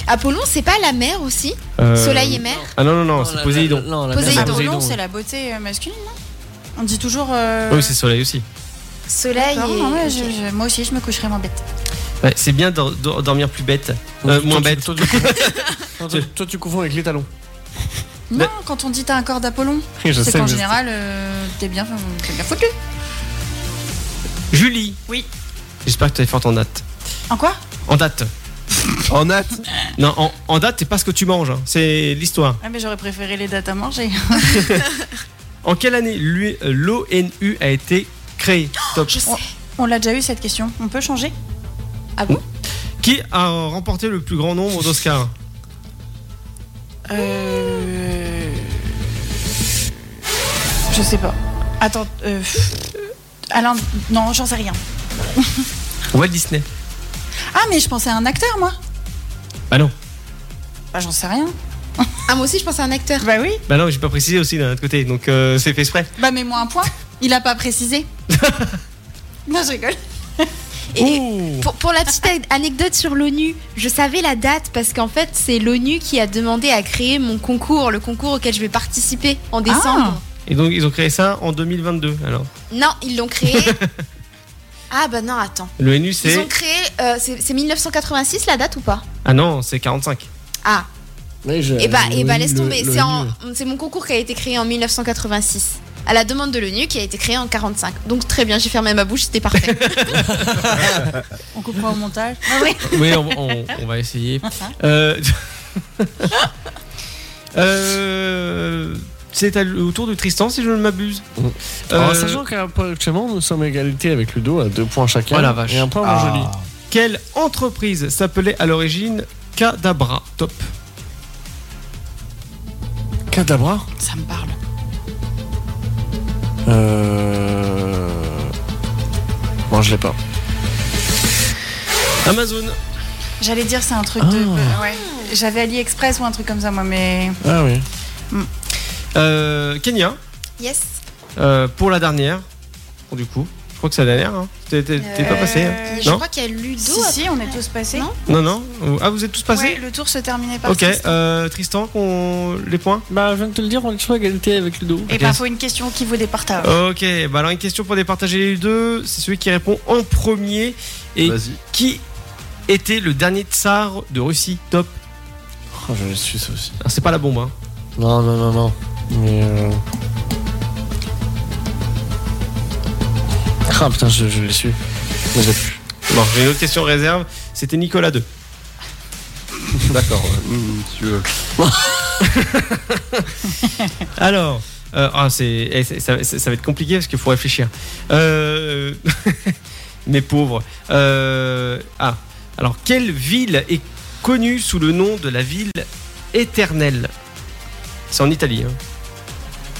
Apollon, c'est pas la mer aussi Euh, Soleil et mer Ah non, non, non, Non, c'est la- Poséidon. la- Non, la Poséidon. merde, Poséidon, Apollon, c'est la beauté euh, masculine, non On dit toujours. euh, Oui, c'est soleil aussi. Soleil Non, et. non, ouais, ok. je- je- moi aussi, je me coucherai moins bête. Ouais, c'est bien dor- dor- dormir plus bête. Toi, Euh, tu- moins toi, tu- bête. Toi, tu confonds- Non, toi- toi, tu confonds avec les talons. Non, quand on dit t'as un corps d'Apollon, Je c'est sais, qu'en mais- général, euh, t'es bien, t'es bien foutu. Julie. Oui. J'espère que tu es forte en date. En quoi En date. En nat Non, en, en date, c'est pas ce que tu manges. hein. C'est l'histoire. Ah, mais j'aurais préféré les dates à manger. En quelle année lui- euh, l'ONU a été créée Top. Oh, Je sais. On l'a déjà eu cette question. On peut changer Qui a remporté le plus grand nombre d'Oscars Euh. Je sais pas. Attends, euh. Alain. Non, j'en sais rien. Walt Disney. Ah, mais je pensais à un acteur, moi. Bah non. Bah, j'en sais rien. Ah, moi aussi, je pensais à un acteur. Bah oui. Bah non, j'ai pas précisé aussi d'un autre côté, donc euh, c'est fait exprès. Bah, mets-moi un point. Il a pas précisé. non, je rigole. Et Ouh. pour, pour la petite an- anecdote sur l'ONU, je savais la date parce qu'en fait, c'est l'ONU qui a demandé à créer mon concours, le concours auquel je vais participer en décembre. Et donc ils ont créé ça en 2022. Alors Non, ils l'ont créé. ah, bah non, attends. l'ONU Ils ont c'est créé. euh, c'est c'est 1986 la date ou pas ah non c'est 45. Ah, Ouais, je- et bah, le- et bah laisse le- tomber. Euh, le- C'est en- C'est mon concours qui a été créé en 1986. À la demande de l'ONU qui a été créé en 45. Donc très bien, j'ai fermé ma bouche, c'était parfait. On coupera au montage. Oui, on, on- on va essayer. Euh, euh, C'est à- au tour de Tristan si je ne m'abuse. Alors, Euh, sachant qu'actuellement, nous sommes à égalité avec Ludo à deux points chacun. Oh la vache. Et un point pour Jolie. Quelle entreprise s'appelait à l'origine Cadabra Top Cadabra Ça me parle. Euh. Bon, je l'ai pas. Amazon. J'allais dire, c'est un truc de. euh, Ah. Ouais. J'avais AliExpress ou un truc comme ça, moi, mais. Ah oui. Euh, Kenya, yes. euh, pour la dernière, pour du coup, je crois que c'est la dernière. Hein. T'es t'es- t'es pas Euh, passé. hein. Euh, je non, crois qu'il y a Ludo. Si, après. si, on est tous passés. non, Non non. Ah, vous êtes tous Ouais, passés le tour se terminait par Ok, Tristan. euh, Tristan, qu'on- les points Bah, je viens de te le dire, on est toujours à égalité avec Ludo. Et bah, faut une question qui vaut des partages. Ok, bah alors une question pour départager les deux. C'est celui qui répond en premier. Et Vas-y. qui était le dernier tsar de Russie Top. Oh, je le suis, ça aussi. Alors, c'est pas la bombe, hein. Non, non, non, non. Mais. Euh... Ah putain, je, je l'ai su. Mais j'ai plus. Bon, j'ai une autre question réserve. C'était Nicolas II. D'accord. Mmh, tu veux. Alors, euh, ah, c'est, eh, c'est- ça, ça- ça va être compliqué parce qu'il faut réfléchir. Euh, mes pauvres. Euh, ah, alors, quelle ville est connue sous le nom de la ville éternelle C'est en Italie. hein.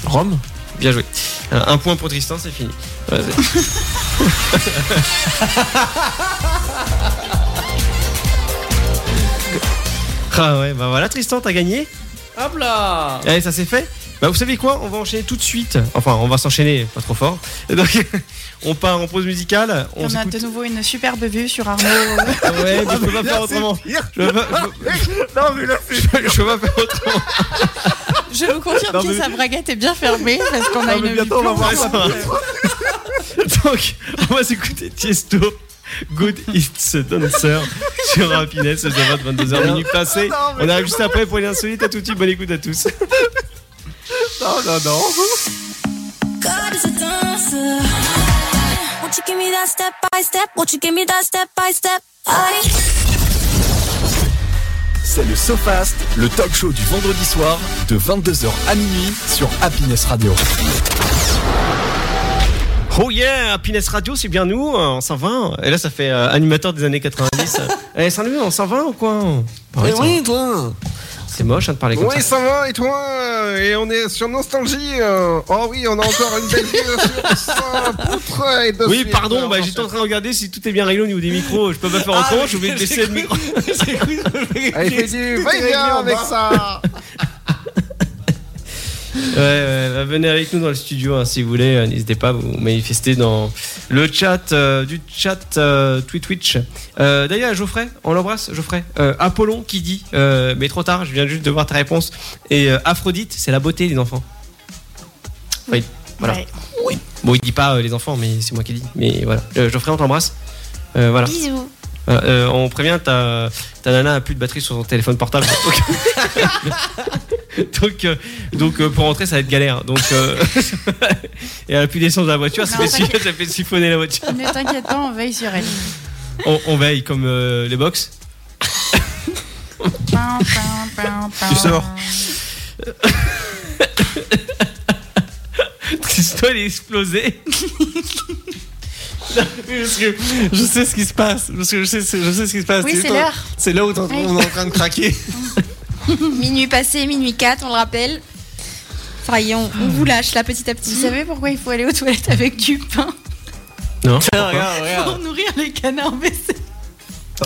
Rome Bien joué. Un un point pour Tristan, c'est fini. Voilà, c'est- ah ouais, bah voilà Tristan, t'as gagné. Hop là Allez, ça c'est fait. Bah, vous savez quoi On va enchaîner tout de suite. Enfin, on va s'enchaîner, pas trop fort. Et donc, on part en pause musicale. On On a s'écoute- de nouveau une superbe vue sur Arnaud. Ouais, mais je peux pas faire autrement. Je peux pas, Non, mais là, je, je peux pas faire autrement. Je vous confirme Non, que mais- sa braguette est bien fermée parce qu'on a Non, mais une vue bientôt, on va voir ça. plongeante. Donc, on va s'écouter Tiesto. Good It's a Dancer sur Happiness, ça va 22h minutes passées. Non, mais- On arrive juste après pour l'insolite à tout de suite. Bonne écoute à tous. Non, non, non. God is a dancer. Won't you give me that step by step? Won't you give me that step by step? I C'est le SoFast, le talk show du vendredi soir de 22h à minuit sur Happiness Radio. Oh yeah, Happiness Radio, c'est bien nous, euh, on s'en va. Et là, ça fait euh, animateur des années 90. Eh, c'est nous, on s'en va ou quoi Pareil, Eh ça. toi C'est moche hein, de parler comme Oui, ça. ça va, et toi euh, Et on est sur Nostalgie euh. Oh oui, on a encore une belle vidéo sur ça, poutre et de Oui, suite. pardon, Alors, bah, j'étais en train de regarder si tout est bien réglé au niveau des micros. Je peux pas faire autrement, j'ai oublié de baisser le micro. Allez, fais Ah, du va avec ça Ouais, ouais, bah, venez avec nous dans le studio hein, si vous voulez. Euh, N'hésitez pas à vous manifester dans le chat euh, du chat euh, Tweet Twitch. Euh, D'ailleurs, Geoffrey, on l'embrasse, Geoffrey. Euh, Apollon qui dit euh, Mais trop tard, je viens juste de voir ta réponse. Et euh, Aphrodite, c'est la beauté des enfants. Oui, voilà. Ouais. Bon, il dit pas euh, les enfants, mais c'est moi qui dis. Mais voilà. Euh, Geoffrey, on t'embrasse. Euh, voilà. Bisous. Voilà, euh, on prévient, ta, ta nana a plus de batterie sur son téléphone portable. Donc, donc, euh, donc, euh, pour rentrer, ça va être galère. Donc, euh, et elle a plus d'essence dans la voiture, ça Non, fait, siff- t'inquiète. ça fait siphonner la voiture. Ne t'inquiète pas, on veille sur elle. On, on veille comme euh, les box. Pin, pin, pin, pin. Tu sors. Tristan, il est explosé. Non, parce que je sais ce qui se passe. Parce que je sais, je sais ce qui se passe. Oui, c'est Tristan, l'heure. C'est là où t'es en- Oui. on est en train de craquer. minuit passé, minuit 4, on le rappelle. Ça y est, on, on vous lâche là petit à petit. Vous savez pourquoi il faut aller aux toilettes avec du pain Non. Regarde, pour regarde. nourrir les canards baissés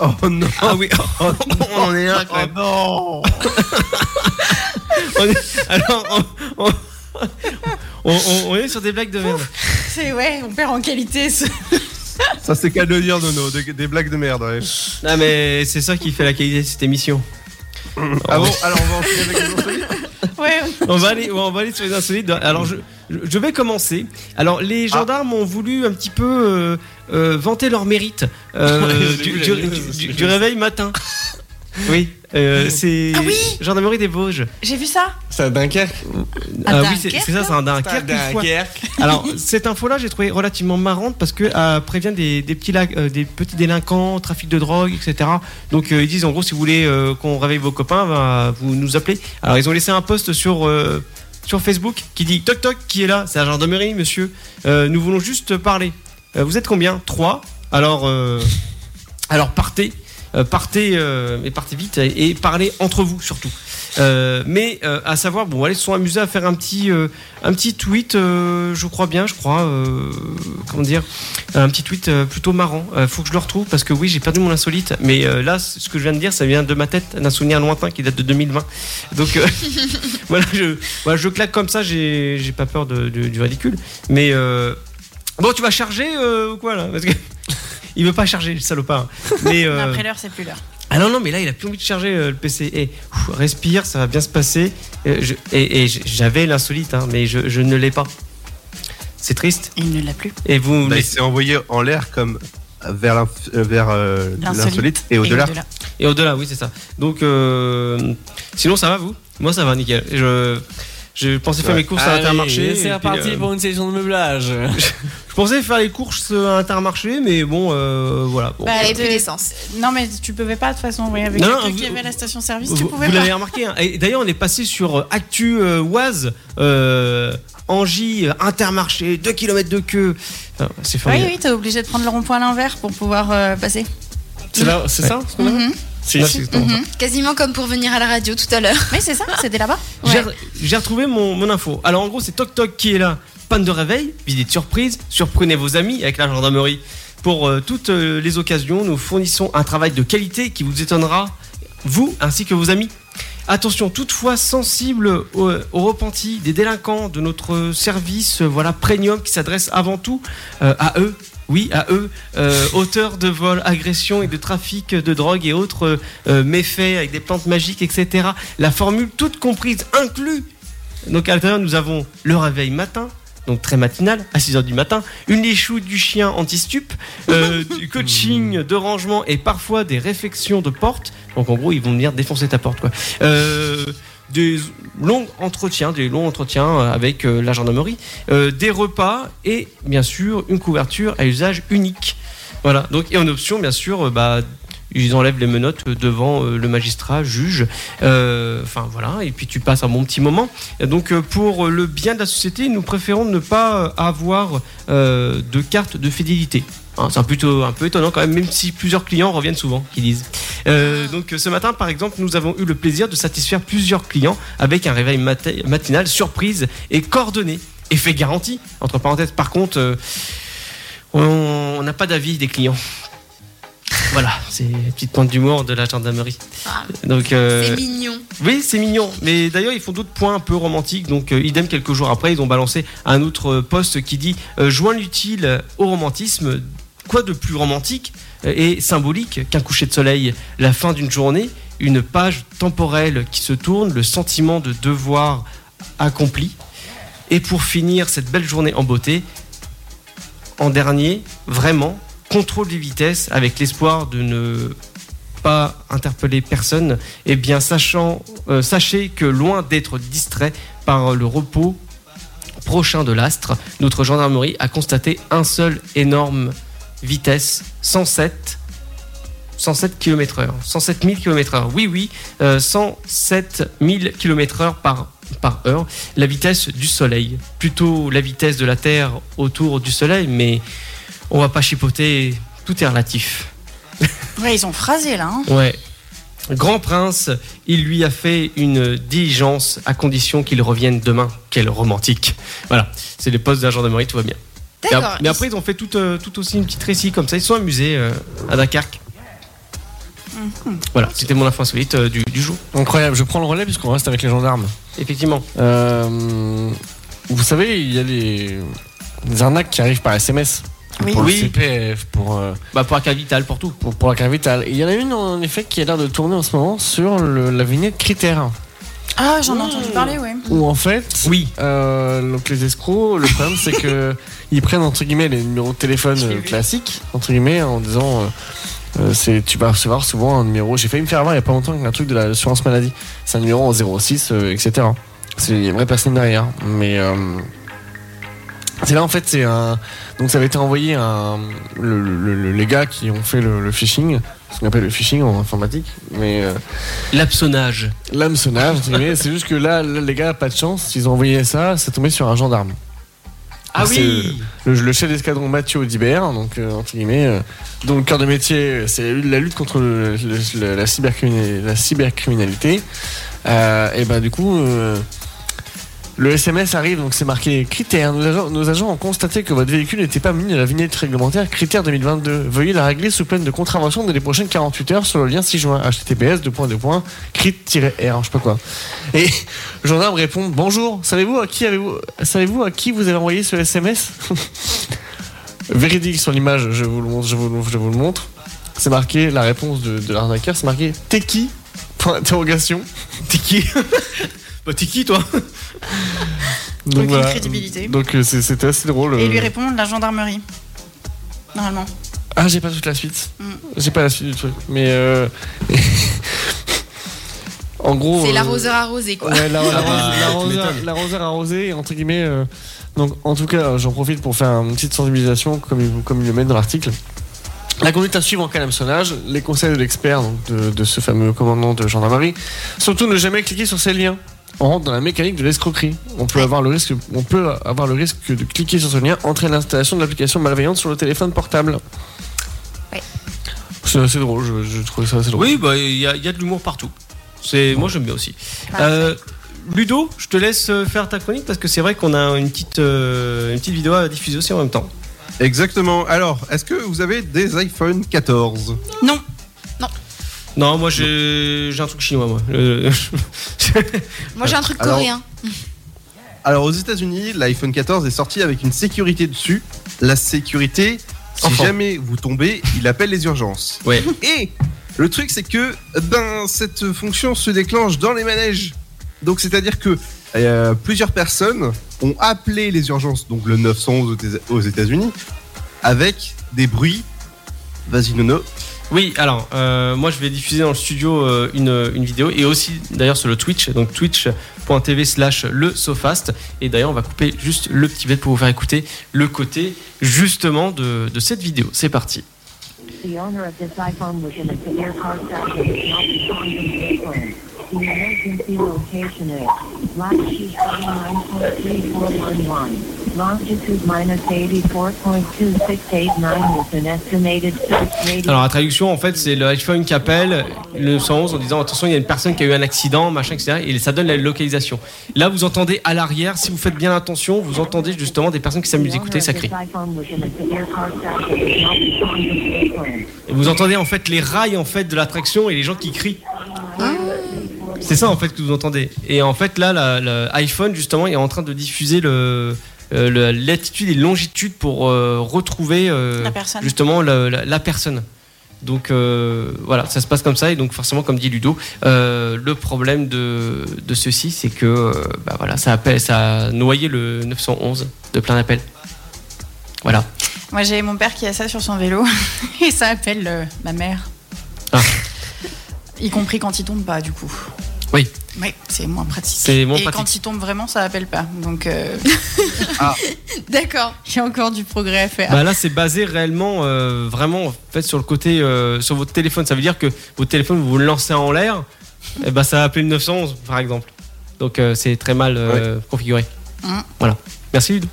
Oh non Ah oui, on en est là quand même. non On est- alors, on, on- on- on- on est sur des blagues de merde. C'est ouais, on perd en qualité. ce- Ça c'est qu'à le dire Nono, des, des blagues de merde ouais. Non, mais c'est ça qui fait la qualité de cette émission. Ah bon Alors on va enchaîner avec les insolites Ouais, On va aller, on va aller sur les insolites. Alors, je, je vais commencer. Alors, les gendarmes ont voulu un petit peu euh, euh, vanter leur mérite euh, Ouais, j'ai du, vu, du- j'ai vu, du- c'est ce du- que du je réveil matin. Oui, euh, c'est gendarmerie des Vosges. j'ai vu ça. C'est à Dunkerque Ah, À oui, c'est Dunkerque c'est ça, c'est un C'est à Dunkerque. une fois. Dunkerque Alors, cette info-là, j'ai trouvé relativement marrante parce que euh, prévient des, des petits, lacs- euh, des petits délinquants, trafic de drogue, etc. Donc, euh, ils disent en gros, si vous voulez euh, qu'on réveille vos copains, ben, vous nous appelez. Alors, ils ont laissé un post sur, euh, sur Facebook qui dit Toc toc, qui est là C'est la gendarmerie, monsieur. Euh, nous voulons juste parler. Euh, vous êtes combien Trois. Alors, euh, alors partez. Euh, partez, euh, mais partez vite et, et parlez entre vous surtout. Euh, mais euh, à savoir, bon, allez, ils se sont amusés à faire un petit, euh, un petit tweet, euh, je crois bien, je crois, euh, comment dire, un petit tweet euh, plutôt marrant. Euh, faut que je le retrouve parce que oui, j'ai perdu mon insolite, mais euh, là, c- ce que je viens de dire, ça vient de ma tête, d'un souvenir lointain qui date de 2020. Donc euh, voilà, je, voilà, je claque comme ça, j'ai j'ai pas peur de- de- du ridicule. Mais euh, bon, tu vas charger euh, ou quoi là Parce que il veut pas charger, le salopard. Mais Mais euh, Après l'heure, c'est plus l'heure. ah non, non, mais là, il a plus envie de charger euh, le PC. Eh, ouf, respire, ça va bien se passer. Euh, je- et et j- j'avais l'insolite, hein, mais je, je ne l'ai pas. C'est triste. Il ne l'a plus. Et vous. Bah, Là, me il s'est envoyé en l'air comme vers l'inf- euh, vers euh, L'insolite l'insolite et au-delà. Et au-delà, oui, c'est ça. Donc, euh, sinon, ça va, vous Moi, ça va, nickel. Je, Je pensais faire Ouais. mes courses à Ah Intermarché. oui, c'est et puis, reparti euh, pour une session de meublage. Je pensais faire les courses à Intermarché, mais bon, euh, voilà. Bon. Bah, Et de- plus d'essence. Non, mais tu pouvais pas de toute façon, oui, avec Non, le vous- qui avait à la station service, tu Vous, pouvais vous pas. l'avez remarqué. hein. Et D'ailleurs, on est passé sur euh, Actu euh, Oise, euh, Angie, euh, Intermarché, 2 km de queue. Enfin, c'est Oui, formidable. oui, t'es obligé de prendre le rond-point à l'invers pour pouvoir euh, passer. C'est là- c'est ça ce qu'on a Mhm. C'est Là, ici c'est- attends, Mhm. Quasiment comme pour venir à la radio tout à l'heure. Mais c'est ça, c'était là-bas. J'ai j'ai retrouvé mon, mon info. Alors en gros, c'est Toc Toc qui est là. Panne de réveil, visite surprise, surprenez vos amis avec la gendarmerie. Pour euh, toutes euh, les occasions, nous fournissons un travail de qualité qui vous étonnera, vous ainsi que vos amis. Attention toutefois sensible au, au repenti des délinquants de notre service, euh, voilà Premium qui s'adresse avant tout euh, à eux. Oui, à eux, euh, auteurs de vols, agressions et de trafic de drogue et autres euh, euh, méfaits avec des plantes magiques, etc. La formule toute comprise inclus. Donc à l'intérieur, nous avons le réveil matin, donc très matinal, à 6h du matin, une échoue du chien anti-stup, euh, du coaching de rangement et parfois des réflexions de porte. Donc en gros, ils vont venir défoncer ta porte. quoi. Euh, des longs entretiens, des longs entretiens euh, avec euh, la gendarmerie, euh, des repas et bien sûr une couverture à usage unique. Voilà, donc et en option, bien sûr, euh, bah, ils enlèvent les menottes devant euh, le magistrat, juge. Euh, Enfin voilà, et puis tu passes un bon petit moment. Et donc euh, pour le bien de la société, nous préférons ne pas euh, avoir euh, de carte de fidélité. Hein, c'est un, plutôt, un peu étonnant quand même, même si plusieurs clients reviennent souvent, qui disent. Euh, donc euh, ce matin, par exemple, nous avons eu le plaisir de satisfaire plusieurs clients avec un réveil maté- matinal surprise et coordonné. Effet garanti, entre parenthèses. Par contre, euh, on on n'a pas d'avis des clients. Voilà, c'est une petite pointe d'humour de la gendarmerie. Donc, euh, Ah, C'est mignon. oui, c'est mignon. Mais d'ailleurs, ils font d'autres points un peu romantiques. Donc, euh, idem, quelques jours après, ils ont balancé un autre euh, post qui dit euh, Joins l'utile au romantisme. Quoi de plus romantique et symbolique qu'un coucher de soleil La fin d'une journée, une page temporelle qui se tourne, le sentiment de devoir accompli. Et pour finir cette belle journée en beauté, en dernier, vraiment, contrôle des vitesses avec l'espoir de ne pas interpeller personne, eh bien sachant, euh, sachez que loin d'être distrait par le repos prochain de l'astre, notre gendarmerie a constaté un seul énorme vitesse 107 107 km heure 107 000 km heure oui oui euh, 107 000 km heure par, par heure la vitesse du soleil plutôt la vitesse de la terre autour du soleil mais on va pas chipoter tout est relatif Ouais, ils ont phrasé là. hein. Ouais. Grand prince, il lui a fait une diligence à condition qu'il revienne demain. Quel romantique. Voilà, c'est les postes de la gendarmerie, tout va bien. Mais D'accord. ap- Mais après, ils ont fait tout, euh, tout aussi une petite récit comme ça. Ils se sont amusés euh, à Dunkerque. Voilà, c'était mon info insolite euh, du, du jour. Incroyable, je prends le relais puisqu'on reste avec les gendarmes. Effectivement. Euh, vous savez, il y a les, les arnaques qui arrivent par SMS. Oui. Pour Oui. le CPF, pour, euh, Bah, pour la carte vitale, pour tout. pour, pour la carte vitale. Et Il y en a une en effet qui a l'air de tourner en ce moment sur le- la vignette critère. Ah, j'en ai entendu parler, ouais. Où en fait, Oui. euh, donc les escrocs, le problème c'est que ils prennent entre guillemets les numéros de téléphone euh, classiques, entre guillemets, en disant euh, euh, c'est tu vas recevoir souvent un numéro. J'ai failli me faire avoir il y a pas longtemps qu'un truc de l'assurance maladie. C'est un numéro en 06, euh, etc. C'est il y a une vraie personne derrière. Mais euh, c'est là en fait c'est un donc ça avait été envoyé à un- le- le- le- les gars qui ont fait le, le phishing, ce qu'on appelle le phishing en informatique, mais euh, L'absonnage. L'hameçonnage, entre guillemets. c'est juste que là, là, les gars, pas de chance, ils ont envoyé ça, ça tombait sur un gendarme. Ah C'est, oui Le, le chef d'escadron Mathieu Audibert, donc euh, entre guillemets, euh, dont le cœur de métier c'est la lutte contre le- le- le- la, cybercriminalité, la cybercriminalité. Euh, et ben du coup, euh, le SMS arrive, donc c'est marqué critère. Nos agents, nos agents ont constaté que votre véhicule n'était pas muni de la vignette réglementaire critère 2022. Veuillez la régler sous peine de contravention dès les prochaines 48 heures sur le lien 6 juin https crit-r, je sais pas quoi. Et le gendarme répond Bonjour, savez-vous à qui avez-vous savez-vous à qui vous avez envoyé ce SMS Véridique sur l'image, je vous le montre, je vous, le- je vous le montre. C'est marqué la réponse de, de l'arnaqueur, c'est marqué T'es qui Point d'interrogation. T'es qui Bah, t'es qui, toi Aucune crédibilité. Donc euh, c'est- c'était assez drôle. Et lui euh. répond la gendarmerie. Normalement. Ah, j'ai pas toute la suite. Mm. J'ai pas la suite du truc. Mais. euh, En gros. C'est euh, l'arroseur arrosé, quoi. Ouais, la- la- Ah bah, la- tu l'arroseur m'étonnes. l'arroseur arrosé, entre guillemets. euh, donc, en tout cas, j'en profite pour faire une petite sensibilisation, comme il, comme il le met dans l'article. La conduite à suivre en cas d'hameçonnage, les conseils de l'expert, donc de, de ce fameux commandant de gendarmerie. Surtout, ne jamais cliquer sur ces liens. On rentre dans la mécanique de l'escroquerie. On peut avoir le risque, on peut avoir le risque de cliquer sur ce lien, entraîne l'installation de l'application malveillante sur le téléphone portable. C'est assez drôle, je, je trouve ça assez drôle. Oui, bah, il y, a- il y a de l'humour partout. C'est, Moi, j'aime bien aussi. Euh, Ludo, je te laisse euh, faire ta chronique parce que c'est vrai qu'on a une petite, euh, une petite vidéo à diffuser aussi en même temps. Exactement. Alors, est-ce que vous avez des iPhone 14 Non. Non, moi j'ai j'ai un truc chinois, moi. Euh, Moi, j'ai un truc Alors- coréen. Alors, aux États-Unis, l'iPhone 14 est sorti avec une sécurité dessus. La sécurité, si Enfant. jamais vous tombez, il appelle les urgences. Ouais. Et le truc, c'est que ben, cette fonction se déclenche dans les manèges. Donc, c'est-à-dire que euh, plusieurs personnes ont appelé les urgences, donc le 911 aux États-Unis, avec des bruits. Vas-y, Nono. Oui, alors, euh, moi je vais diffuser dans le studio euh, une, une vidéo et aussi d'ailleurs sur le Twitch, donc twitch.tv slash le Sofast. Et d'ailleurs, on va couper juste le petit bête pour vous faire écouter le côté justement de, de cette vidéo. C'est parti. The owner of this iPhone was in a severe car crash and is not responding to the phone. The emergency location is longitude 39.3411, longitude minus 84.2689 with an estimated search radius. Alors, la traduction, en fait, c'est l'iPhone qui appelle le 911 en disant attention, il y a une personne qui a eu un accident, machin, etc. Et ça donne la localisation. Là, vous entendez à l'arrière, si vous faites bien attention, vous entendez justement des personnes qui s'amusent d'écouter, ça crie. The iPhone was in a severe car crash and is not responding to the phone. Et vous entendez en fait les rails en fait de l'attraction et les gens qui crient. C'est ça en fait que vous entendez. Et en fait là, la- la- iPhone justement est en train de diffuser le euh, le- latitude et longitude pour euh, retrouver euh, La personne. justement la, la- la personne. Donc euh, voilà, ça se passe comme ça et donc forcément, comme dit Ludo, euh, le problème de, de ceci, c'est que euh, bah voilà, ça appelle, ça a noyé le 911 de plein d'appels. Voilà. Moi, j'ai mon père qui a ça sur son vélo et ça appelle euh, ma mère. Ah. Y compris quand il tombe pas, du coup. Oui. Oui, c'est moins pratique. C'est moins et pratique. quand il tombe vraiment, ça appelle pas. Donc, euh, Ah. d'accord, il y a encore du progrès à faire. Bah là, c'est basé réellement, euh, vraiment, en fait, sur le côté, euh, sur votre téléphone. Ça veut dire que votre téléphone, vous le lancez en l'air, et bah, ça va appeler le 911, par exemple. Donc, euh, c'est très mal euh, configuré. Hein. Voilà. Merci, Ludo.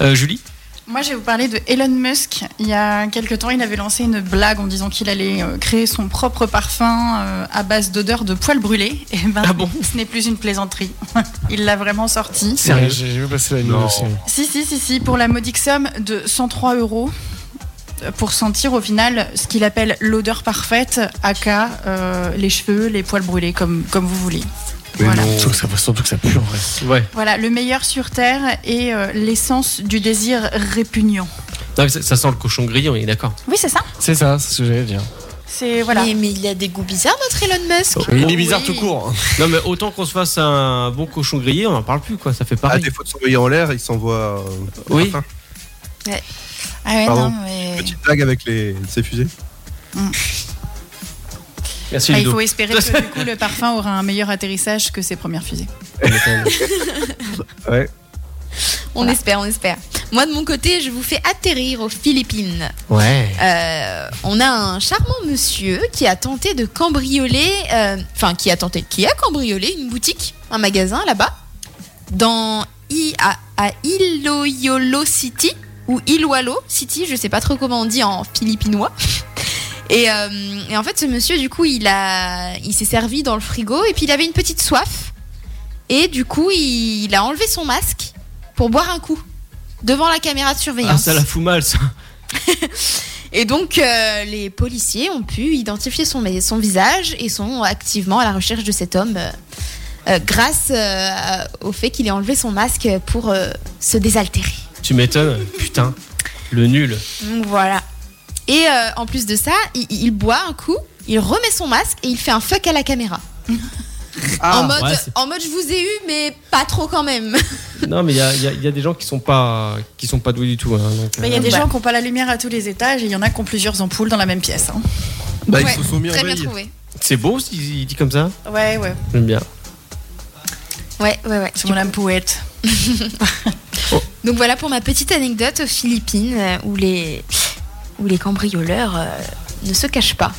Euh, Julie Moi, je vais vous parler de Elon Musk. Il y a quelques temps, il avait lancé une blague en disant qu'il allait euh, créer son propre parfum euh, à base d'odeur de poils brûlés. Et ben, Ah ce n'est plus une plaisanterie. il l'a vraiment sorti. Ouais, J'ai j'ai vu passer la nuit aussi. Si, si, si, si, pour la modique somme de 103 euros euh, pour sentir au final ce qu'il appelle l'odeur parfaite, aka euh, les cheveux, les poils brûlés, comme, comme vous voulez. Voilà. Surtout que ça- Surtout que ça pue en vrai. Ouais. Voilà, le meilleur sur Terre est euh, l'essence du désir répugnant. Non, mais ça, ça sent le cochon grillé, on est d'accord. Oui, c'est ça C'est ça, c'est ce que j'allais dire. C'est voilà. Mais, mais il a des goûts bizarres, notre Elon Musk. Oh. court. Non, mais autant qu'on se fasse un bon cochon grillé, on n'en parle plus, quoi. Ça fait À pareil. défaut de s'envoyer en l'air, il s'envoie. euh, Oui. parfum. Ah ouais, Pardon. non, mais. Petite blague avec les, ces fusées. Merci, Ah, il Ludo. faut espérer que du coup le parfum aura un meilleur atterrissage que ses premières fusées. Ouais. On espère, on espère. Moi, de mon côté, je vous fais atterrir aux Philippines. Ouais. Euh, on a un charmant monsieur qui a tenté de cambrioler, euh, enfin qui a tenté, qui a cambriolé une boutique, un magasin là-bas, dans I à, à Iloyolo City ou Iloilo City, je sais pas trop comment on dit en philippinois. Et, euh, et en fait, ce monsieur, du coup, il a, il s'est servi dans le frigo et puis il avait une petite soif. Et du coup, il, il a enlevé son masque pour boire un coup devant la caméra de surveillance. Ah, ça la fout mal, ça. Et donc, euh, les policiers ont pu identifier son, son visage et sont activement à la recherche de cet homme euh, euh, grâce euh, à- au fait qu'il ait enlevé son masque pour euh, se désaltérer. Tu m'étonnes, putain. Le nul. Donc, voilà. Et euh, en plus de ça, il, il boit un coup, il remet son masque et il fait un fuck à la caméra. en, mode, Ouais, c'est- en mode, je vous ai eu, mais pas trop quand même. non, mais il y a, il y a- il y a des gens qui sont pas, qui sont pas doués du tout. hein, donc, Il y a euh, des gens qui n'ont pas la lumière à tous les étages et il y en a qui ont plusieurs ampoules dans la même pièce. hein. Bah, ils se sont mis en veille. C'est beau ce qu'il dit comme ça Ouais, ouais. J'aime bien. Ouais, ouais, ouais. C'est mon âme poète. Donc voilà pour ma petite anecdote aux Philippines euh, où les, où les cambrioleurs euh, ne se cachent pas.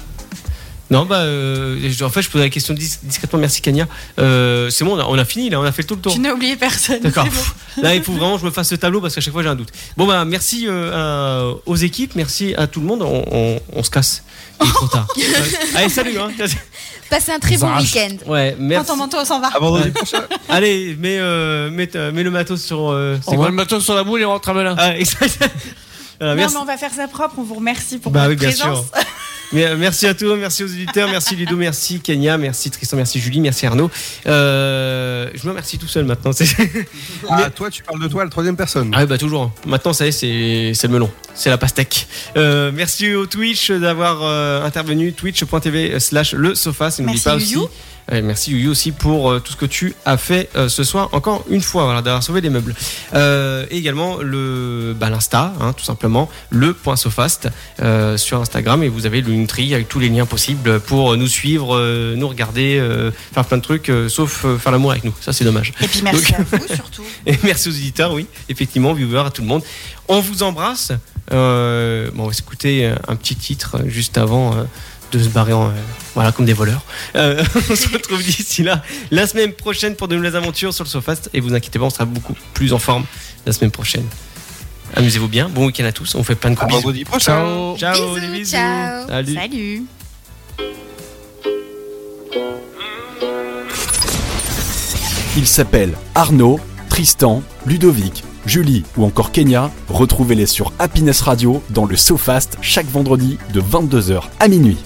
Non, bah, euh, je- en fait, je posais la question dis- discrètement. Merci, Kanya. Euh, c'est bon, on a, on a fini là, on a fait tout le tour. Tu n'as oublié personne. D'accord. c'est bon. Là, il faut vraiment que je me fasse ce tableau parce qu'à chaque fois, j'ai un doute. Bon, bah, merci euh, à- aux équipes, merci à tout le monde. On, on- on se casse. Il est trop tard. Ouais. Allez, salut. Hein. Passez un très bon Zach. week-end. Ouais, merci. Ah Prends ton manteau, on s'en va. Ouais. Allez, mets, euh, mets, euh, mets le matos sur. euh, c'est On quoi va le matos sur la boule et on rentre à Melun. Ah, exact. Voilà, non, merci. mais on va faire ça propre. On vous remercie pour Bah votre oui, bien présence. sûr. Mais, euh, merci à tous, merci aux éditeurs, merci Ludo, merci Kenya, merci Tristan, merci Julie, merci Arnaud. Euh, je me remercie tout seul maintenant. c'est- Ah, toi, tu parles de toi à la troisième personne. Ah oui, bah toujours. Maintenant, ça y est, c'est c'est le melon, c'est la pastèque. Euh, merci au Twitch d'avoir euh, intervenu, twitch.tv slash le sofa. Et n'oublie Merci pas aussi- Youyou. Ouais, merci Youyou aussi pour euh, tout ce que tu as fait euh, ce soir, encore une fois, voilà, d'avoir sauvé des meubles. Euh, et également le bah, l'Insta, hein, tout simplement, le point sofast euh, sur Instagram. Et vous avez le Nutri avec tous les liens possibles pour nous suivre, euh, nous regarder, euh, faire plein de trucs, euh, sauf euh, faire l'amour avec nous. Ça, c'est dommage. Et puis Donc- merci à vous surtout. et merci aux éditeurs, oui, effectivement, viewers, à tout le monde. On vous embrasse. Euh, bon, on va s'écouter un petit titre juste avant euh, de se barrer en, euh, voilà, comme des voleurs. Euh, on se retrouve d'ici là la semaine prochaine pour de nouvelles aventures sur le Sofast. Et vous inquiétez pas, on sera beaucoup plus en forme la semaine prochaine. Amusez-vous bien. Bon week-end à tous. On vous fait plein de gros À bisous. vendredi prochain. Ah, Ciao. Ciao. Bisous, des bisous. ciao. Salut. Salut. Ils s'appellent Arnaud, Tristan, Ludovic, Julie ou encore Kenya. Retrouvez-les sur Happiness Radio dans le SoFast chaque vendredi de 22h à minuit.